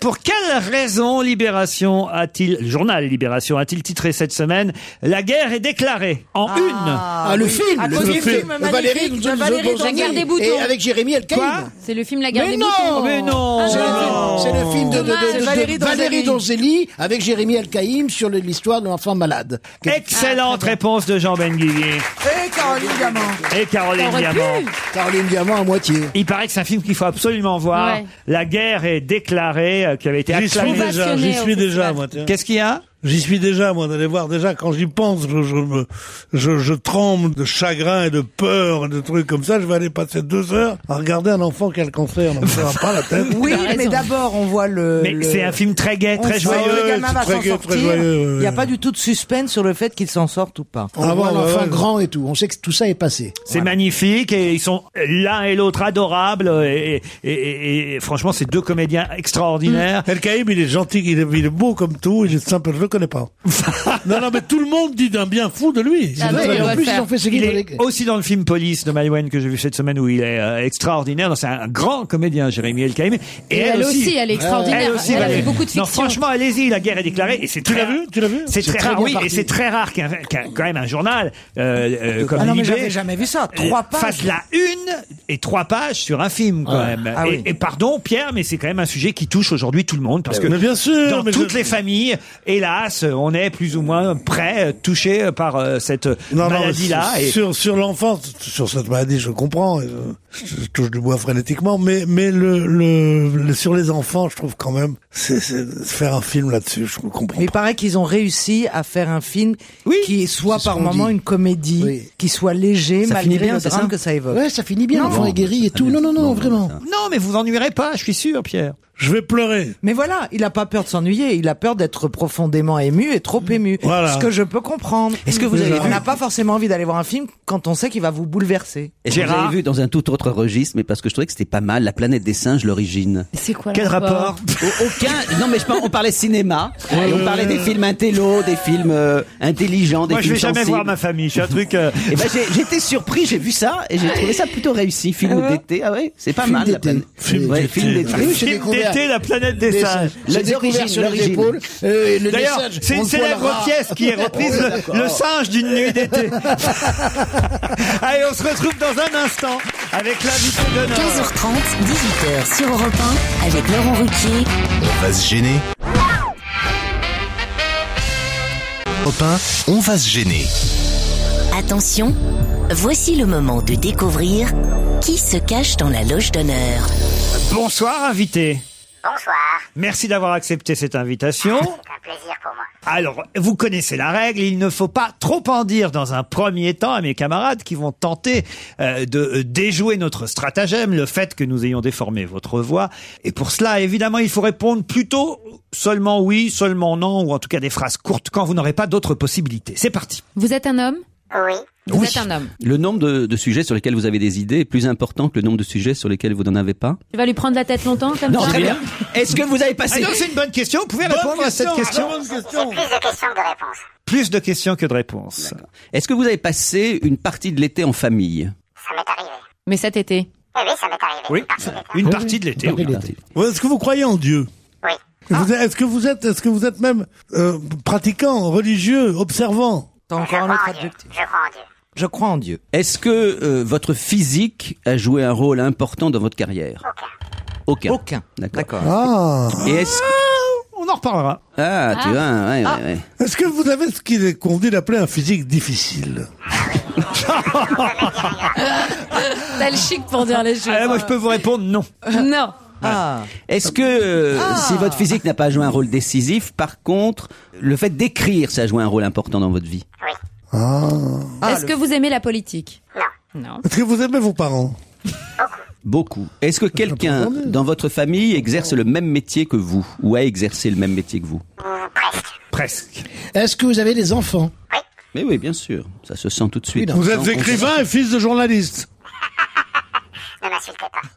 Pour quelle raison Libération a-t-il, le journal Libération a-t-il titré cette semaine La guerre est déclarée en une
Ah, le film,
À
le,
cause du
film,
film
de
magnifique
Valérie,
de
Gonzalez
Valérie
Bourgogne
Gonzalez des Boutons.
et avec Jérémy Elkaïm.
C'est le film La guerre
Mais
des
non,
boutons. Ah,
mais non,
c'est le film-
C'est le film de, de- de-
Dommage.
de- de Valérie, Donzelli avec Jérémy Elkaïm sur le- l'histoire de l'enfant malade. Ah,
Excellente réponse de Jean Benguigui.
Et Eh, Caroline Diamant.
Et Caroline
T'aurais pu.
Diamant.
Caroline Diamant à moitié.
Il paraît que c'est un film qu'il faut absolument voir.
Ouais.
La guerre est déclarée, euh, qui avait été
J'y suis
acclamée.
déjà, j'y suis déjà, moi.
Qu'est-ce qu'il y a
J'y suis déjà, moi, d'aller voir. Déjà, quand j'y pense, je, je, me- je, je tremble de chagrin et de peur, et de trucs comme ça. Je vais aller passer deux heures à regarder un enfant qui a le cancer. Donc, ça va pas la tête.
Oui, mais d'abord, on voit le.
Mais
le-
c'est un film
très gai,
On
très
sent que
joyeux,
Le gamin va
très
s'en
gai, très
sortir.
joyeux, ouais, Ah ouais.
Il n'y a pas du tout de suspense sur le fait qu'il s'en sorte ou pas.
On voit
ouais,
l'enfant
ouais.
grand et tout. On sait que tout ça est passé.
C'est magnifique et ils sont l'un et l'autre adorables et, et- et- et franchement c'est deux comédiens extraordinaires.
El Kaïm, il est gentil, il est, il est beau comme tout, il est simple, je le connais pas. [LAUGHS] non, non, mais tout le monde dit d'un bien fou de lui.
Ah, mais en plus, ils ont fait ce qu'ils
Il
voulaient.
est aussi dans le film Police de Maïwen que j'ai vu cette semaine où il est euh, extraordinaire. Non, C'est un grand comédien, Jérémy El Kaïm.
Et elle aussi, elle est extraordinaire.
Elle aussi,
Elle a
Valérie.
fait beaucoup de
Non,
fiction.
franchement, allez-y, la guerre est déclarée. Et c'est tu l'as vu,
tu l'as vu.
C'est
C'est
très,
très
rare,
bien
oui,
parti.
et c'est très rare qu'un, qu'un- quand même un journal euh, euh, comme
Ah non, mais
Libé
j'avais jamais vu ça. Trois
euh, fasse
pages.
la une et trois pages sur un film quand
Ouais.
même.
Ah
et,
oui.
et pardon, Pierre, mais c'est quand même un sujet qui touche aujourd'hui tout le monde parce que
Mais bien sûr,
dans
mais
toutes
je-
les familles, hélas, on est plus ou moins prêt, euh, touché par euh, cette
Non, non,
maladie-là.
sur-
et-
Sur, sur l'enfance, sur cette maladie, je comprends. et Je, je touche du bois frénétiquement, mais, mais le, le, le- sur les enfants, je trouve quand même, c'est, c'est- faire un film là-dessus, je comprends.
Mais il paraît qu'ils ont réussi à faire un film qui soit par
qu'on
moment
dit.
une comédie, qui soit léger
Ça
malgré
finit bien,
le
c'est
drame
ça
que ça évoque.
Ouais, ça finit bien,
Non.
l'enfant est guéri et tout. Non, non, non, vraiment.
Non, mais vous ennuierez pas, je suis sûr, Pierre.
Je vais pleurer.
Mais voilà, il a pas peur de s'ennuyer, il a peur d'être profondément ému et
Mmh.
trop ému.
Voilà.
Ce que je peux comprendre.
Est-ce que vous avez
On
vu-
n'a pas forcément envie d'aller voir un film quand on sait qu'il va vous bouleverser.
Et vous avez vu dans un tout autre registre, mais parce que je trouvais que c'était pas mal, La planète des singes, l'origine.
C'est quoi
Quel rapport Au- Aucun. Non, mais je pense, on parlait cinéma, et on parlait des films intello, des films euh, intelligents, des
Moi, je
films
vais jamais
sensibles.
voir ma famille. C'est un [LAUGHS] truc. euh,
Eh ben, [LAUGHS] j'ai- j'étais surpris, j'ai vu ça et j'ai trouvé ça plutôt réussi. Film
Ah ouais
d'été, ah ouais, c'est pas
Film
mal. La
d'été.
planète.
Film
Ouais,
d'été.
film d'été.
Oui, j'ai Film découvert d'été, la planète des des singes. singes.
La-
J'ai découvert
l'origine,
sur les
l'origine.
épaules,
euh, le
D'ailleurs,
message,
c'est
on
une
le
célèbre
poilera.
pièce qui est reprise,
Ouais,
le,
d'accord.
le singe d'une nuit d'été. [LAUGHS] Allez, on se retrouve dans un instant avec l'invité d'honneur.
15h30, 18h sur Europe 1 avec Laurent Ruquier.
On va se gêner. Europe 1, on va se gêner.
Attention, voici le moment de découvrir qui se cache dans la loge d'honneur.
Bonsoir, invité.
Bonsoir,
Merci d'avoir accepté cette invitation.
Ah,
c'est un plaisir pour moi.
Alors, vous connaissez la règle, il ne faut pas trop en dire dans un premier temps à mes camarades qui vont tenter euh, de déjouer notre stratagème, le fait que nous ayons déformé votre voix. Et pour cela, évidemment, il faut répondre plutôt seulement oui, seulement non, ou en tout cas des phrases courtes quand vous n'aurez pas d'autres possibilités. C'est parti.
Vous êtes un homme Oui. Vous êtes un homme.
Le nombre de, de sujets sur lesquels vous avez des idées est plus important que le nombre de sujets sur lesquels vous n'en avez pas
Tu vas lui prendre la tête longtemps comme
Non,
ça
très bien. Est-ce que vous avez passé
Ah non, c'est une bonne question. Vous pouvez répondre à cette question. Plus de questions que de réponses.
Est-ce que vous avez passé une partie de l'été en famille
Mais cet été.
Oui, une partie de l'été. oui.
Ouais, Est-ce que vous croyez en Dieu
Oui.
Vous êtes- Est-ce que vous êtes, est-ce que vous êtes même euh, pratiquant, religieux, observant
T'as encore un autre adjectif.
Je crois en Dieu. Est-ce que euh, votre physique a joué un rôle important dans votre carrière Aucun. Ah. Aucun. D'accord.
Ah.
Et est-ce
On en reparlera.
Ah, tu vois, ouais,
Ah.
ouais, ouais.
Est-ce que vous avez ce qu'il est convenu d'appeler un physique
[LAUGHS]
difficile
T'as le chic pour dire les choses.
moi, je peux vous répondre non.
Non.
Ah. Est-ce que euh, si votre physique n'a pas joué un rôle décisif, par contre, le fait d'écrire, ça a joué un rôle important dans votre vie Ah.
Est-ce que vous aimez la politique
Est-ce que Ah. vous aimez vos parents Ah,
Beaucoup. Est-ce que quelqu'un dans votre famille exerce le même métier que vous ou a exercé le même métier que vous
Presque.
Est-ce que vous avez des enfants
Mais oui, bien sûr. Ça se sent tout de suite. On
Vous êtes
sent- on
écrivain et fils de journaliste.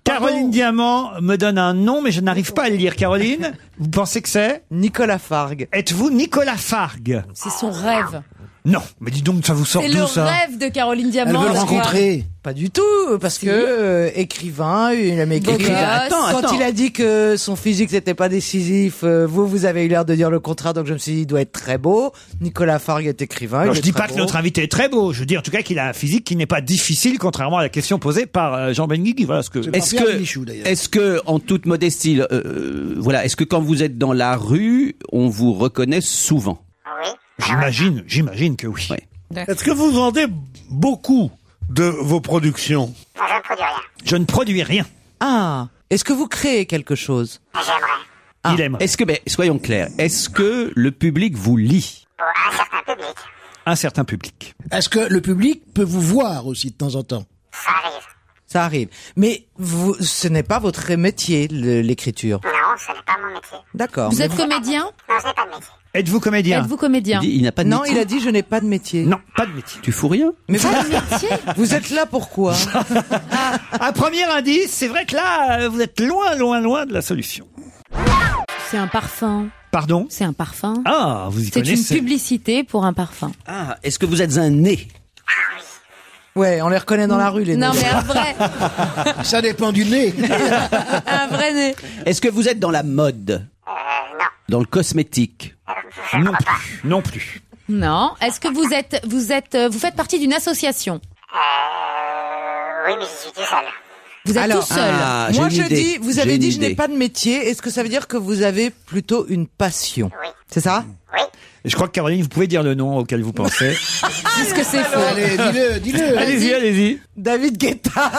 Caroline Diamant me donne un nom, mais je n'arrive pas à le lire. [LAUGHS] Caroline, vous pensez que c'est Nicolas Fargue. Êtes-vous Nicolas Fargue
C'est son rêve.
Non, mais dis donc, ça vous sort
C'est le
d'où ça
rêve de Caroline Diamant. tu vois.
Pas du tout, parce que euh, écrivain, il aime écrire.
Écrivain. Attends,
euh, Quand
attends.
il a dit que son physique n'était pas décisif, euh, vous, vous avez eu l'air de dire le contraire, donc je me suis dit, il doit être très beau. Nicolas Fargue est écrivain.
Alors,
il
je
est
dis
très
pas que
beau.
notre invité est très beau, je dis en tout cas qu'il a un physique qui n'est pas difficile, contrairement à la question posée par euh, Jean Benguigui. Voilà ce que.
Est-ce que, est-ce que, en toute modestie, euh, euh, voilà, est-ce que quand vous êtes dans la rue, on vous reconnaît souvent
J'imagine, j'imagine que oui.
Est-ce que vous vendez beaucoup de vos productions
Ah, Je ne produis rien.
Ah, est-ce que vous créez quelque chose
Ah,
Ah.
Il aimerait.
Est-ce que, ben, soyons clairs, est-ce que le public vous lit
Un certain public.
Est-ce que le public peut vous voir aussi de temps en temps
Ça arrive. Mais vous, ce n'est pas votre métier, le- l'écriture. Non, ce n'est pas mon métier. D'accord.
Vous
Mais
êtes comédien
Êtes-vous comédien
Êtes-vous comédien
Il dit, il n'a pas de
non,
métier.
il a dit je n'ai pas de métier.
Non, pas de métier.
Tu fous rien
Mais vous,
métier
[LAUGHS] vous êtes là
[LAUGHS]
pourquoi
Ah, Un premier indice, c'est vrai que là, euh, vous êtes loin, loin, loin de la solution.
C'est un parfum.
Pardon
C'est un parfum.
Ah, vous y
C'est une
connaissez.
publicité pour un parfum.
Ah, est-ce que vous êtes un nez
Ouais, on les reconnaît dans la rue, les
non,
nez.
mais un
[LAUGHS]
vrai,
Ça dépend du nez.
[LAUGHS] un vrai nez.
Est-ce que vous êtes dans la mode Dans le cosmétique
Non plus. Non plus.
Non. Est-ce que vous êtes, vous êtes, euh, vous faites partie d'une association
Euh, Oui, mais je suis tout seul.
Vous êtes
Alors,
tout seul.
Ah, j'ai
Moi,
une
je
idée.
dis, vous
J'ai
avez
une
dit, je n'ai
idée.
pas de métier. Est-ce que ça veut dire que vous avez plutôt une passion C'est ça
Je crois que Caroline, vous pouvez dire le nom auquel vous pensez.
C'est ce que c'est faux.
Allez, dis-le, dis-le.
allez-y, allez-y.
David [LAUGHS] Guetta.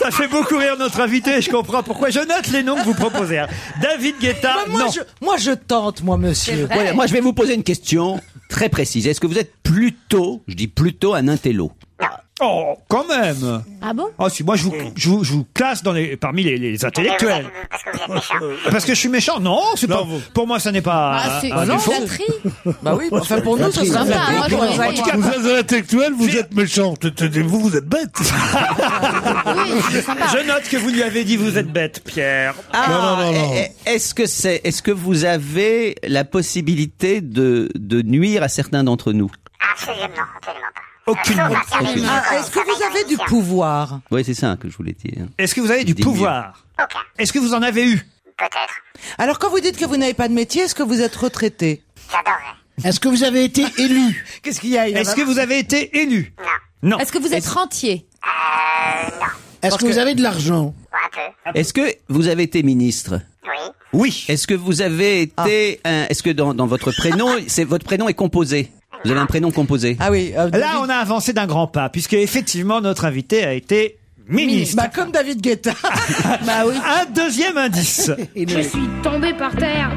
Ça fait beaucoup rire notre invité, je comprends pourquoi. Je note les noms que vous
[LAUGHS]
proposez. hein. David Guetta,
Bah, moi,
non.
je, moi, je tente, moi, monsieur.
vrai.
Voilà, moi, je vais vous poser une question très précise. Est-ce que vous êtes plutôt, je dis plutôt, un intello
Oh, quand même.
Ah bon
Ah si, moi je vous, je vous, je vous classe dans les, parmi les, les intellectuels.
[LAUGHS]
Parce que je suis méchant Non, c'est pas. Pour moi, ça n'est pas.
Bah,
Ah, c'est
un
une
défaut.
flatterie.
Bah oui, enfin, pour nous, ce serait
Sympa,
flatté.
moi, j'aurais
En tout
aimé.
cas,
Vous êtes intellectuel, vous êtes méchant. Te- te- te- Vous, vous êtes bête.
[LAUGHS]
Oui, c'est sympa.
Ah, je note que vous lui avez dit vous êtes bête, Pierre.
Ah,
Non, non, non, non.
eh, eh, Est-ce que c'est, est-ce que vous avez la possibilité de, de nuire à certains d'entre nous
Aucune.
Aucune.
Ah, Est-ce que vous avez du pouvoir
Oui, c'est ça que je voulais dire.
Est-ce que vous avez du
Dis-moi.
pouvoir Est-ce que vous en avez eu
Alors, quand vous dites que vous n'avez pas de métier, est-ce que vous êtes retraité
Est-ce que vous avez été élu
[LAUGHS] Qu'est-ce qu'il y a il y en a
Est-ce que vous avez été élu Non.
Est-ce que vous êtes rentier
Est-ce que vous avez de l'argent
Est-ce que vous avez été ministre
Oui.
Est-ce que vous avez été, un- est-ce que dans, dans votre prénom, c'est votre prénom est composé Vous avez un prénom composé
Ah oui. euh, David-
Là, on a avancé d'un grand pas, puisque effectivement, notre invité a été ministre.
Bah, comme David
[LAUGHS]
Guetta. Bah
Un deuxième indice.
Je suis tombé par terre.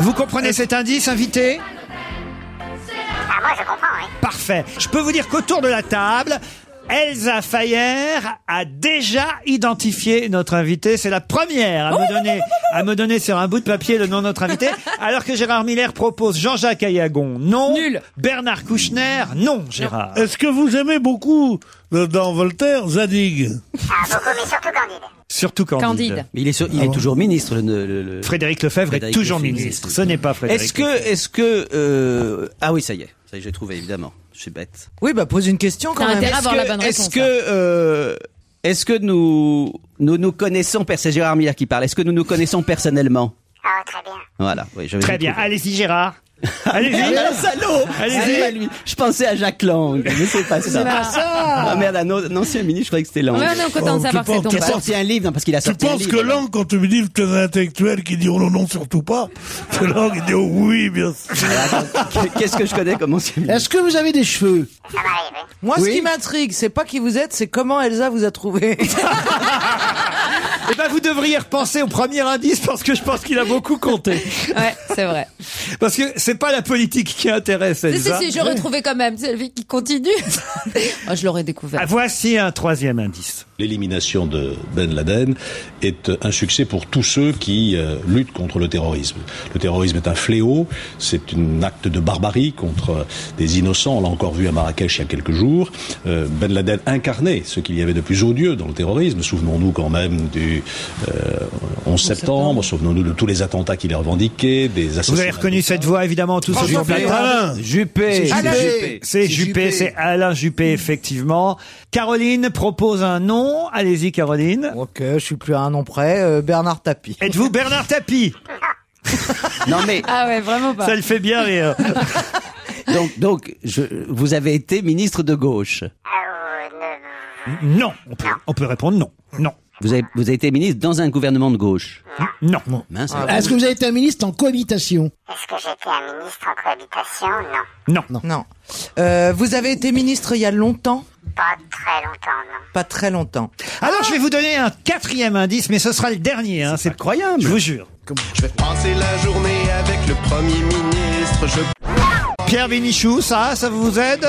Vous comprenez cet indice, invité
Ah, moi, je comprends, oui.
Parfait. Je peux vous dire qu'autour de la table, Elsa Fayer a déjà identifié notre invité. C'est la première à me
Oh,
donner, à me donner sur un bout de papier le nom de notre
[LAUGHS]
invité. Alors que Gérard Miller propose Jean-Jacques Ayagon, non. Nul. Bernard Kouchner, non, Gérard.
Est-ce que vous aimez beaucoup, euh, dans Voltaire, Zadig
Ah, beaucoup, mais surtout Candide.
Surtout Candide.
Candide.
Mais il est, sur-
Ah
il est toujours ministre. le- le- le-
Frédéric Lefebvre est
Frédéric
toujours
Lefebvre.
ministre. Ce n'est pas Frédéric.
Est-ce que, est-ce que, euh, ah oui, ça y est, ça y est, j'ai trouvé évidemment. Je suis bête.
Oui, bah pose une question quand
T'as
même.
intérêt à avoir la bonne réponse, là. Euh, est-ce que nous, nous nous connaissons, per- c'est Gérard Miller qui parle. Est-ce que nous nous connaissons personnellement Voilà. Oui, je vais
Très
le
bien.
trouver. [LAUGHS]
Allez-y, Gérard. Allez-y.
Ah, le salaud
Allez-y.
C'est pas lui. Je pensais à Jacques Lang, mais c'est pas ça.
C'est pas ça.
Ah merde, un, autre- un ancien ministre, je croyais que c'était Lang.
Ouais, on est content de Oh, savoir tu que c'est ton penses-
Il a sorti un [LAUGHS] livre, non, parce qu'il a
Tu
sorti un
penses
livre.
que Lang, quand tu me dis que t'es un intellectuel qui dit oh non, non, surtout pas, [LAUGHS] que Lang, il dit oh oui, bien sûr.
Qu'est-ce que je connais comme ancien
Est-ce que vous avez des cheveux
hein.
Moi,
Oui.
ce qui m'intrigue, c'est pas qui vous êtes, c'est comment Elsa vous a trouvé.
[LAUGHS] Eh ben, vous devriez repenser au premier indice parce que je pense qu'il a beaucoup compté.
[LAUGHS] Ouais, c'est vrai.
Parce que c'est pas la politique qui intéresse
Si, si,
Elsa.
si, je retrouvais quand même. C'est le qui continue. je l'aurais découvert.
Ah, voici un troisième indice.
L'élimination de Ben Laden est un succès pour tous ceux qui euh, luttent contre le terrorisme. Le terrorisme est un fléau, c'est un acte de barbarie contre euh, des innocents, on l'a encore vu à Marrakech il y a quelques jours. Euh, ben Laden incarnait ce qu'il y avait de plus odieux dans le terrorisme. Souvenons-nous quand même du euh, 11 septembre, souvenons-nous de tous les attentats qu'il a revendiqués, des
Vous avez
assassinats.
reconnu cette voix, évidemment, tous
François
sur le
Fillon.
plateau.
Juppé.
C'est
Alain
Juppé. C'est Juppé, c'est Alain Juppé, effectivement. Caroline propose un nom. Allez-y, Caroline.
ok, je suis plus à un nom près. euh, Bernard Tapie.
Êtes-vous Bernard Tapie
Non mais
Ah ouais, vraiment pas.
Ça le fait bien rire.
[LAUGHS] donc, donc je, vous avez été ministre de gauche.
Non, on peut, on peut répondre non. Non.
Vous avez, vous avez été ministre dans un gouvernement de gauche.
Non.
Mince.
Est-ce que vous avez été un ministre en cohabitation
Est-ce que j'étais un ministre en cohabitation Non.
Non.
Non. Euh, vous avez été ministre il y a longtemps
Pas très longtemps, non.
Pas très longtemps.
Alors, je vais vous donner un quatrième indice, mais ce sera le dernier. hein. C'est incroyable. Je vous jure.
Je vais passer la journée avec le Premier ministre. Je...
Pierre Bénichou, ça, ça vous aide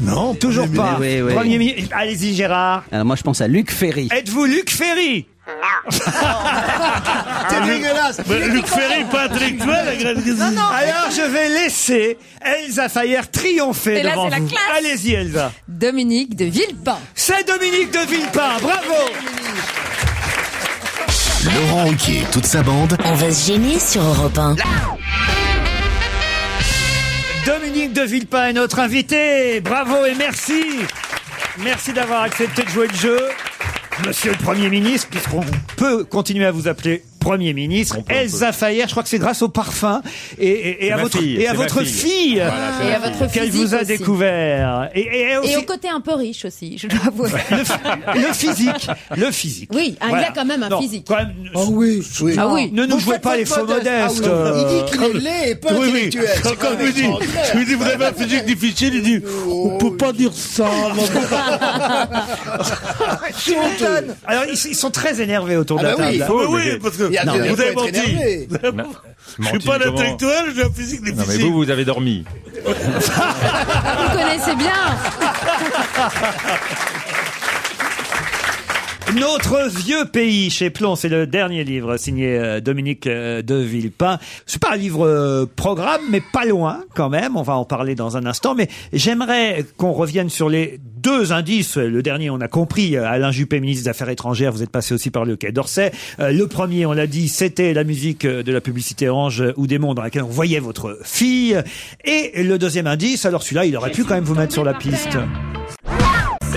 Non, toujours
mais-
pas.
oui, oui.
Premier mi- Allez-y, Gérard.
Alors moi je pense à Luc Ferry.
Êtes-vous Luc Ferry [LAUGHS]
T'es dégueulasse
Mais Luc Ferry, pas intellectuel, la Grèce- Non, non.
Alors, je vais laisser Elsa Fayer triompher
Et là,
devant
c'est la
vous.
classe.
Allez-y, Elsa.
Dominique de Villepin.
C'est Dominique de Villepin, bravo
Laurent Ruquier et toute sa bande.
On va se gêner sur Europe 1.
Dominique de Villepin est notre invité. Bravo et merci. Merci d'avoir accepté de jouer le jeu. Monsieur le Premier ministre, puisqu'on peut continuer à vous appeler Premier ministre, Elsa Fayer, je crois que c'est grâce au parfum et, et- et
C'est
à
ma
votre,
fille,
et à
c'est ma
votre
fille.
fille,
Voilà, c'est Et ma à fille. votre
qu'elle
physique
vous a
aussi.
découvert. Et, et
Et,
aussi
au côté un peu riche aussi, je dois avouer.
le physique. Le physique.
Oui, ah, il
Voilà.
a quand même un
Non,
physique.
quand même, Ah oui,
Ah oui.
Ne nous
Vous
jouez
faites
pas les
votre
faux
modeste.
modestes.
Ah oui.
euh,
Il dit qu'il est laid et pas
Oui, oui.
intellectuel.
Quand,
C'est
quand
quand
je lui dis,
même extraordinaire.
je lui dis, vous avez un physique difficile, il dit, on peut pas dire ça. non,
C'est honteux. Alors, ils, ils sont très énervés autour de
Ah
la
bah oui,
table.
il faut, mais oui, parce que Il y a- vous il y a avez pas à être menti. énervé.
[LAUGHS]
Je suis
Menti,
pas un
comment
intellectuel, j'ai un physique
Non, mais
difficile.
vous, vous avez dormi.
Vous connaissez bien.
[LAUGHS]
Notre vieux pays chez Plon, c'est le dernier livre signé euh, Dominique euh, de Villepin. C'est pas un livre euh, programme, mais pas loin quand même. On va en parler dans un instant. Mais j'aimerais qu'on revienne sur les deux indices. Le dernier, on a compris. euh, Alain Juppé, ministre des Affaires étrangères, vous êtes passé aussi par le Quai d'Orsay. Euh, Le premier, on l'a dit, c'était la musique euh, de la publicité Orange euh, ou des mondes dans laquelle on voyait votre fille. Et le deuxième indice, alors celui-là, il aurait pu quand même vous mettre sur la piste.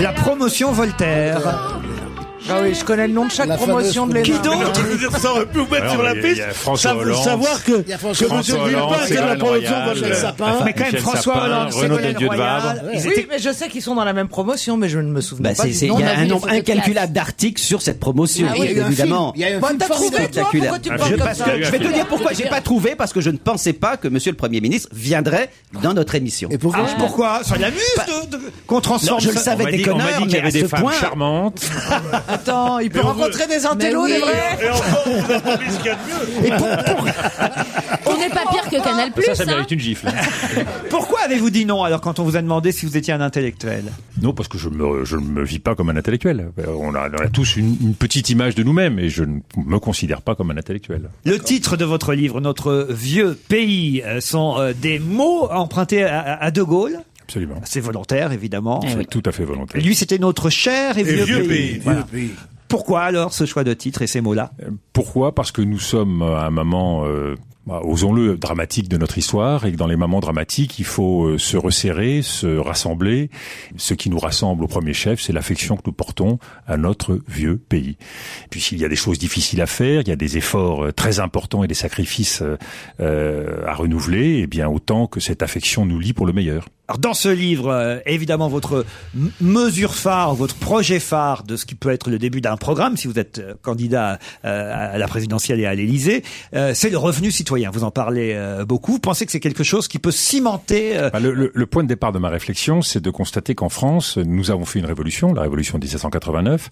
La promotion Voltaire. Bah
Ah oui, je connais le nom de chaque
La
promotion de
fameuse-
l'ENA.
Qui donc
Je veux dire, ça aurait pu vous mettre
Alors,
sur la
il y a-
piste.
il y a François
ça, vous-
Hollande.
savoir que,
Il y a
que
François
M.
Hollande,
Villepin était
Ségolène
la promotion
Royal,
Michel
euh,
Sapin.
Mais quand même,
Michel
François
Sapin,
Hollande,
Renaud
Ségolène
Dodieu de
Royal,
Vabre.
ils étaient-
Oui, mais je sais qu'ils sont dans la même promotion, mais je ne me souviens
Bah,
pas.
c'est-
du
c'est-
nom.
il y
On
a un
vu
nombre
les photos de
incalculable
classe.
d'articles sur cette promotion,
Ah oui, il y a eu un
évidemment.
film, il y a eu un Bah, film t'as trouvé, formidable. toi, pourquoi tu
Je-
parles comme
parce
ça
que-
Il y a eu un
je vais te
film.
dire pourquoi j'ai pas trouvé, parce que je ne pensais pas que Monsieur le Premier ministre viendrait dans notre émission. Et
Ah, pourquoi Ça l'amuse de- de- qu'on transforme.
je le
ça-
savais
On m'a
des
dit- on m'a
connards,
dit qu'il y
mais
avait
à
des
ce
femmes
point-
charmantes.
Attends, il peut
Mais on
rencontrer
veut-
des intellos,
Mais oui.
des vrais
Et encore, on a pas mis ce qu'il y a de mieux.
On est
n'est pas pire que Canal+.
Ça, ça
hein.
mérite une gifle. hein.
[LAUGHS] Pourquoi avez-vous dit non alors quand on vous a demandé si vous étiez un intellectuel
Non, parce que je me, je ne me vis pas comme un intellectuel. Euh, On a, on a tous une, une petite image de nous-mêmes et je ne me considère pas comme un intellectuel.
Le titre de votre livre, Notre vieux pays, euh, sont euh, des mots empruntés à, à- à De Gaulle.
Absolument. Eh
C'est volontaire, évidemment.
C'est tout à fait volontaire.
Lui, c'était notre cher et,
Et
vieux,
vieux
pays.
pays, vieux
Voilà.
pays.
Pourquoi alors ce choix de titre et ces mots-là
Pourquoi Parce que nous sommes à un moment, euh, bah, osons-le, dramatique de notre histoire, et que dans les moments dramatiques, il faut euh, se resserrer, se rassembler. Ce qui nous rassemble au premier chef, c'est l'affection que nous portons à notre vieux pays. Puis s'il y a des choses difficiles à faire, il y a des efforts euh, très importants et des sacrifices euh, euh, à renouveler, et bien autant que cette affection nous lie pour le meilleur.
Alors dans ce livre, euh, évidemment, votre m- mesure phare, votre projet phare de ce qui peut être le début d'un programme, si vous êtes euh, candidat euh, à la présidentielle et à l'Élysée, euh, c'est le revenu citoyen. Vous en parlez euh, beaucoup. Vous pensez que c'est quelque chose qui peut cimenter... euh,
Bah, le, le- le point de départ de ma réflexion, c'est de constater qu'en France, nous avons fait une révolution, la révolution de 1789,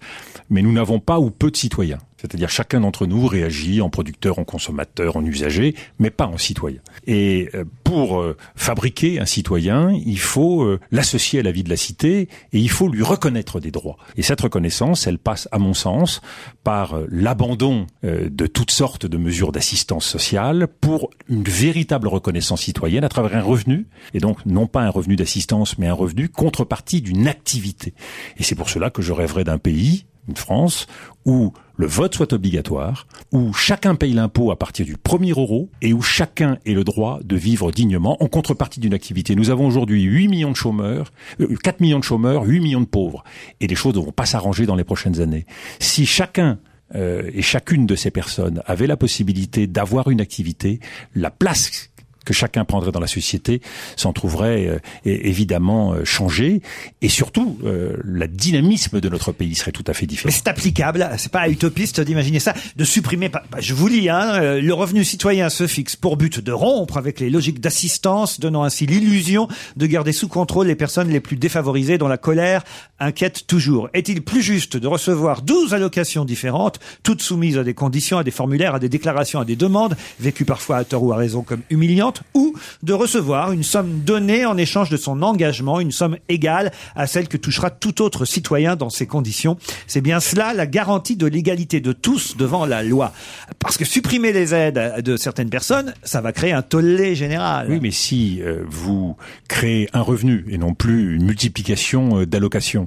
mais nous n'avons pas ou peu de citoyens. C'est-à-dire chacun d'entre nous réagit en producteur, en consommateur, en usager, mais pas en citoyen. Et euh, pour euh, fabriquer un citoyen, il faut euh, l'associer à la vie de la cité et il faut lui reconnaître des droits. Et cette reconnaissance, elle passe, à mon sens, par euh, l'abandon euh, de toutes sortes de mesures d'assistance sociale pour une véritable reconnaissance citoyenne à travers un revenu, et donc non pas un revenu d'assistance, mais un revenu contrepartie d'une activité. Et c'est pour cela que je rêverais d'un pays, une France, où le vote soit obligatoire, où chacun paye l'impôt à partir du premier euro et où chacun ait le droit de vivre dignement en contrepartie d'une activité. Nous avons aujourd'hui 8 millions de chômeurs, euh, 4 millions de chômeurs, 8 millions de pauvres. Et les choses ne vont pas s'arranger dans les prochaines années. Si chacun euh, et chacune de ces personnes avait la possibilité d'avoir une activité, la place que chacun prendrait dans la société s'en trouverait euh, é- évidemment euh, changée et surtout euh, le dynamisme de notre pays serait tout à fait différent.
Mais c'est applicable, c'est pas utopiste d'imaginer ça, de supprimer, pas- pas- je vous lis, hein, euh, le revenu citoyen se fixe pour but de rompre avec les logiques d'assistance, donnant ainsi l'illusion de garder sous contrôle les personnes les plus défavorisées dont la colère inquiète toujours. Est-il plus juste de recevoir 12 allocations différentes, toutes soumises à des conditions, à des formulaires, à des déclarations, à des demandes, vécues parfois à tort ou à raison comme humiliantes, ou de recevoir une somme donnée en échange de son engagement, une somme égale à celle que touchera tout autre citoyen dans ces conditions. C'est bien cela la garantie de l'égalité de tous devant la loi. Parce que supprimer les aides de certaines personnes, ça va créer un tollé général.
Oui, mais si euh, vous créez un revenu et non plus une multiplication euh, d'allocations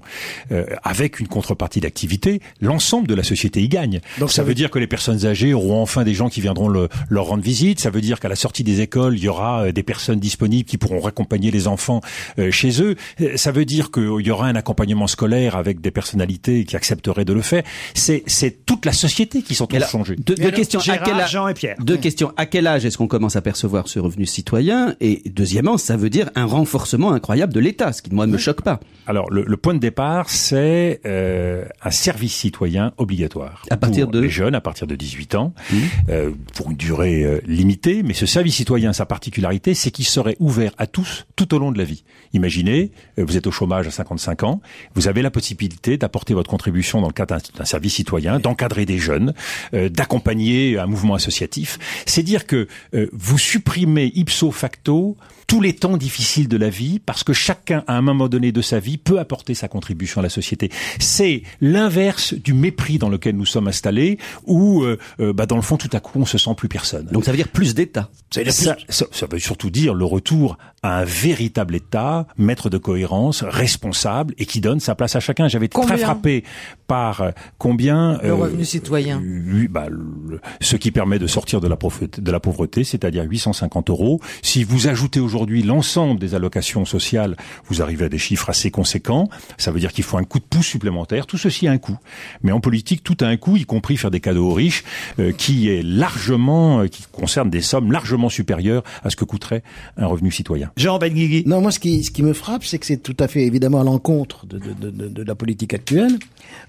euh, avec une contrepartie d'activité, l'ensemble de la société y gagne. Donc ça, veut dire que les personnes âgées auront enfin des gens qui viendront le- leur rendre visite. Ça veut dire qu'à la sortie des écoles, il y aura euh, des personnes disponibles qui pourront accompagner les enfants euh, chez eux. Euh, Ça veut dire qu'il y aura un accompagnement scolaire avec des personnalités qui accepteraient de le faire. C'est c'est toute la société qui s'en trouve changée.
Deux, deux questions. à quel âge, Deux questions. À quel âge est-ce qu'on commence à percevoir ce revenu citoyen Et deuxièmement, ça veut dire un renforcement incroyable de l'État, ce qui moi ne me choque pas.
Alors, le, le point de départ, c'est euh, un service citoyen obligatoire. À partir de les jeunes, à partir de 18 ans,
Mmh.
euh, pour une durée euh, limitée. Mais ce service citoyen, sa particularité, c'est qu'il serait ouvert à tous tout au long de la vie. Imaginez, euh, vous êtes au chômage à 55 ans, vous avez la possibilité d'apporter votre contribution dans le cadre d'un- d'un service citoyen, d'encadrer des jeunes, euh, d'accompagner un mouvement associatif. C'est dire que euh, vous supprimez ipso facto tous les temps difficiles de la vie parce que chacun à un moment donné de sa vie peut apporter sa contribution à la société. C'est l'inverse du mépris dans lequel nous sommes installés où euh, euh, bah, dans le fond tout à coup on se sent plus personne. Donc
ça veut dire plus d'État.
Ça, ça- ça veut surtout dire le retour à un véritable État, maître de cohérence, responsable et qui donne sa place à chacun. J'avais été
Combien
très frappé par euh, combien
Le
euh,
revenu citoyen.
lui, bah, le- ce qui permet de sortir de la, pauvreté- de la pauvreté, c'est-à-dire 850 euros. Si vous ajoutez aujourd'hui l'ensemble des allocations sociales, vous arrivez à des chiffres assez conséquents. Ça veut dire qu'il faut un coup de pouce supplémentaire. Tout ceci a un coût. Mais en politique, tout a un coût, y compris faire des cadeaux aux riches, euh, qui est largement, euh, qui concerne des sommes largement supérieures à ce que coûterait un revenu citoyen.
Jean Benguigui.
Non, moi, ce qui, ce qui me frappe, c'est que c'est tout à fait évidemment à l'encontre de, de, de- de, de la politique actuelle,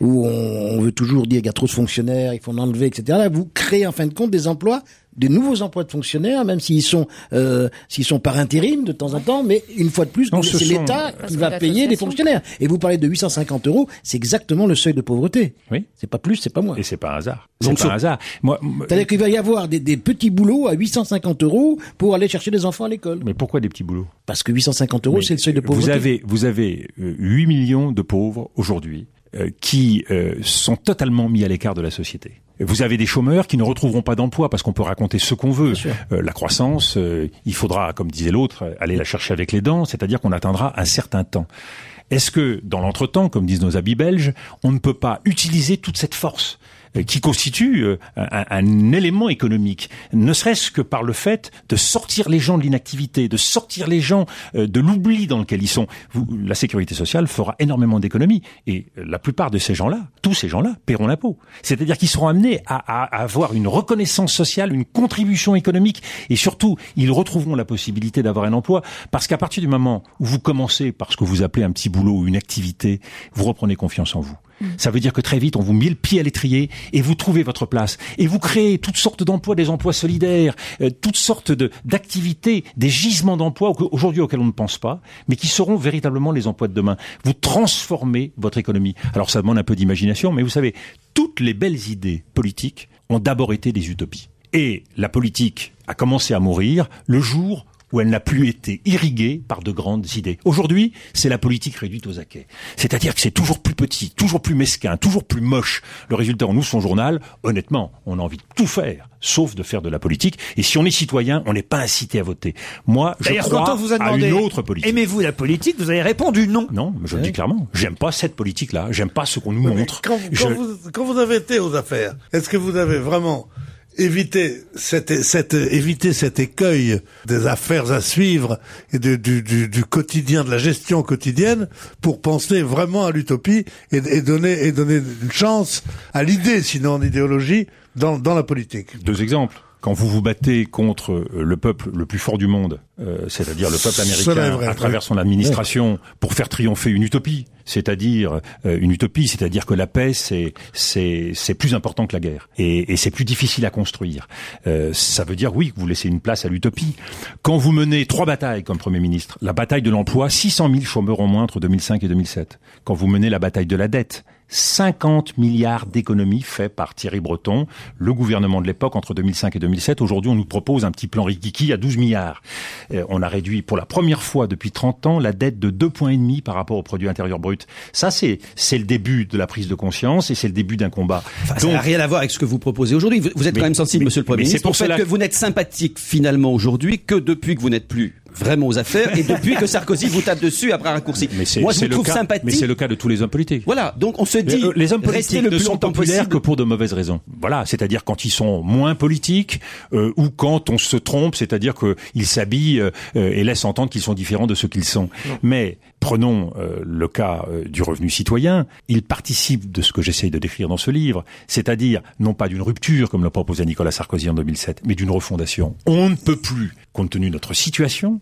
où on, on veut toujours dire qu'il y a trop de fonctionnaires, il faut en enlever, etc. Là, vous créez en fin de compte des emplois de nouveaux emplois de fonctionnaires, même s'ils sont euh, s'ils sont par intérim de temps en temps, mais une fois de plus,
Non, ce
c'est
sont-
l'État
Parce
qui
que
va
l'association-
payer les fonctionnaires. Et vous parlez de 850 euros, c'est exactement le seuil de pauvreté.
Oui.
C'est pas plus, c'est pas moins.
Et c'est pas un hasard.
Donc,
C'est pas
sur-
un hasard. Moi, m-
C'est-à-dire qu'il va y avoir des, des petits boulots à 850 euros pour aller chercher des enfants à l'école.
Mais pourquoi des petits boulots
Parce que 850 euros,
Mais
c'est le seuil de pauvreté.
Vous avez, vous avez euh, 8 millions de pauvres aujourd'hui euh, qui euh, sont totalement mis à l'écart de la société. Vous avez des chômeurs qui ne retrouveront pas d'emploi parce qu'on peut raconter ce qu'on veut. Euh, la croissance, euh, il faudra, comme disait l'autre, euh, aller la chercher avec les dents, c'est-à-dire qu'on atteindra un certain temps. Est-ce que, dans l'entretemps, comme disent nos habits belges, on ne peut pas utiliser toute cette force euh, qui constitue euh, un, un élément économique, ne serait-ce que par le fait de sortir les gens de l'inactivité, de sortir les gens euh, de l'oubli dans lequel ils sont. Vous- la sécurité sociale fera énormément d'économies et euh, la plupart de ces gens-là, tous ces gens-là, paieront l'impôt. C'est-à-dire qu'ils seront amenés à, à- à avoir une reconnaissance sociale, une contribution économique et surtout, ils retrouveront la possibilité d'avoir un emploi parce qu'à partir du moment où vous commencez par ce que vous appelez un petit boulot ou une activité, vous reprenez confiance en vous. Ça veut dire que très vite, on vous met le pied à l'étrier et vous trouvez votre place. Et vous créez toutes sortes d'emplois, des emplois solidaires, euh, toutes sortes de- d'activités, des gisements d'emplois au- aujourd'hui auxquels on ne pense pas, mais qui seront véritablement les emplois de demain. Vous transformez votre économie. Alors ça demande un peu d'imagination, mais vous savez, toutes les belles idées politiques ont d'abord été des utopies. Et la politique a commencé à mourir le jour où elle n'a plus été irriguée par de grandes idées. Aujourd'hui, c'est la politique réduite aux acquets. C'est-à-dire que c'est toujours plus petit, toujours plus mesquin, toujours plus moche. Le résultat, on ouvre son journal, honnêtement, on a envie de tout faire, sauf de faire de la politique. Et si on est citoyen, on n'est pas incité à voter. Moi, je
D'ailleurs,
crois
quand on vous a
à
demandé
une autre politique.
Aimez-vous la politique Vous avez répondu non.
Non, mais je le dis clairement, j'aime pas cette politique-là, j'aime pas ce qu'on nous montre.
Quand, quand
Je-
vous, quand vous avez été aux affaires, est-ce que vous avez vraiment évité cette, cette, évité cet écueil des affaires à suivre et de- du, du, du quotidien, de la gestion quotidienne, pour penser vraiment à l'utopie et, et donner, et donner une chance à l'idée, sinon en idéologie, dans, dans la politique
Deux exemples. Quand vous vous battez contre euh, le peuple le plus fort du monde, euh, c'est-à-dire le peuple
Cela est
américain,
vrai,
à travers
oui.
son administration, pour faire triompher une utopie, c'est-à-dire euh, une utopie, c'est-à-dire que la paix, c'est c'est c'est plus important que la guerre, et, et c'est plus difficile à construire. Euh, ça veut dire oui que vous laissez une place à l'utopie. Quand vous menez trois batailles comme Premier ministre, la bataille de l'emploi, 600 000 chômeurs en moins entre 2005 et 2007. Quand vous menez la bataille de la dette, 50 milliards d'économies faits par Thierry Breton, le gouvernement de l'époque entre 2005 et 2007. Aujourd'hui, on nous propose un petit plan Rikiki à 12 milliards. Euh, on a réduit pour la première fois depuis 30 ans la dette de 2,5 points par rapport au produit intérieur brut. Ça, c'est c'est le début de la prise de conscience et c'est le début d'un combat.
Ça n'a rien à voir avec ce que vous proposez aujourd'hui. Vous, vous êtes
Mais-
quand même sensible,
mais-
monsieur le Premier
mais
ministre,
c'est pour
au fait
cela
que
que-
vous n'êtes sympathique finalement aujourd'hui que depuis que vous n'êtes plus vraiment aux affaires et depuis que Sarkozy vous tape dessus après un raccourci.
Mais c'est
Moi, je
c'est
vous
le
trouve
cas- Mais
sympathique.
c'est le cas de tous les hommes politiques.
Voilà, donc on se dit,
Mais, euh, les hommes
restez
politiques
le
ne
plus
sont
longtemps
populaires
possible.
que pour de mauvaises raisons. Voilà, c'est-à-dire quand ils sont moins politiques euh, ou quand on se trompe, c'est-à-dire qu'ils s'habillent euh, euh, et laissent entendre qu'ils sont différents de ce qu'ils sont. Mais prenons euh, le cas euh, du revenu citoyen, il participe de ce que j'essaye de décrire dans ce livre, c'est-à-dire non pas d'une rupture comme le proposait Nicolas Sarkozy en 2007, mais d'une refondation. On ne peut plus, compte tenu de notre situation,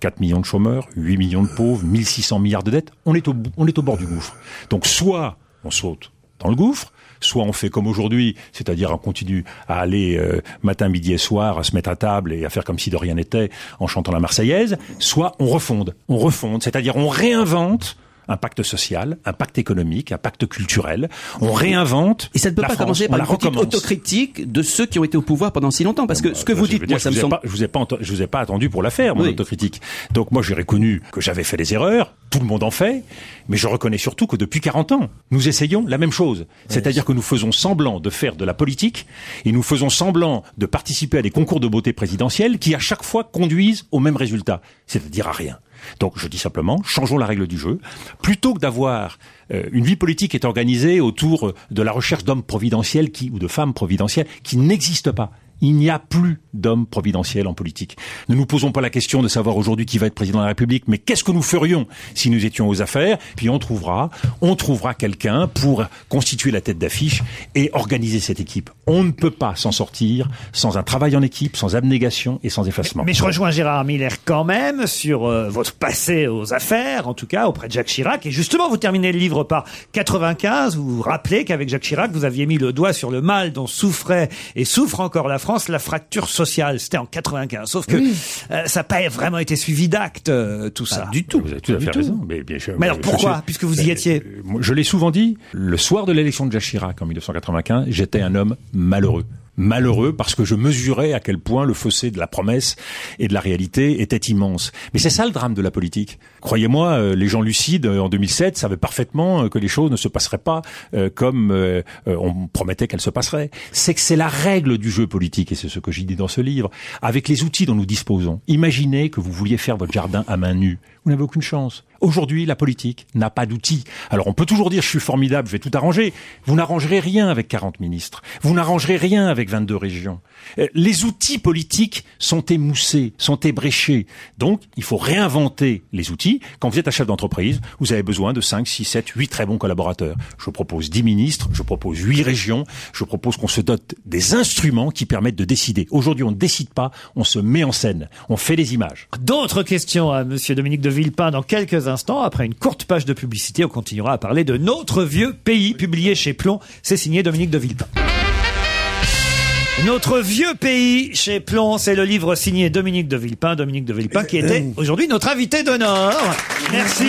4 millions de chômeurs, 8 millions de pauvres, 1600 milliards de dettes, on est au, bou- on est au bord du gouffre. Donc soit on saute dans le gouffre, soit on fait comme aujourd'hui, c'est-à-dire on continue à aller euh, matin, midi et soir, à se mettre à table et à faire comme si de rien n'était en chantant la Marseillaise, soit on refonde, on refonde, c'est-à-dire on réinvente un pacte social, un pacte économique, un pacte culturel, on réinvente.
Et ça ne peut
la
pas
France,
commencer
on
par
la
une petite
recommence.
autocritique de ceux qui ont été au pouvoir pendant si longtemps. Parce que ce que vous
Je veux
dites,
dire,
moi, ça me
je vous ai
semble...
pas- je vous ai pas, ent- je vous ai pas attendu pour la faire, mon autocritique. Donc moi, j'ai reconnu que j'avais fait des erreurs. Tout le monde en fait, mais je reconnais surtout que depuis 40 ans, nous essayons la même chose. C'est-à-dire que nous faisons semblant de faire de la politique et nous faisons semblant de participer à des concours de beauté présidentielle qui à chaque fois conduisent au même résultat, c'est-à-dire à rien. Donc je dis simplement, changeons la règle du jeu. Plutôt que d'avoir euh, une vie politique qui est organisée autour euh, de la recherche d'hommes providentiels qui, ou de femmes providentielles qui n'existent pas. Il n'y a plus d'hommes providentiels en politique. Ne nous posons pas la question de savoir aujourd'hui qui va être président de la République, mais qu'est-ce que nous ferions si nous étions aux affaires Puis on trouvera, on trouvera quelqu'un pour constituer la tête d'affiche et organiser cette équipe. On ne peut pas s'en sortir sans un travail en équipe, sans abnégation et sans effacement.
Mais je rejoins Gérard Miller quand même sur euh, votre passé aux affaires, en tout cas auprès de Jacques Chirac. Et justement, vous terminez le livre par 95. Vous vous rappelez qu'avec Jacques Chirac, vous aviez mis le doigt sur le mal dont souffrait et souffre encore la
France la fracture sociale. C'était en 95. Sauf que euh, ça n'a pas vraiment été suivi d'actes, euh, tout ça. Du
tout. Vous avez tout à fait raison. Mais, bien sûr,
Mais alors
je-
pourquoi
je-
Puisque vous y
Ben,
étiez.
euh, moi, Je l'ai souvent dit, le soir de l'élection de Jacques Chirac en 1995, j'étais un homme malheureux. Malheureux parce que je mesurais à quel point le fossé de la promesse et de la réalité était immense. Mais c'est ça le drame de la politique. Croyez-moi, euh, les gens lucides euh, en 2007 savaient parfaitement euh, que les choses ne se passeraient pas euh, comme euh, euh, on promettait qu'elles se passeraient. C'est que c'est la règle du jeu politique et c'est ce que j'y dis dans ce livre. Avec les outils dont nous disposons, imaginez que vous vouliez faire votre jardin à main nue. Vous n'avez aucune chance. Aujourd'hui, la politique n'a pas d'outils. Alors on peut toujours dire je suis formidable, je vais tout arranger. Vous n'arrangerez rien avec 40 ministres. Vous n'arrangerez rien avec 22 régions. Euh, Les outils politiques sont émoussés, sont ébréchés. Donc il faut réinventer les outils. Quand vous êtes un chef d'entreprise, vous avez besoin de 5, 6, 7, 8 très bons collaborateurs. Je propose 10 ministres, je propose 8 régions, je propose qu'on se dote des instruments qui permettent de décider. Aujourd'hui on ne décide pas, on se met en scène, on fait des images.
D'autres questions à Monsieur Dominique de Villepin dans quelques instants. Après une courte page de publicité, on continuera à parler de notre vieux pays, publié chez Plomb. C'est signé Dominique de Villepin. Notre vieux pays chez Plomb, c'est le livre signé Dominique de Villepin. Dominique de Villepin qui était aujourd'hui notre invité d'honneur. Merci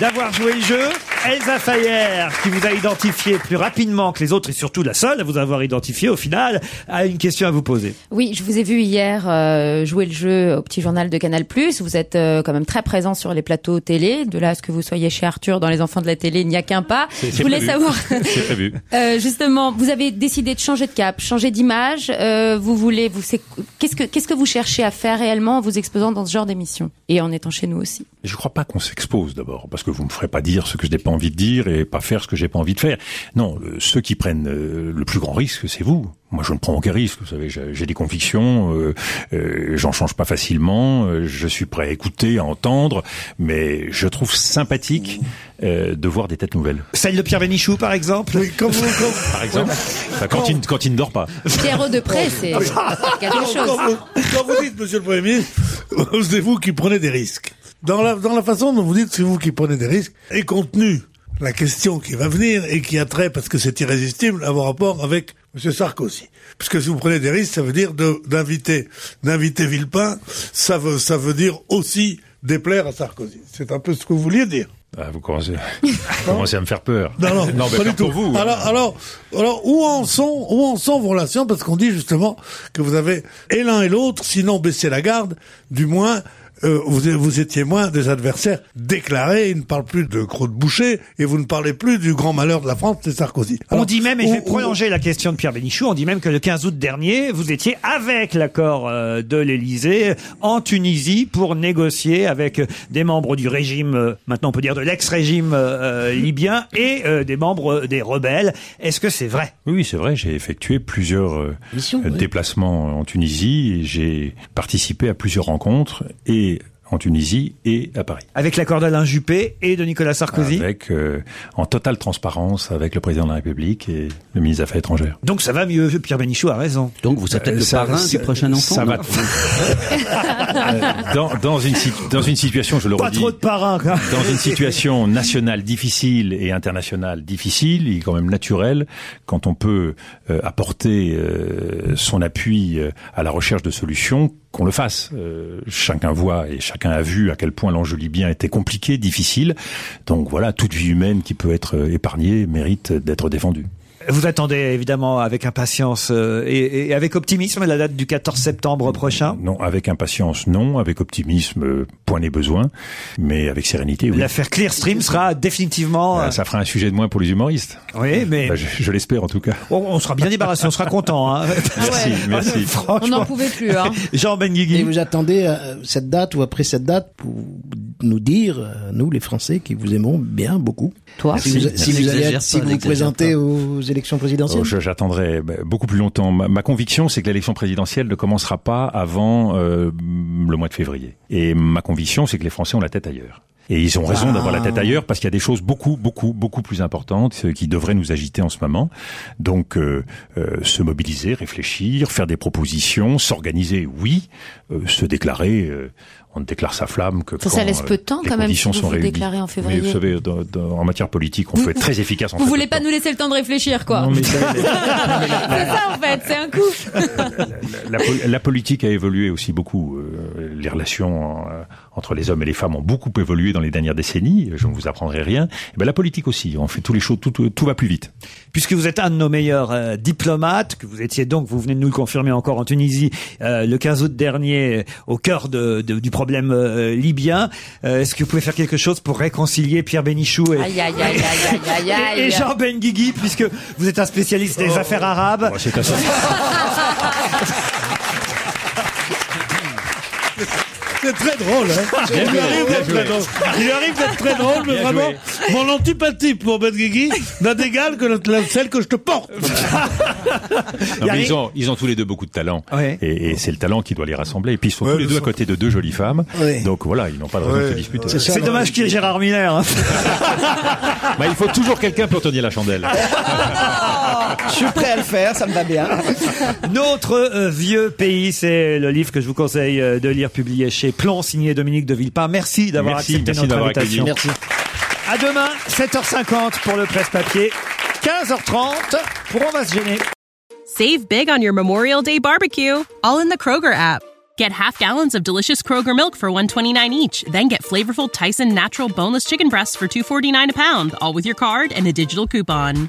d'avoir joué le jeu. Elsa Fayer, qui vous a identifié plus rapidement que les autres et surtout la seule à vous avoir identifié au final, a une question à vous poser.
Oui, je vous ai vu hier euh, jouer le jeu au petit journal de Canal+. Vous êtes euh, quand même très présent sur les plateaux télé. De là à ce que vous soyez chez Arthur dans Les Enfants de la télé, il n'y a qu'un pas. Je voulais
[LAUGHS]
savoir,
[LAUGHS] C'est prévu.
euh, justement, vous avez décidé de changer de cap, changer d'image. Euh, vous voulez, vous, c'est- qu'est-ce que qu'est-ce que vous cherchez à faire réellement en vous exposant dans ce genre d'émission et en étant chez nous aussi
Je crois pas qu'on s'expose d'abord, parce que vous me ferez pas dire ce que je n'ai pas envie de dire et pas faire ce que j'ai pas envie de faire. Non, euh, ceux qui prennent euh, le plus grand risque, c'est vous. Moi, je ne prends aucun risque. Vous savez, j'ai j'ai des convictions, euh, euh, j'en change pas facilement. euh, je suis prêt à écouter, à entendre, mais je trouve sympathique euh, de voir des têtes nouvelles.
Celle de Pierre Bénichou, par exemple
Oui, comme
[LAUGHS] Par exemple, Enfin, quand, il, quand il ne dort pas.
Pierrot
[LAUGHS]
de près, c'est c'est quelque
Quand-
chose.
Quand vous, quand vous dites, monsieur le Premier ministre, [LAUGHS] c'est vous qui prenez des risques. Dans la, dans la façon dont vous dites, c'est vous qui prenez des risques, et compte tenu la question qui va venir et qui a trait, parce que c'est irrésistible, à vos rapports avec monsieur Sarkozy. Parce que si vous prenez des risques, ça veut dire de- d'inviter, d'inviter Villepin, ça veut, ça veut dire aussi déplaire à Sarkozy. C'est un peu ce que vous vouliez dire.
Ah,
[LAUGHS]
vous commencez, vous commencez à me faire peur.
Non, non,
non mais
pas
faire
du tout.
pour vous. hein.
Alors, alors, alors, où en sont, où en sont vos relations Parce qu'on dit justement que vous avez et l'un et l'autre, sinon baisser la garde, du moins. euh, vous, vous étiez moins des adversaires déclarés, ils ne parlent plus de crocs de boucher, et vous ne parlez plus du grand malheur de la France, c'est Sarkozy.
On
Alors,
dit même, et je
où-
vais prolonger la question de Pierre Bénichou, on dit même que le 15 août dernier, vous étiez avec l'accord euh, de l'Élysée en Tunisie pour négocier avec euh, des membres du régime, euh, maintenant on peut dire de l'ex-régime euh, euh, libyen, et euh, des membres euh, des rebelles. Est-ce que c'est vrai
Oui, oui, c'est vrai, j'ai effectué plusieurs euh, euh, déplacements en Tunisie, et j'ai participé à plusieurs rencontres, et en Tunisie et à Paris.
Avec l'accord d'Alain Juppé et de Nicolas Sarkozy
Avec, euh, en totale transparence avec le président de la République et le ministre des Affaires étrangères.
Donc ça va mieux, Pierre Bénichou a raison.
Donc vous
êtes peut-être le parrain du prochain enfant,
Euh, Ça
non
[LAUGHS] va. Euh, dans, dans, une, si- dans une situation, je le
Pas
redis,
trop de parrain. quoi.
dans une situation nationale difficile et internationale difficile, il est quand même naturel quand on peut euh, apporter euh, son appui euh, à la recherche de solutions qu'on le fasse. Euh, chacun voit et chacun a vu à quel point l'enjeu libyen était compliqué, difficile. Donc voilà, toute vie humaine qui peut être euh, épargnée mérite d'être défendue.
Vous attendez évidemment avec impatience euh, et, et avec optimisme la date du 14 septembre prochain.
Non, avec impatience, non, avec optimisme, euh, point des besoins, mais avec sérénité, oui.
L'affaire Clearstream sera définitivement.
Euh, Ça fera un sujet de moins pour les humoristes.
Oui, mais
Bah, je- je l'espère en tout cas.
on, on sera bien débarrassé, on sera content. Hein.
[LAUGHS]
Ah
Merci, merci.
Franchement.
pouvait
[LAUGHS]
plus. Hein.
Jean Benguigui.
Et vous attendez euh, cette date ou après cette date pour nous dire, euh, nous les Français, qui vous aimons bien beaucoup.
Toi.
Si vous,
Merci.
si vous
N'exagère
allez,
pas,
si vous, vous
n'exagère
présentez aux élections présidentielles.
Oh, je- J'attendrai bah, beaucoup plus longtemps. Ma, ma conviction, c'est que l'élection présidentielle ne commencera pas avant euh, le mois de février. Et ma conviction, c'est que les Français ont la tête ailleurs. Et ils ont raison d'avoir la
Ah.
tête ailleurs parce qu'il y a des choses beaucoup, beaucoup, beaucoup plus importantes euh, qui devraient nous agiter en ce moment. Donc, euh, euh, se mobiliser, réfléchir, faire des propositions, s'organiser, oui, euh, se déclarer. euh, on ne déclare sa flamme que
Ça,
quand
ça laisse
euh,
peu de temps,
les
quand même,
conditions
si vous
sont
vous
réunies.
déclarez en février.
Mais vous savez, dans- dans- en matière politique, on peut être très efficace. En
Vous
fait.
voulez pas nous laisser le temps de réfléchir, quoi.
Non,
[LAUGHS]
mais
c'est
ça,
ça, en fait, c'est un coup.
la, pol- la politique a évolué aussi beaucoup. Euh, les relations euh, entre les hommes et les femmes ont beaucoup évolué dans les dernières décennies. Je ne vous apprendrai rien. Et ben, la politique aussi. On fait tous les choses, tout, tout, tout va plus vite.
Puisque vous êtes un de nos meilleurs euh, diplomates, que vous étiez donc, vous venez de nous le confirmer encore en Tunisie euh, le 15 août dernier, euh, au cœur de- de- du problème euh, libyen, euh, est-ce que vous pouvez faire quelque chose pour réconcilier Pierre Bénichou et,
Aïe, aïe, aïe, aïe, aïe, aïe,
[LAUGHS] et- et
aïe.
Jean Benguigui, puisque vous êtes un spécialiste
Oh.
des affaires arabes
C'est très drôle, hein
Bien
Il
joué,
arrive
bien
d'être
joué.
très drôle. Il arrive d'être très drôle, mais
Bien
vraiment,
joué.
mon antipathie pour Ben Guigui n'a d'égal que la- la- celle que je te porte.
Non, mais
Yannick-
ils, ont, ils ont tous les deux beaucoup de talent. Et, et c'est le talent qui doit les rassembler. Et puis ils sont
Ouais,
tous les
ils
deux à
sont-
côté de deux jolies femmes.
Ouais.
Donc voilà, ils n'ont pas de raison de
Ouais.
se disputer.
C'est ça,
C'est dommage qu'il y ait Gérard Miller. hein. [LAUGHS]
Bah, il faut toujours quelqu'un pour tenir la chandelle.
Je suis prêt à le faire, ça me va bien.
Notre euh, vieux pays, c'est le livre que je vous conseille euh, de lire, publié chez Plon, signé Dominique de Villepin. Merci d'avoir
Merci,
accepté
merci
notre
d'avoir
invitation.
accueilli. Merci.
À demain, 7h50 pour le presse-papier, 15h30 pour On va se gêner.
Save big on your Memorial Day barbecue, all in the Kroger app. Get half gallons of delicious Kroger milk for 129 each, then get flavorful Tyson natural boneless chicken breasts for 249 a pound, all with your card and a digital coupon.